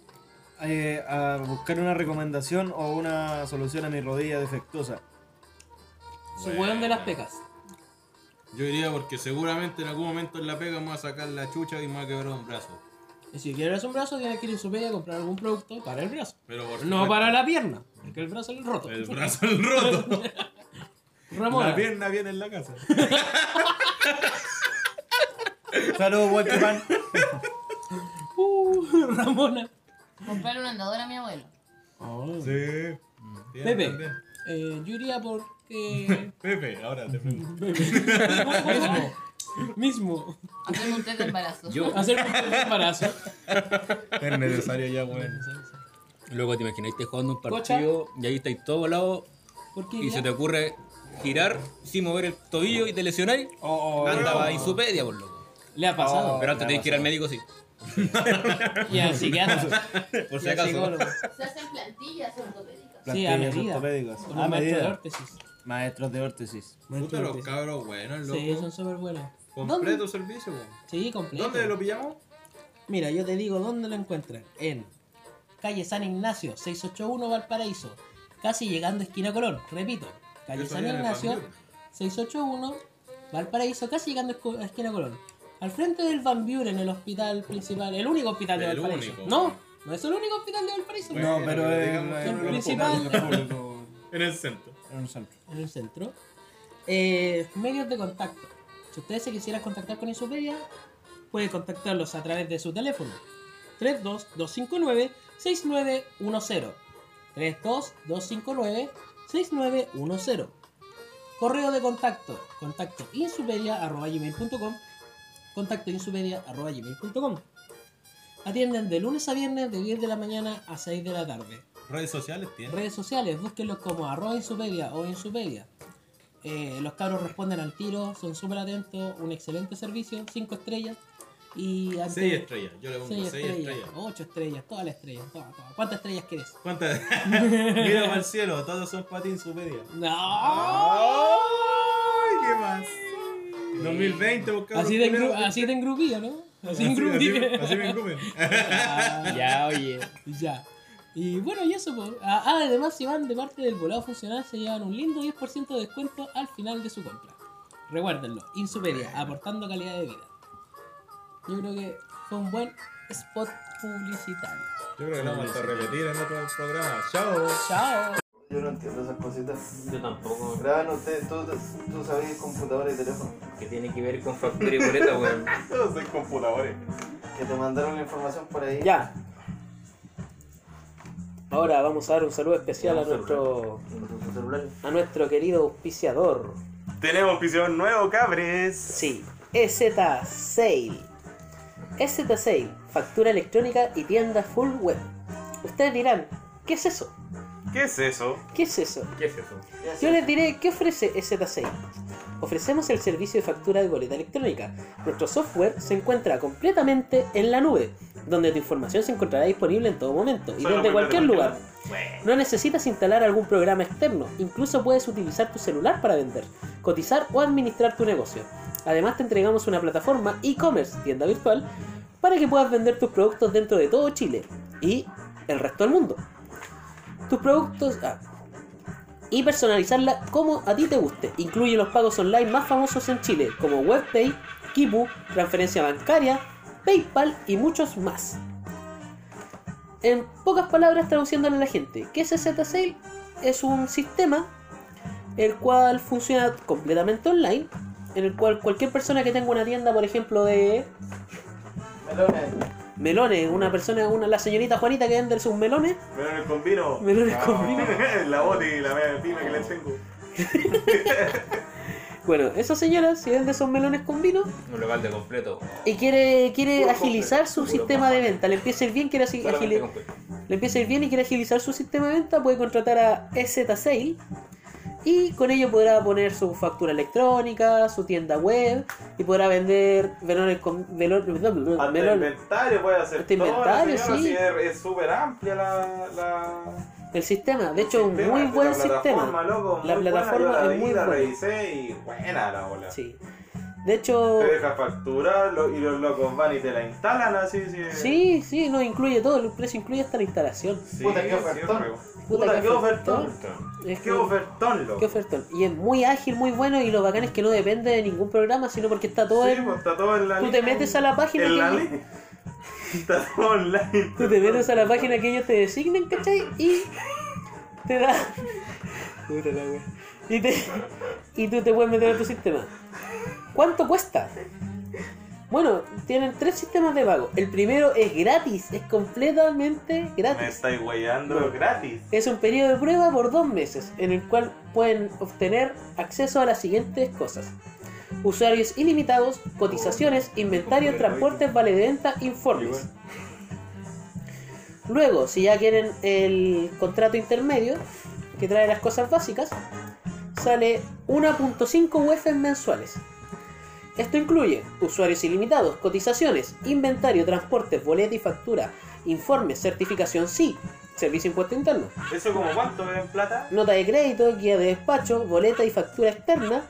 [SPEAKER 1] Eh, a buscar una recomendación o una solución a mi rodilla defectuosa.
[SPEAKER 8] Su weón de las pecas.
[SPEAKER 10] Yo diría porque seguramente en algún momento en la pega me voy a sacar la chucha y me voy a quebrar un brazo.
[SPEAKER 8] Y si quieres un brazo, tienes que ir a Insupedia a comprar algún producto para el brazo.
[SPEAKER 10] Pero por
[SPEAKER 8] No
[SPEAKER 10] supuesto,
[SPEAKER 8] para la pierna, porque el brazo es roto.
[SPEAKER 10] [LAUGHS] el brazo al roto.
[SPEAKER 8] Ramona.
[SPEAKER 1] La pierna viene en la casa. Saludos, Walterman.
[SPEAKER 8] Uh, [LAUGHS] Ramona.
[SPEAKER 9] Comprar un andador a mi abuelo.
[SPEAKER 8] Oh.
[SPEAKER 1] Sí.
[SPEAKER 11] Bien,
[SPEAKER 12] Pepe,
[SPEAKER 11] también.
[SPEAKER 12] eh, yo iría porque.
[SPEAKER 11] [LAUGHS] Pepe, ahora te
[SPEAKER 8] [LAUGHS]
[SPEAKER 11] pregunto.
[SPEAKER 12] mismo. Mismo.
[SPEAKER 13] Hacer un test de embarazo.
[SPEAKER 11] Yo.
[SPEAKER 12] Hacer un test de embarazo.
[SPEAKER 11] Es necesario ya, weón.
[SPEAKER 14] Luego te imagináis te jugando un partido y ahí estáis todo volado
[SPEAKER 12] ¿Por qué
[SPEAKER 14] y
[SPEAKER 12] iría?
[SPEAKER 14] se te ocurre girar sin mover el tobillo y te lesionáis.
[SPEAKER 11] Oh,
[SPEAKER 14] Andaba insupedia, por loco.
[SPEAKER 12] Le ha pasado.
[SPEAKER 14] Pero antes tenéis que ir al médico, sí.
[SPEAKER 12] Y al psiquiatra.
[SPEAKER 14] [LAUGHS] Por si
[SPEAKER 12] Y al
[SPEAKER 14] acaso.
[SPEAKER 12] psicólogo.
[SPEAKER 13] Se hacen plantillas ortopédicas.
[SPEAKER 14] Sí,
[SPEAKER 15] Plantillas
[SPEAKER 14] a medida.
[SPEAKER 15] ortopédicas.
[SPEAKER 12] Con
[SPEAKER 15] A
[SPEAKER 12] un maestro
[SPEAKER 15] medida.
[SPEAKER 12] de órtesis.
[SPEAKER 15] Maestros de órtesis.
[SPEAKER 11] Puta, los cabros buenos, loco.
[SPEAKER 12] Sí, son súper buenos.
[SPEAKER 11] Completo
[SPEAKER 12] ¿Dónde?
[SPEAKER 11] servicio, weón.
[SPEAKER 12] Sí, pues. completo.
[SPEAKER 11] ¿Dónde lo pillamos?
[SPEAKER 12] Mira, yo te digo dónde lo encuentran. En calle San Ignacio, 681 Valparaíso. Casi llegando a esquina Colón. Repito, calle
[SPEAKER 11] Eso
[SPEAKER 12] San
[SPEAKER 11] ya en el
[SPEAKER 12] Ignacio,
[SPEAKER 11] Bambiú.
[SPEAKER 12] 681 Valparaíso. Casi llegando a escu- a esquina Colón. Al frente del Van Buren, el hospital principal. El único hospital de
[SPEAKER 11] El
[SPEAKER 12] Valparaíso.
[SPEAKER 11] único.
[SPEAKER 12] No, no es el único hospital de Valparaíso.
[SPEAKER 15] No, pero es- es
[SPEAKER 12] el
[SPEAKER 15] uno de los
[SPEAKER 12] principal.
[SPEAKER 15] [LAUGHS] pocos públicos
[SPEAKER 11] [LAUGHS] En el centro.
[SPEAKER 15] en un centro.
[SPEAKER 12] en el centro. Eh, medios de contacto. Si ustedes se quisieran contactar con Insupedia, pueden contactarlos a través de su teléfono. 32259-6910. 32259-6910. Correo de contacto. Contacto insupedia.com. Contacto insupedia.com. Atienden de lunes a viernes de 10 de la mañana a 6 de la tarde.
[SPEAKER 11] Redes sociales tiene.
[SPEAKER 12] Redes sociales, búsquenlos como arroba insupedia o insupedia. Eh, los cabros responden al tiro, son súper atentos, un excelente servicio, 5 estrellas. Y antes-
[SPEAKER 11] Seis estrellas, yo le pongo
[SPEAKER 12] seis
[SPEAKER 11] seis
[SPEAKER 12] estrellas, Oh.
[SPEAKER 11] estrellas.
[SPEAKER 12] 8 estrellas, todas las estrellas, todas, todas. ¿Cuántas estrellas quieres? [LAUGHS]
[SPEAKER 11] ¿Cuántas? Mira para el cielo, todos son para ti en su media.
[SPEAKER 12] ¡No!
[SPEAKER 11] ¡Ay, qué más! 2020, buscamos.
[SPEAKER 12] Así de, engru- así de engrupido, ¿no? Así, engrupido.
[SPEAKER 11] Así me engrupen.
[SPEAKER 12] Ah,
[SPEAKER 14] [LAUGHS] Ya, oye.
[SPEAKER 12] ya. Y bueno, y eso, pues. Ah, ah, además, si van de parte del volado funcional, se llevan un lindo 10% de descuento al final de su compra. Recuérdenlo, Insuperia, aportando calidad de vida. Yo creo que fue un buen spot publicitario.
[SPEAKER 11] Yo creo que lo vamos a repetir en otro programa. ¡Chao!
[SPEAKER 12] Chao.
[SPEAKER 16] Yo no entiendo esas cositas.
[SPEAKER 17] Yo tampoco.
[SPEAKER 16] Graban ustedes, tú, tú sabes computador y teléfono.
[SPEAKER 17] ¿Qué tiene que ver con factura y boleta, weón?
[SPEAKER 16] [LAUGHS] Yo no sé computadores. Que te mandaron la información por ahí.
[SPEAKER 8] Ya. Ahora vamos a dar un saludo especial a nuestro, a nuestro querido auspiciador.
[SPEAKER 6] Tenemos pisón nuevo, cabres.
[SPEAKER 8] Sí. EZ Sale. EZ Sale, factura electrónica y tienda full web. Ustedes dirán, ¿qué es eso?
[SPEAKER 6] ¿Qué es eso?
[SPEAKER 8] ¿Qué es eso?
[SPEAKER 6] ¿Qué es eso?
[SPEAKER 8] Yo les diré qué ofrece EZ6. Ofrecemos el servicio de factura de boleta electrónica. Nuestro software se encuentra completamente en la nube, donde tu información se encontrará disponible en todo momento y
[SPEAKER 17] Solo
[SPEAKER 8] desde
[SPEAKER 17] vuelve
[SPEAKER 8] cualquier
[SPEAKER 17] de
[SPEAKER 8] lugar. No necesitas instalar algún programa externo, incluso puedes utilizar tu celular para vender, cotizar o administrar tu negocio. Además te entregamos una plataforma e-commerce, tienda virtual, para que puedas vender tus productos dentro de todo Chile y el resto del mundo. Tus productos... ah, y personalizarla como a ti te guste. Incluye los pagos online más famosos en Chile, como WebPay, Kipu, transferencia bancaria, PayPal y muchos más. En pocas palabras, traduciéndole a la gente, que SZ Sale es un sistema el cual funciona completamente online, en el cual cualquier persona que tenga una tienda, por ejemplo, de
[SPEAKER 16] Melones.
[SPEAKER 8] melones, una persona, una la señorita Juanita que vende sus melones,
[SPEAKER 6] Melones con vino.
[SPEAKER 8] Melones con
[SPEAKER 6] vino. la boti y la media pima que le tengo.
[SPEAKER 8] bueno, esa señora si vende esos melones con vino,
[SPEAKER 17] Un local de completo.
[SPEAKER 8] Y quiere, quiere
[SPEAKER 17] Puro
[SPEAKER 8] agilizar su
[SPEAKER 17] puro
[SPEAKER 8] sistema de venta. Le empieza a ir bien, quiere agi-
[SPEAKER 17] Solamente
[SPEAKER 8] agili-
[SPEAKER 17] completo.
[SPEAKER 8] le empieza a ir bien y quiere agilizar su sistema de venta. Puede contratar a EZ Sale y con ello podrá poner su factura electrónica, su tienda web y podrá vender velones con velor- velor-
[SPEAKER 6] Hasta
[SPEAKER 8] velor-
[SPEAKER 6] inventario puede hacer.
[SPEAKER 8] Hasta
[SPEAKER 6] todo, la
[SPEAKER 8] inventario,
[SPEAKER 6] señora,
[SPEAKER 8] sí.
[SPEAKER 6] si es- Es súper amplia la. la...
[SPEAKER 8] el sistema. De hecho, es un
[SPEAKER 6] sistema,
[SPEAKER 8] muy
[SPEAKER 6] la
[SPEAKER 8] buen
[SPEAKER 6] plataforma,
[SPEAKER 8] sistema.
[SPEAKER 6] loco, muy
[SPEAKER 8] la
[SPEAKER 6] buena,
[SPEAKER 8] plataforma
[SPEAKER 6] yo la
[SPEAKER 8] es
[SPEAKER 6] vi,
[SPEAKER 8] muy
[SPEAKER 6] la
[SPEAKER 8] buena.
[SPEAKER 6] revisé y buena la bola.
[SPEAKER 8] Sí. De hecho,
[SPEAKER 6] Te deja facturar lo- y los locos van y te la instalan así. Sí,
[SPEAKER 8] sí, sí, no incluye todo. El precio incluye hasta la instalación.
[SPEAKER 6] Sí, siempre.
[SPEAKER 8] Puta,
[SPEAKER 6] Puta,
[SPEAKER 8] qué
[SPEAKER 6] qué ofertón.
[SPEAKER 8] Es
[SPEAKER 6] Qué
[SPEAKER 8] que-
[SPEAKER 6] ofertón, loco.
[SPEAKER 8] Qué ofertón. Y es muy ágil, muy bueno. Y lo bacán es que no depende de ningún programa, sino porque está todo
[SPEAKER 6] Sí,
[SPEAKER 8] en.
[SPEAKER 6] pues, está todo en la
[SPEAKER 8] Tú
[SPEAKER 6] línea.
[SPEAKER 8] te metes a la página.
[SPEAKER 6] En la
[SPEAKER 8] que
[SPEAKER 6] línea. [LAUGHS] Está todo online.
[SPEAKER 8] Tú te metes a la página que ellos te designen, ¿cachai? Y. Te da. Puta la wea. Y, te... y tú te puedes meter a tu sistema. ¿Cuánto cuesta? Bueno, tienen tres sistemas de pago. El primero es gratis, es completamente
[SPEAKER 6] Me
[SPEAKER 8] gratis.
[SPEAKER 6] estáis guayando gratis.
[SPEAKER 8] Es un periodo de prueba por dos meses, en el cual pueden obtener acceso a las siguientes cosas. Usuarios ilimitados, cotizaciones, inventario, transportes, vale de venta, informes. Luego, si ya quieren el contrato intermedio, que trae las cosas básicas, sale 1.5 UF mensuales. Esto incluye usuarios ilimitados, cotizaciones, inventario, transportes, boleta y factura, informes, certificación sí, servicio impuesto interno,
[SPEAKER 6] ¿Eso como cuánto en plata?
[SPEAKER 8] nota de crédito, guía de despacho, boleta y factura externa,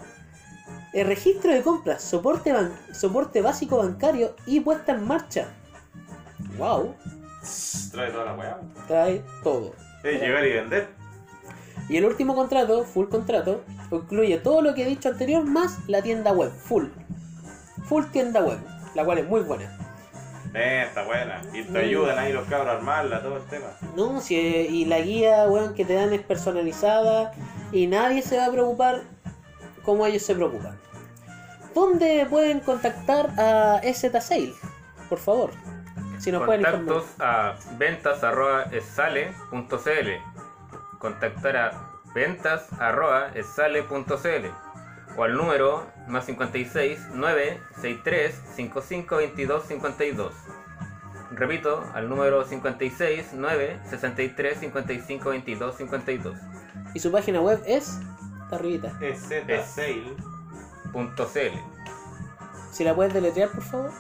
[SPEAKER 8] el registro de compras, soporte, ban- soporte básico bancario y puesta en marcha. ¡Wow!
[SPEAKER 6] Trae toda la weá.
[SPEAKER 8] Trae todo.
[SPEAKER 6] Es llegar y vender.
[SPEAKER 8] Y el último contrato, full contrato, incluye todo lo que he dicho anterior más la tienda web, full. Full tienda web, la cual es muy buena.
[SPEAKER 6] Eh, está buena. Y
[SPEAKER 8] Mm.
[SPEAKER 6] te ayudan ahí los cabros a armarla, todo el tema.
[SPEAKER 8] No, si, eh, y la guía weón, que te dan es personalizada y nadie se va a preocupar como ellos se preocupan. ¿Dónde pueden contactar a EZ Sale? Por favor, si nos pueden informar.
[SPEAKER 17] Contactos a ventas arroba esale punto cl. Contactar a ventas arroba esale punto cl. O al número más 56 963 55 22 52. Repito, al número 56 963 55 22 52.
[SPEAKER 8] Y su página web es arribita.
[SPEAKER 17] Punto cl.
[SPEAKER 8] Si la puedes deletrear, por favor.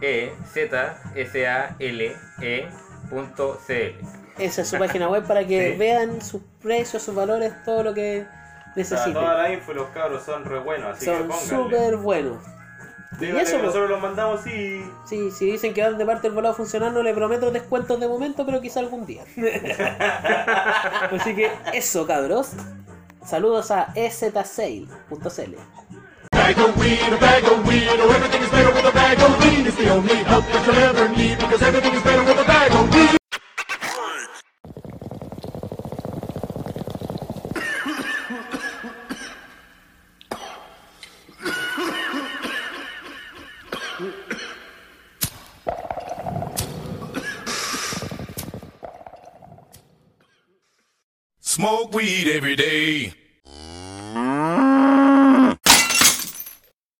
[SPEAKER 17] E Z S A L E punto cl.
[SPEAKER 8] Esa es su página web para
[SPEAKER 6] [LAUGHS]
[SPEAKER 8] que
[SPEAKER 17] Sí.
[SPEAKER 8] vean sus precios, sus valores, todo lo que
[SPEAKER 6] Está
[SPEAKER 8] necesiten.
[SPEAKER 6] toda la info y los cabros son re buenos, así que
[SPEAKER 8] Son
[SPEAKER 6] pónganle.
[SPEAKER 8] súper buenos.
[SPEAKER 6] Díganle
[SPEAKER 8] eso, pues.
[SPEAKER 6] que
[SPEAKER 8] po.
[SPEAKER 6] nosotros los mandamos y.
[SPEAKER 8] Sí, si dicen que van de parte del volado funcional, no le prometo descuentos de momento, pero quizá algún día. Así que eso, cabros. Saludos a ezsale.cl.
[SPEAKER 18] Bag of weed, a bag of weed, oh everything is better with a bag of weed. It's the only help that you'll ever need because everything is better with a bag of weed. Smoke weed every day.